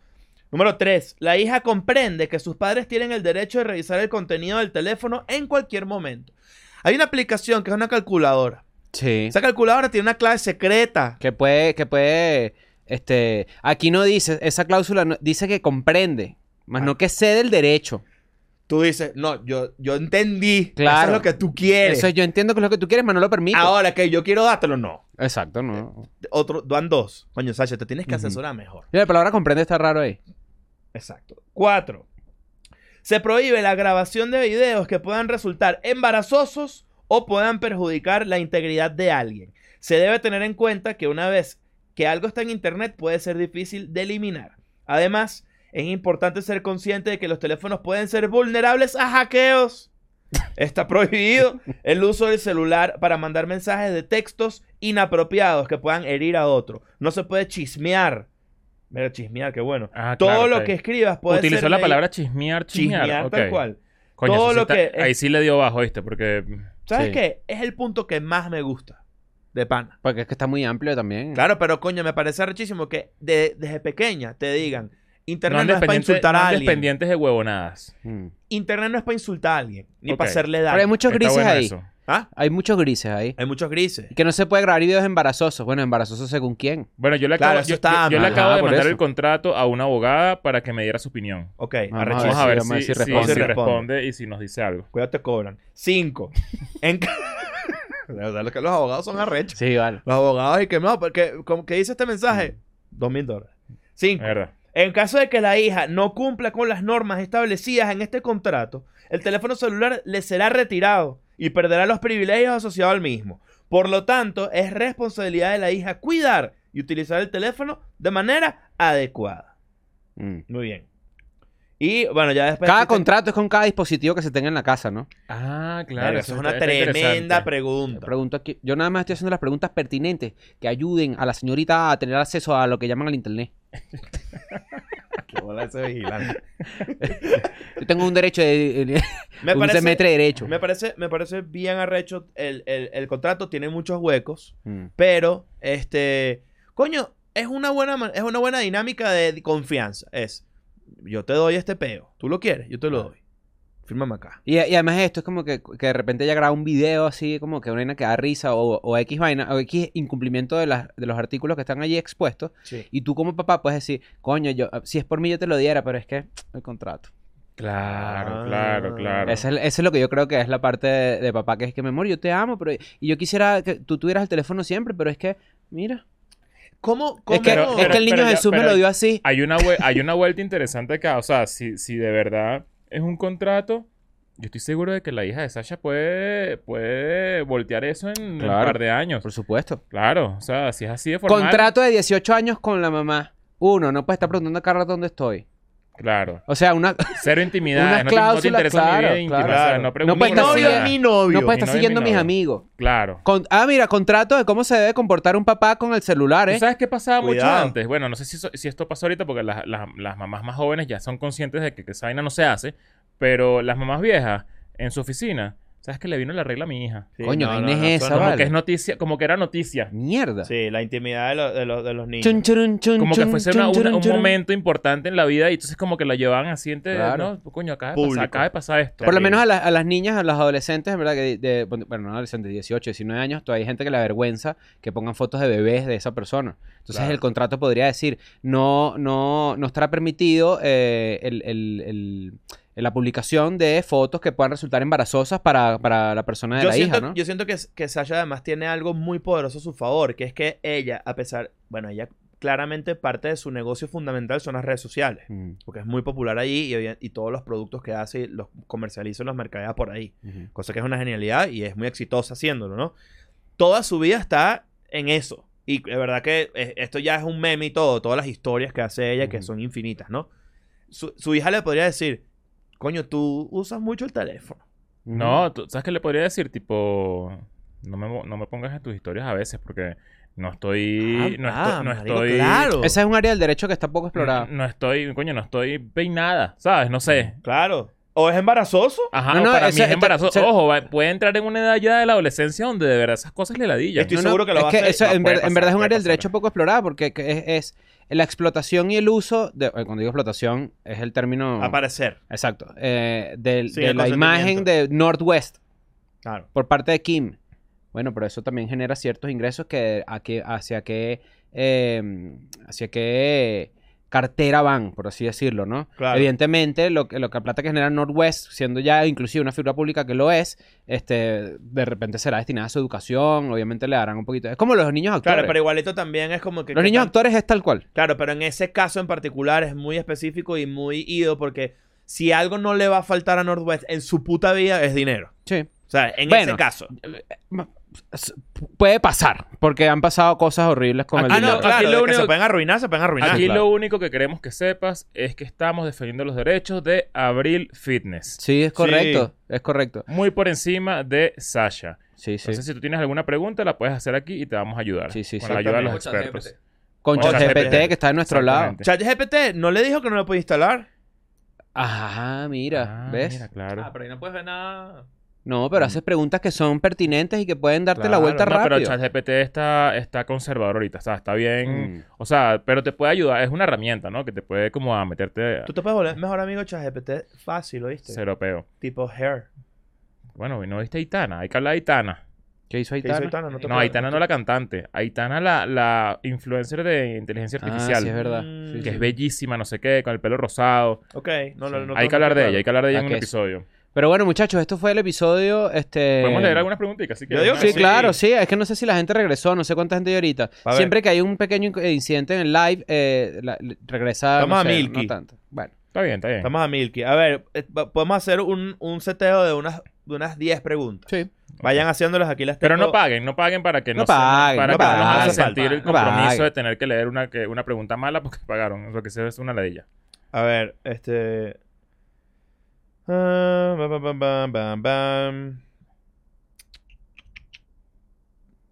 Speaker 1: Número 3. La hija comprende que sus padres tienen el derecho de revisar el contenido del teléfono en cualquier momento. Hay una aplicación que es una calculadora.
Speaker 4: Sí.
Speaker 1: Esa calculadora tiene una clave secreta.
Speaker 4: Que puede, que puede, este, aquí no dice, esa cláusula no- dice que comprende, más no que cede el derecho.
Speaker 1: Tú dices, no, yo, yo entendí.
Speaker 4: Claro.
Speaker 1: Eso es lo que tú quieres.
Speaker 4: Eso yo entiendo que es lo que tú quieres, más no lo permite.
Speaker 1: Eh. Ahora que yo quiero dártelo, no.
Speaker 4: Exacto, no.
Speaker 1: Otro, dan dos. Coño, Sasha, te tienes que
Speaker 4: Ujú.
Speaker 1: asesorar mejor.
Speaker 4: Mira, la palabra comprende está raro ahí.
Speaker 1: Exacto. Cuatro. Se prohíbe la grabación de videos que puedan resultar embarazosos o puedan perjudicar la integridad de alguien. Se debe tener en cuenta que una vez que algo está en internet puede ser difícil de eliminar. Además, es importante ser consciente de que los teléfonos pueden ser vulnerables a hackeos. Está prohibido el uso del celular para mandar mensajes de textos inapropiados que puedan herir a otro. No se puede chismear. Mira, chismear, qué bueno.
Speaker 2: Ah,
Speaker 1: Todo
Speaker 2: claro,
Speaker 1: lo
Speaker 2: ok.
Speaker 1: que escribas puede
Speaker 2: Utilizó
Speaker 1: ser
Speaker 2: la
Speaker 1: leído-
Speaker 2: palabra chismear, chismear.
Speaker 1: chismear,
Speaker 2: ok.
Speaker 1: tal cual.
Speaker 2: Coño,
Speaker 1: Todo
Speaker 2: eso sí
Speaker 1: lo
Speaker 2: está-
Speaker 1: que es-
Speaker 2: Ahí sí le dio bajo, ¿viste? Porque...
Speaker 1: ¿Sabes
Speaker 4: Sí.
Speaker 1: qué? Es el punto que más me gusta de pana.
Speaker 4: Porque es que está muy amplio también.
Speaker 1: Claro, pero coño, me parece rechísimo que de- desde pequeña te digan, internet no,
Speaker 2: andes
Speaker 1: es para
Speaker 2: pendiente-
Speaker 1: insultar
Speaker 2: no
Speaker 1: a
Speaker 2: andes
Speaker 1: alguien.
Speaker 2: pendientes de huevonadas.
Speaker 4: Mm.
Speaker 1: Internet no es para insultar a alguien, ni
Speaker 2: Ok.
Speaker 1: para hacerle daño.
Speaker 4: Pero hay muchos
Speaker 2: Está
Speaker 4: grises
Speaker 2: bueno
Speaker 4: ahí.
Speaker 2: eso.
Speaker 1: ¿Ah?
Speaker 4: Hay muchos grises ahí.
Speaker 1: Hay muchos grises.
Speaker 4: Y Que no se puede grabar videos embarazosos. Bueno, embarazosos según quién.
Speaker 2: Bueno, yo le acabo,
Speaker 1: Claro, eso
Speaker 2: yo-
Speaker 1: está
Speaker 2: yo- yo le
Speaker 4: mal.
Speaker 2: acabo
Speaker 4: Ajá,
Speaker 2: de
Speaker 4: por
Speaker 2: mandar
Speaker 4: eso.
Speaker 2: el contrato a una abogada para que me diera su opinión.
Speaker 1: Ok,
Speaker 4: Vamos a ver
Speaker 1: arrechísimo.
Speaker 2: Vamos a ver
Speaker 4: Ah, vamos a
Speaker 2: si,
Speaker 4: ver si
Speaker 2: si- si
Speaker 4: responde.
Speaker 2: responde. y si nos dice algo.
Speaker 1: Cuidado, te cobran. Cinco. En... ca- De verdad, los que los abogados son arrechos.
Speaker 4: Sí, vale.
Speaker 1: Los abogados y que no, porque como que dice este mensaje,
Speaker 2: Mm.
Speaker 1: dos mil dólares. Cinco.
Speaker 2: Verdad.
Speaker 1: En caso de que la hija no cumpla con las normas establecidas en este contrato, el teléfono celular le será retirado y perderá los privilegios asociados al mismo. Por lo tanto, es responsabilidad de la hija cuidar y utilizar el teléfono de manera adecuada.
Speaker 4: Mm.
Speaker 1: Muy bien. Y bueno, ya después... este
Speaker 4: Cada
Speaker 1: existe-
Speaker 4: contrato es con cada dispositivo que se tenga en la casa, ¿no?
Speaker 2: Ah, claro.
Speaker 1: Verga,
Speaker 2: eso
Speaker 1: eso es una
Speaker 2: está- está
Speaker 1: tremenda
Speaker 2: interesante.
Speaker 1: pregunta.
Speaker 4: Pregunto aquí. Yo nada más estoy haciendo las preguntas pertinentes que ayuden a la señorita a tener acceso a lo que llaman al internet.
Speaker 1: Qué bola ese vigilante.
Speaker 4: Yo tengo un derecho de,
Speaker 1: Me
Speaker 4: un
Speaker 1: parece,
Speaker 4: semestre de derecho.
Speaker 1: me, parece, me parece bien arrecho. El, el- el contrato tiene muchos huecos.
Speaker 4: Mm.
Speaker 1: Pero, este, coño, es una buena, ma- es una buena dinámica de confianza. Es, yo te doy este peo. Tú lo quieres, yo te lo doy. Fírmame acá.
Speaker 4: Y, y además esto es como que, que de repente ella graba un video así, como que una vaina que da risa o, o X vaina, o X incumplimiento de, las, de los artículos que están allí expuestos.
Speaker 1: Sí.
Speaker 4: ah, Y tú como papá puedes decir, coño, yo, si es por mí yo te lo diera, pero es que el contrato.
Speaker 2: Claro,
Speaker 1: Ah.
Speaker 2: claro, claro.
Speaker 4: Esa es- Eso es, lo que yo creo que es la parte de, de papá, que es que, mi amor, yo te amo, pero... Y yo quisiera que tú tuvieras el teléfono siempre, pero es que, mira...
Speaker 1: ¿Cómo?
Speaker 4: Es
Speaker 1: cómo-
Speaker 4: que,
Speaker 2: Pero-
Speaker 4: es que el niño
Speaker 2: pero ya-
Speaker 4: Jesús me
Speaker 2: pero-
Speaker 4: lo dio así.
Speaker 2: Hay una, vue- hay una vuelta interesante acá. O sea, si, si de verdad es un contrato, yo estoy seguro de que la hija de Sasha puede, puede voltear eso en un
Speaker 4: Claro.
Speaker 2: par de años.
Speaker 4: Por supuesto.
Speaker 2: Claro, o sea, si es así de formal.
Speaker 4: Contrato de 18 años con la mamá. Uno, no puede estar preguntando a Carla dónde estoy.
Speaker 2: Claro.
Speaker 4: O sea, una,
Speaker 2: Cero intimidad.
Speaker 4: Unas
Speaker 2: no, te- no te
Speaker 4: cláusulas,
Speaker 2: interesa mi vida
Speaker 4: claro,
Speaker 2: íntima,
Speaker 1: claro.
Speaker 2: o sea, no preguntes
Speaker 4: No puedes
Speaker 2: por
Speaker 4: estar
Speaker 1: novio
Speaker 2: nada.
Speaker 1: de mi novio.
Speaker 4: no puede estar
Speaker 2: mi
Speaker 4: siguiendo a mis
Speaker 2: novio.
Speaker 4: amigos.
Speaker 2: Claro.
Speaker 4: Con- ah, mira, contrato de cómo se debe comportar un papá con el celular,
Speaker 2: ¿Tú
Speaker 4: ¿eh?
Speaker 2: sabes qué pasaba mucho
Speaker 1: Cuidado.
Speaker 2: antes? Bueno, no sé si, eso- si esto pasó ahorita porque las, las- las mamás más jóvenes ya son conscientes de que, que esa vaina no se hace, pero las mamás viejas en su oficina, ¿sabes que le vino la regla a mi hija?
Speaker 1: Sí,
Speaker 4: Coño, vaina es esa,
Speaker 1: eso
Speaker 2: Como
Speaker 4: vale.
Speaker 2: que es noticia, como que era noticia.
Speaker 4: Mierda.
Speaker 1: Sí, la intimidad de, los- de los, de los niños.
Speaker 4: Chun, churun, chun,
Speaker 2: Como que
Speaker 4: chun,
Speaker 2: fuese
Speaker 4: chun,
Speaker 2: una- una-
Speaker 4: churun,
Speaker 2: un
Speaker 4: churun.
Speaker 2: momento importante en la vida y entonces como que la llevaban así entre,
Speaker 4: Claro.
Speaker 2: no, pues, coño, acaba de,
Speaker 1: Público.
Speaker 2: pasar, acaba de pasar esto.
Speaker 4: Por lo menos a, las- a las niñas, a los adolescentes, en verdad que, de, bueno, no adolescentes, 18, 19 años, todavía hay gente que le avergüenza que pongan fotos de bebés de esa persona. Entonces
Speaker 1: Claro.
Speaker 4: el contrato podría decir, no, no, no estará permitido eh, el- el- el- la publicación de fotos que puedan resultar embarazosas para, para la persona de
Speaker 1: yo
Speaker 4: la
Speaker 1: siento,
Speaker 4: hija, ¿no?
Speaker 1: yo siento que, que Sasha además tiene algo muy poderoso a su favor, que es que ella, a pesar, bueno, ella claramente parte de su negocio fundamental son las redes sociales,
Speaker 4: Mm,
Speaker 1: porque es muy popular allí y, obvia- y todos los productos que hace los comercializa y los mercadea por ahí,
Speaker 4: ujú.
Speaker 1: cosa que es una genialidad y es muy exitosa haciéndolo, ¿no? Toda su vida está en eso. Y de verdad que eh, esto ya es un meme y todo, todas las historias que hace ella que
Speaker 4: Ujú.
Speaker 1: son infinitas, ¿no? Su, su hija le podría decir, coño, tú usas mucho el teléfono.
Speaker 2: No, tú- ¿sabes qué le podría decir? Tipo, no me, mo- no me pongas en tus historias a veces porque no estoy... no estoy...
Speaker 1: Ah,
Speaker 2: no
Speaker 1: marico,
Speaker 2: estoy
Speaker 1: claro.
Speaker 4: Esa es un área del derecho que está poco explorada.
Speaker 1: Mm,
Speaker 2: No estoy, coño, no estoy peinada, ¿sabes? No sé.
Speaker 1: Claro. ¿O es embarazoso?
Speaker 2: Ajá,
Speaker 4: No,
Speaker 2: o
Speaker 4: no,
Speaker 2: para mí
Speaker 4: ese-
Speaker 2: es embarazo.
Speaker 4: ese-
Speaker 2: Ojo, va- puede entrar en una edad ya de la adolescencia donde de verdad esas cosas le ladillan.
Speaker 1: Estoy seguro que lo
Speaker 4: es
Speaker 1: va a hacer.
Speaker 4: eso
Speaker 2: No,
Speaker 4: en,
Speaker 2: puede
Speaker 4: ver- en
Speaker 2: pasar,
Speaker 4: verdad es un
Speaker 2: puede
Speaker 4: área del
Speaker 2: pasar.
Speaker 4: derecho poco explorada porque que es, es la explotación y el uso, de, eh, cuando digo explotación es el término...
Speaker 1: Aparecer.
Speaker 4: Exacto. eh, del-
Speaker 1: Sí,
Speaker 4: de
Speaker 1: el
Speaker 4: la imagen
Speaker 1: consentimiento.
Speaker 4: de Northwest
Speaker 1: Claro.
Speaker 4: por parte de Kim. Bueno, pero eso también genera ciertos ingresos que, a que- hacia qué eh, hacia qué cartera van, por así decirlo, ¿no?
Speaker 1: Claro.
Speaker 4: Evidentemente, lo, que- lo que la plata que genera Northwest, siendo ya inclusive una figura pública que lo es, este, de repente será destinada a su educación, obviamente le darán un poquito. Es como los niños actores.
Speaker 1: Claro, pero igualito también es como que.
Speaker 4: los
Speaker 1: que
Speaker 4: niños
Speaker 1: tan-
Speaker 4: actores es tal cual.
Speaker 1: Claro, pero en ese caso en particular es muy específico y muy ido porque si algo no le va a faltar a Northwest en su puta vida es dinero.
Speaker 4: Sí.
Speaker 1: O sea, en
Speaker 4: Bueno.
Speaker 1: ese caso.
Speaker 4: S- Puede pasar, porque han pasado cosas horribles con el
Speaker 1: Ah,
Speaker 4: dinero.
Speaker 1: no,
Speaker 2: Aquí
Speaker 1: claro.
Speaker 2: lo
Speaker 1: de que
Speaker 2: único-
Speaker 1: se pueden arruinar, se pueden arruinar.
Speaker 2: Aquí
Speaker 1: Claro.
Speaker 2: lo único que queremos que sepas es que estamos defendiendo los derechos de Abril Fitness.
Speaker 4: Sí, es correcto, es correcto.
Speaker 2: Muy por encima de Sasha.
Speaker 4: Sí, sí.
Speaker 2: Entonces, si tú tienes alguna pregunta, la puedes hacer aquí y te vamos a ayudar.
Speaker 4: Sí, sí,
Speaker 2: Con
Speaker 4: sí.
Speaker 2: la ayuda de los
Speaker 3: Muchas
Speaker 2: expertos.
Speaker 3: GPT.
Speaker 4: Con
Speaker 2: Con
Speaker 4: ChatGPT
Speaker 1: ChatGPT,
Speaker 4: que está a nuestro lado.
Speaker 2: Exactamente.
Speaker 1: ChatGPT no le dijo que no lo puede instalar.
Speaker 4: Ajá, mira,
Speaker 2: Ah,
Speaker 4: ¿ves?
Speaker 2: mira, claro.
Speaker 3: Ah, pero ahí no puedes ver nada.
Speaker 4: No, pero haces preguntas que son pertinentes y que pueden darte la
Speaker 1: Claro,
Speaker 4: vuelta
Speaker 2: No, pero
Speaker 4: rápido.
Speaker 2: ChatGPT está, está conservador ahorita, o sea, está bien.
Speaker 4: Mm.
Speaker 2: O sea, pero te puede ayudar, es una herramienta, ¿no? Que te puede como a meterte a
Speaker 1: Tú te puedes
Speaker 4: Ah.
Speaker 1: volver mejor amigo de ChatGPT fácil, ¿oíste?
Speaker 2: cero peo.
Speaker 1: Tipo hair.
Speaker 2: Bueno, y no viste a Aitana, hay que hablar de Aitana.
Speaker 4: ¿Qué hizo
Speaker 1: ¿Qué hizo
Speaker 4: Aitana?
Speaker 1: Aitana? No, te
Speaker 2: No,
Speaker 1: acuerdas.
Speaker 2: Aitana no la cantante, Aitana la, la influencer de inteligencia artificial,
Speaker 4: Ah, sí, es verdad.
Speaker 1: Mm.
Speaker 4: Sí,
Speaker 2: que
Speaker 4: sí.
Speaker 2: es bellísima, no sé qué, con el pelo rosado.
Speaker 1: Ok, no, no, no.
Speaker 2: hay
Speaker 1: no
Speaker 2: que hablar de
Speaker 1: recuerdo.
Speaker 2: ella, hay que hablar de ella en
Speaker 4: Ah,
Speaker 2: un
Speaker 4: que es-
Speaker 2: episodio.
Speaker 4: Pero bueno, muchachos, esto fue el episodio. Este...
Speaker 2: Podemos leer algunas preguntitas, así que.
Speaker 1: Yo digo que
Speaker 4: Sí,
Speaker 1: Sí.
Speaker 4: claro, sí. Es que no sé si la gente regresó, no sé cuánta gente hay ahorita.
Speaker 1: A ver.
Speaker 4: Siempre que hay un pequeño inc- incidente en el live, eh, la- le- regresa.
Speaker 1: Vamos
Speaker 4: no
Speaker 1: a
Speaker 4: sé,
Speaker 1: Milky.
Speaker 4: no tanto. Bueno,
Speaker 2: Está bien, está bien.
Speaker 1: Estamos a Milky. A ver, eh, va- podemos hacer un, un seteo de unas, de unas 10 preguntas.
Speaker 4: sí.
Speaker 1: Vayan haciéndolas aquí las
Speaker 2: Pero
Speaker 1: tengo.
Speaker 2: no paguen, no paguen para que
Speaker 4: No
Speaker 2: no, se-
Speaker 4: paguen,
Speaker 2: para
Speaker 4: no
Speaker 2: que no nos haga
Speaker 4: paguen.
Speaker 2: sentir el
Speaker 3: No
Speaker 2: compromiso
Speaker 4: paguen.
Speaker 2: de tener que leer una, que, una pregunta mala porque pagaron. Lo que sea es una ladilla.
Speaker 1: A ver, este. Ah, bam, bam, bam, bam, bam, bam.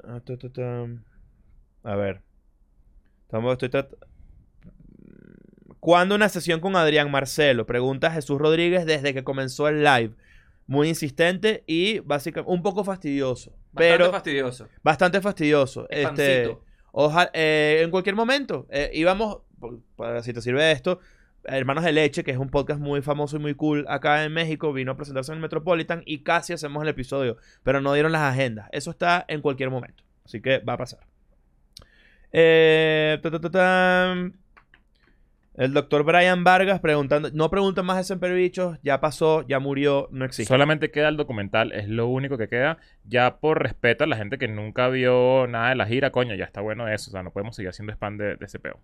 Speaker 1: Ah, tu, tu, tam. A ver. Estamos, estoy trat- ¿Cuándo una sesión con Adrián Marcelo? Pregunta Jesús Rodríguez desde que comenzó el live. Muy insistente y básicamente un poco fastidioso.
Speaker 3: Bastante
Speaker 1: pero
Speaker 3: fastidioso.
Speaker 1: bastante fastidioso.
Speaker 3: Es
Speaker 1: Este,
Speaker 3: pancito.
Speaker 1: Ojalá, en cualquier momento. Eh, íbamos, por- para si te sirve esto, Hermanos de Leche, que es un podcast muy famoso y muy cool acá en México, vino a presentarse en el Metropolitan y casi hacemos el episodio, pero no dieron las agendas. Eso está en cualquier momento. Así que va a pasar. Eh, ta, ta, ta, tam. El doctor Brian Vargas preguntando, no preguntan más de Semperbichos, ya pasó, ya murió, no existe.
Speaker 2: Solamente queda el documental, es lo único que queda. Ya por respeto a la gente que nunca vio nada de la gira, coño, ya está bueno eso. O sea, no podemos seguir haciendo spam de, de ese peo.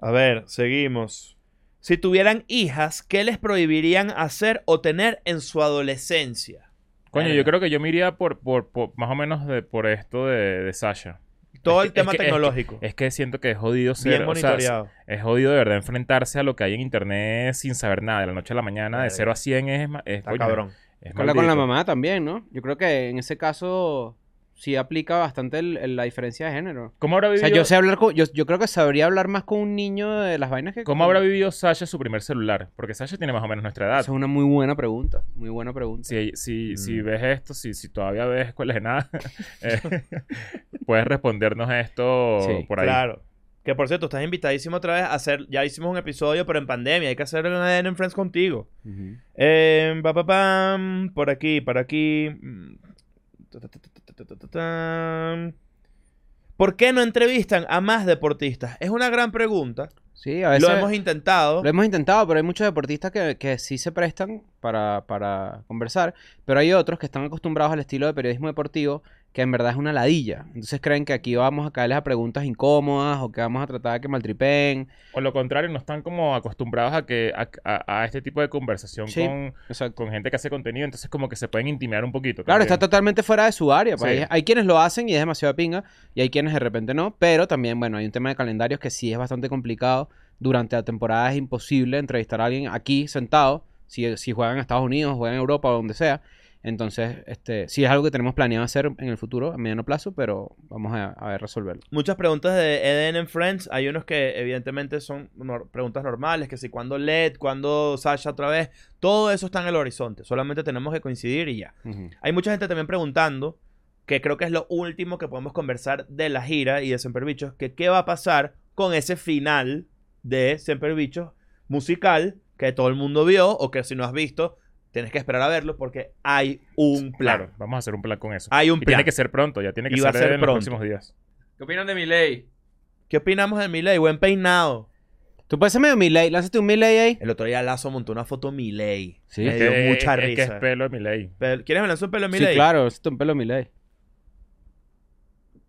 Speaker 1: A ver, seguimos. Si tuvieran hijas, ¿qué les prohibirían hacer o tener en su adolescencia?
Speaker 2: Coño,
Speaker 1: Verga.
Speaker 2: yo creo que yo me iría por, por, por- más o menos de, por esto de, de Sasha.
Speaker 1: Todo
Speaker 2: Es
Speaker 1: el
Speaker 2: que- es
Speaker 1: tema
Speaker 2: que- es que-
Speaker 1: tecnológico.
Speaker 2: Es que siento que es jodido ser.
Speaker 1: bien
Speaker 2: o sea,
Speaker 1: monitoreado.
Speaker 2: es jodido de verdad enfrentarse a lo que hay en internet sin saber nada. De la noche a la mañana, de
Speaker 1: Verga.
Speaker 2: 0 a 100 es. ma- es
Speaker 1: Está
Speaker 2: coño,
Speaker 1: cabrón.
Speaker 2: es
Speaker 4: Habla con la
Speaker 2: maldito.
Speaker 4: mamá también, ¿no? Yo creo que en ese caso sí aplica bastante el- el- la diferencia de género.
Speaker 2: ¿Cómo habrá
Speaker 4: O
Speaker 2: vivido,
Speaker 4: sea, yo sé hablar con, yo, yo creo que sabría hablar más con un niño de las vainas que.
Speaker 2: ¿cómo habrá vivido Sasha su primer celular? Porque Sasha tiene más o menos nuestra edad.
Speaker 4: Esa es una muy buena pregunta, muy buena pregunta.
Speaker 2: Si, si, si
Speaker 1: Mm.
Speaker 2: ves esto, si, si todavía ves Escuelas de Nada, eh, puedes respondernos esto
Speaker 4: Sí,
Speaker 2: por ahí.
Speaker 1: Claro. Que por cierto, estás invitadísimo otra vez a hacer. Ya hicimos un episodio, pero en pandemia. Hay que hacer un ADN en Friends contigo.
Speaker 4: Ujú.
Speaker 1: Eh, pa, pa, pam, por aquí, por aquí. Mm, ta, ta, ta, ta, ta, ta, ta, ta, tam. ¿Por qué no entrevistan a más deportistas? Es una gran pregunta.
Speaker 4: Sí, a veces.
Speaker 1: Lo hemos intentado.
Speaker 4: Lo hemos intentado, pero hay muchos deportistas que, que sí se prestan para, para conversar, pero hay otros que están acostumbrados al estilo de periodismo deportivo que en verdad es una ladilla. Entonces creen que aquí vamos a caerles a preguntas incómodas o que vamos a tratar de que maltripen.
Speaker 2: O lo contrario, no están como acostumbrados a que a, a- a este tipo de conversación
Speaker 4: Sí.
Speaker 2: con,
Speaker 4: Exacto.
Speaker 2: con gente que hace contenido, entonces como que se pueden intimidar un poquito.
Speaker 4: Claro,
Speaker 2: también.
Speaker 4: está totalmente fuera de su área. pues.
Speaker 2: Sí.
Speaker 4: Hay, hay quienes lo hacen y es demasiado pinga, y hay quienes de repente no, pero también, bueno, hay un tema de calendarios que sí es bastante complicado. Durante la temporada es imposible entrevistar a alguien aquí sentado, si, si juegan en Estados Unidos, juegan en Europa o donde sea. Entonces, este, sí es algo que tenemos planeado hacer en el futuro, a mediano plazo, pero vamos a, a ver resolverlo.
Speaker 1: Muchas preguntas de Eden en Friends. Hay unos que, evidentemente, son nor- preguntas normales: que si cuándo Led, cuándo Sasha otra vez. Todo eso está en el horizonte. Solamente tenemos que coincidir y ya.
Speaker 4: Ujú.
Speaker 1: Hay mucha gente también preguntando, que creo que es lo último que podemos conversar de la gira y de Semper Bichos, que qué va a pasar con ese final de Semper Bichos musical que todo el mundo vio o que si no has visto, tienes que esperar a verlo porque hay un plan.
Speaker 2: Claro, vamos a hacer un plan con eso.
Speaker 1: Hay un
Speaker 2: Y
Speaker 1: plan.
Speaker 2: tiene que ser pronto, ya tiene que
Speaker 1: Y va
Speaker 2: ser,
Speaker 1: a ser
Speaker 2: en
Speaker 1: pronto.
Speaker 2: los próximos días.
Speaker 3: ¿Qué opinan de mi ley?
Speaker 1: ¿Qué opinamos de Miley? Buen peinado.
Speaker 4: Tú puedes ser medio Miley, lánzate un Miley ahí.
Speaker 1: El otro día Lazo montó una foto de Miley.
Speaker 4: Sí.
Speaker 1: Me
Speaker 4: Es
Speaker 1: dio
Speaker 2: que-
Speaker 1: mucha
Speaker 2: es que es
Speaker 1: risa.
Speaker 2: pelo de mi ley.
Speaker 1: Pero- ¿Quieres me lanzó un pelo de
Speaker 4: Sí,
Speaker 1: Miley?
Speaker 4: claro, lánzate un pelo Miley.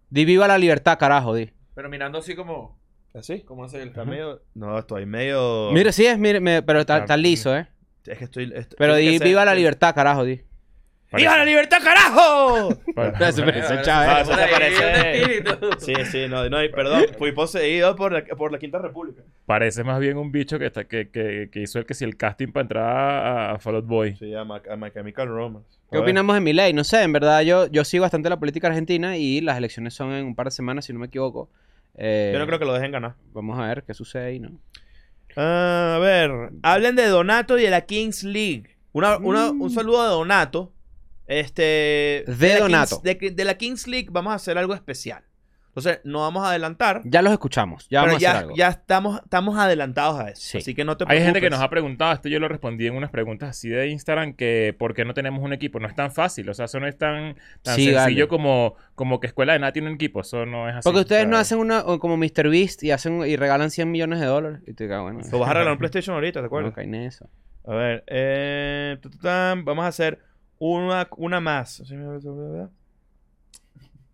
Speaker 4: Di viva la libertad, carajo, di.
Speaker 3: Pero mirando así como.
Speaker 1: ¿Así?
Speaker 3: ¿Cómo hace el
Speaker 1: Está medio- No, estoy medio...
Speaker 4: Mira, sí es, mire, me- pero está,
Speaker 2: Claro.
Speaker 4: está liso, ¿eh?
Speaker 1: Es que estoy... est-
Speaker 4: Pero
Speaker 1: tiene
Speaker 4: di
Speaker 1: que eh, ser-
Speaker 4: viva la libertad, carajo, di.
Speaker 1: ¡Viva la libertad, carajo!
Speaker 2: Parece-
Speaker 4: Pero ese Chávez-
Speaker 1: eso se parece-
Speaker 3: Sí.
Speaker 1: Sí, sí, no, no, y perdón, fui poseído por la, por la Quinta República.
Speaker 2: Parece más bien un bicho que, está, que, que, que hizo el que si el casting para entrar a, a Fall Out Boy.
Speaker 1: Sí, a, Ma- a My Chemical Romance.
Speaker 4: ¿Qué opinamos de mi ley? No sé, en verdad yo, yo sigo bastante la política argentina y las elecciones son en un par de semanas, si no me equivoco. Eh,
Speaker 1: Yo no creo que lo dejen ganar.
Speaker 4: Vamos a ver qué sucede ahí, ¿no?
Speaker 1: Ah, a ver, hablen de Donato y de la Kings League. Una, una-
Speaker 4: Mm.
Speaker 1: Un saludo a Donato. Este,
Speaker 4: De
Speaker 1: la
Speaker 4: Donato.
Speaker 1: Kings- de, de la Kings League vamos a hacer algo especial. Entonces, no vamos a adelantar,
Speaker 4: Ya los escuchamos, ya
Speaker 1: pero
Speaker 4: vamos a
Speaker 1: ya,
Speaker 4: hacer algo.
Speaker 1: ya estamos, estamos adelantados a eso.
Speaker 4: Sí.
Speaker 1: Así que no te preocupes.
Speaker 2: Hay gente que nos ha preguntado, esto yo lo respondí en unas preguntas así de Instagram, que por qué no tenemos un equipo. No es tan fácil, o sea, eso no es tan, tan
Speaker 4: Sí,
Speaker 2: sencillo
Speaker 4: vale.
Speaker 2: como, como que Escuela de Nada tiene un equipo. Eso no es así.
Speaker 4: Porque ustedes
Speaker 2: o sea,
Speaker 4: no hacen una o como Mr. Beast y, hacen, y regalan 100 millones de dólares. Y te digo, bueno,
Speaker 1: Lo vas a regalar un PlayStation ahorita, ¿te acuerdas?
Speaker 4: no caen en eso.
Speaker 1: A ver, eh, tu, tu, tam, vamos a hacer una, una más. Sí, me-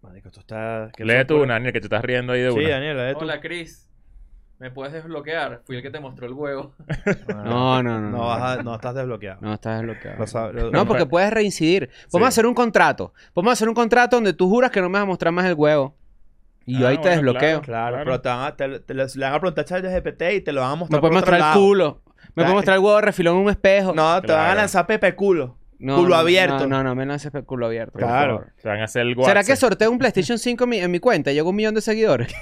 Speaker 1: Marico, esto está... ¿qué
Speaker 2: Lee tú
Speaker 1: locura.
Speaker 2: una, Daniel, que te estás riendo ahí de
Speaker 1: Sí,
Speaker 2: una.
Speaker 1: Daniel, lee tú.
Speaker 3: Hola, Chris. ¿Me puedes desbloquear? Fui el que te mostró el huevo.
Speaker 1: Ah,
Speaker 4: No, no, no.
Speaker 1: no, vas a- no, estás desbloqueado.
Speaker 4: No, estás desbloqueado.
Speaker 1: Lo sabes, lo-
Speaker 4: No, porque puedes reincidir. Podemos
Speaker 2: Sí.
Speaker 4: hacer un contrato. Podemos hacer un contrato donde tú juras que no me vas a mostrar más el huevo. Y yo
Speaker 2: Ah,
Speaker 4: ahí te
Speaker 2: bueno,
Speaker 4: desbloqueo.
Speaker 1: Claro,
Speaker 2: Claro.
Speaker 1: pero te van a, te, te les- le van a preguntar a ChatGPT y te lo van a
Speaker 4: Me
Speaker 1: mostrar
Speaker 4: puedes
Speaker 1: por otro
Speaker 4: mostrar el
Speaker 1: lado.
Speaker 4: culo. Me
Speaker 1: Claro.
Speaker 4: puedes mostrar el huevo refilón en un espejo.
Speaker 1: No, te van a
Speaker 2: Claro.
Speaker 1: lanzar Pepe Culo.
Speaker 4: No,
Speaker 1: culo
Speaker 4: no,
Speaker 1: abierto.
Speaker 4: No, no, no me lances el culo abierto. por
Speaker 1: Claro.
Speaker 4: favor.
Speaker 2: Te van a hacer el
Speaker 4: ¿Será
Speaker 2: guache.
Speaker 4: que sorteo un PlayStation 5 en mi, en mi cuenta? Llegó un millón de seguidores.
Speaker 3: Sí,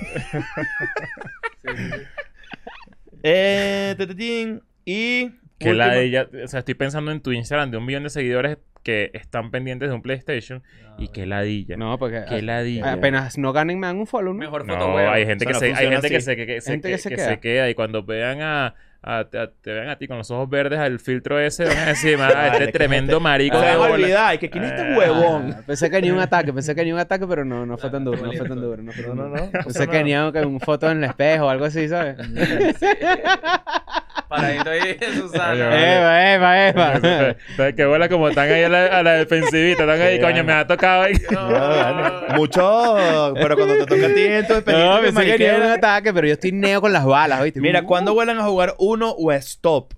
Speaker 3: sí, sí.
Speaker 1: Eh, tetetín, y...
Speaker 2: Que
Speaker 1: última-
Speaker 2: la de ella, o sea, estoy pensando en tu Instagram de un millón de seguidores que están pendientes de un PlayStation y que ladilla.
Speaker 4: No, porque
Speaker 2: que
Speaker 4: a-
Speaker 2: ladilla.
Speaker 4: apenas no ganen me dan un follow, ¿no?
Speaker 3: Mejor foto
Speaker 2: No,
Speaker 3: huevo.
Speaker 2: hay gente
Speaker 1: Eso
Speaker 2: que
Speaker 1: no
Speaker 2: se, hay
Speaker 1: funciona
Speaker 2: gente que
Speaker 1: así.
Speaker 2: se, que, que se,
Speaker 4: Gente
Speaker 2: que-
Speaker 4: que se
Speaker 2: que
Speaker 4: queda.
Speaker 2: se queda y cuando vean a, a- te, a- te vean a ti con los ojos verdes al filtro ese, van a decir, "Mira,
Speaker 1: Vale, que
Speaker 2: este tremendo marico
Speaker 1: Se
Speaker 2: de
Speaker 1: van a
Speaker 2: bola".
Speaker 1: olvidar. y que ¿Quién es este
Speaker 2: Ah.
Speaker 1: huevón?
Speaker 4: Ah, pensé que ni un ataque, pensé que ni un ataque, pero no, no fue tan duro, no fue tan duro. No, fue tan
Speaker 1: No, no,
Speaker 4: duro.
Speaker 1: no.
Speaker 4: Pensé que ni un, que un foto en el espejo o algo así, ¿sabes?
Speaker 3: Paradito ahí, Susana.
Speaker 2: Oye,
Speaker 4: Eva, Eva, Eva.
Speaker 2: Entonces, qué bola como están ahí a la, a la defensivita. Están ahí,
Speaker 1: Sí,
Speaker 2: coño,
Speaker 1: vale.
Speaker 2: me ha tocado. Y-
Speaker 1: No, vale. Mucho. Pero cuando te toca a ti en tu
Speaker 4: No,
Speaker 1: despedida,
Speaker 4: pensé que ni un
Speaker 1: mariquera.
Speaker 4: ataque, pero yo estoy neo con las balas, ¿oíste?
Speaker 1: Mira,
Speaker 4: Uh,
Speaker 1: cuando vuelan a jugar uno o stop?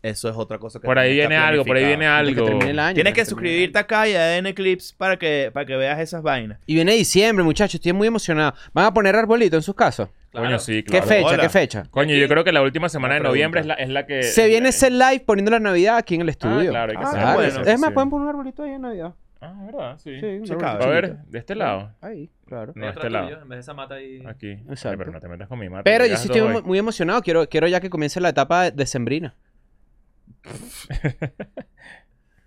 Speaker 1: Eso es otra cosa que
Speaker 2: Por ahí
Speaker 1: también está
Speaker 2: viene algo, por ahí viene este
Speaker 1: planificado.
Speaker 4: antes que
Speaker 2: algo.
Speaker 4: termine el año,
Speaker 1: Tienes que
Speaker 4: antes termine el año.
Speaker 1: suscribirte acá y a ADN Clips para que, para que veas esas vainas.
Speaker 4: Y viene diciembre, muchachos, estoy muy emocionado. ¿van a poner arbolito en sus casas?
Speaker 2: Coño, sí,
Speaker 4: ¿Qué
Speaker 2: claro.
Speaker 4: fecha?
Speaker 1: hola.
Speaker 4: ¿Qué fecha?
Speaker 2: Coño, yo creo que la última semana de
Speaker 1: Una
Speaker 2: noviembre es la,
Speaker 1: pregunta.
Speaker 2: es la que.
Speaker 4: Se viene ese live poniendo la Navidad aquí en el estudio.
Speaker 2: Eh, claro, hay que
Speaker 1: Ah,
Speaker 2: hacer
Speaker 1: qué
Speaker 2: algo,
Speaker 1: bueno.
Speaker 2: sí,
Speaker 4: Es más,
Speaker 2: sí.
Speaker 4: pueden poner un arbolito ahí en Navidad.
Speaker 2: Ah, verdad, sí.
Speaker 4: Sí, un
Speaker 1: Sí,
Speaker 4: arbolito
Speaker 1: cabe.
Speaker 2: A ver,
Speaker 4: chiquito.
Speaker 2: de este lado.
Speaker 4: Ahí, claro.
Speaker 2: No, de este
Speaker 3: Otro tuyo,
Speaker 2: lado.
Speaker 3: En vez de esa mata ahí.
Speaker 2: Aquí. Ay,
Speaker 4: Exacto.
Speaker 2: pero no te metas con mi mata.
Speaker 4: Pero
Speaker 2: que
Speaker 4: yo
Speaker 2: llegas
Speaker 4: sí
Speaker 2: dos
Speaker 4: estoy muy,
Speaker 2: hoy.
Speaker 4: muy emocionado. Quiero, quiero ya que comience la etapa decembrina.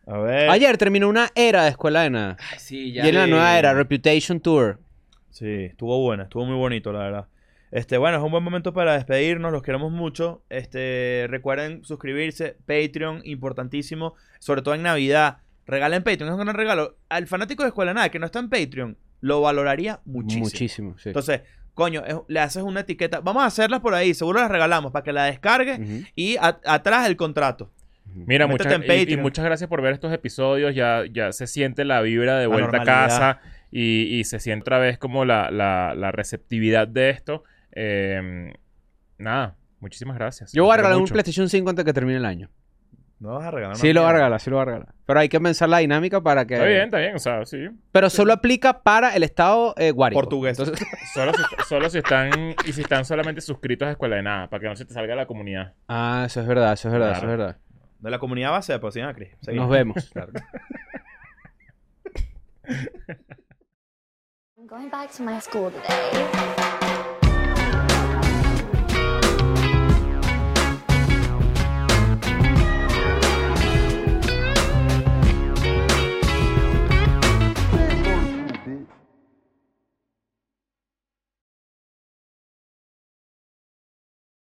Speaker 1: A
Speaker 2: Eh.
Speaker 1: ver.
Speaker 4: Ayer terminó una era de escuela de nada.
Speaker 3: Ay, sí, ya.
Speaker 4: Viene la
Speaker 1: sí.
Speaker 4: nueva era, Reputation Tour.
Speaker 1: Sí, estuvo buena, estuvo muy bonito, la verdad. Este, bueno, es un buen momento para despedirnos, los queremos mucho. Este, recuerden suscribirse, Patreon, importantísimo, sobre todo en Navidad. Regalen Patreon, es un gran regalo. Al fanático de Escuela de Nada que no está en Patreon, lo valoraría muchísimo.
Speaker 4: Muchísimo, sí.
Speaker 1: Entonces, coño, es- le haces una etiqueta. Vamos a hacerlas por ahí, seguro las regalamos para que la descargue
Speaker 4: Ujú.
Speaker 1: y a- atrás el contrato.
Speaker 2: eh, Mira,
Speaker 1: Métete
Speaker 2: muchas,
Speaker 1: en
Speaker 2: y- y,
Speaker 1: Patreon.
Speaker 2: muchas gracias por ver estos episodios. Ya, ya se siente la vibra de vuelta a
Speaker 1: normalidad.
Speaker 2: casa y, y se siente otra vez como la, la- la receptividad de esto. Eh, nada, muchísimas gracias.
Speaker 4: Yo
Speaker 2: Los
Speaker 4: voy a
Speaker 2: quiero
Speaker 4: regalar un
Speaker 2: mucho.
Speaker 4: PlayStation 5 antes de que termine el año.
Speaker 1: No vas a regalar.
Speaker 4: sí,
Speaker 1: una
Speaker 4: lo voy a
Speaker 1: mierda.
Speaker 4: regalar, sí lo voy a regalar. Pero hay que pensar la dinámica para que.
Speaker 2: Está bien, está bien, o sea, sí.
Speaker 4: Pero solo aplica para el estado eh, Guárico.
Speaker 1: Portugués.
Speaker 4: Entonces-
Speaker 2: Solo si, solo si están y si están solamente suscritos a Escuela de Nada, para que no se te salga la comunidad.
Speaker 4: Ah, eso es verdad, eso es verdad, eso es
Speaker 2: Claro.
Speaker 4: verdad.
Speaker 1: De la comunidad base, pues sí, ah, Cris. Seguimos.
Speaker 4: Nos vemos.
Speaker 1: Claro.
Speaker 5: I'm going back to my school today.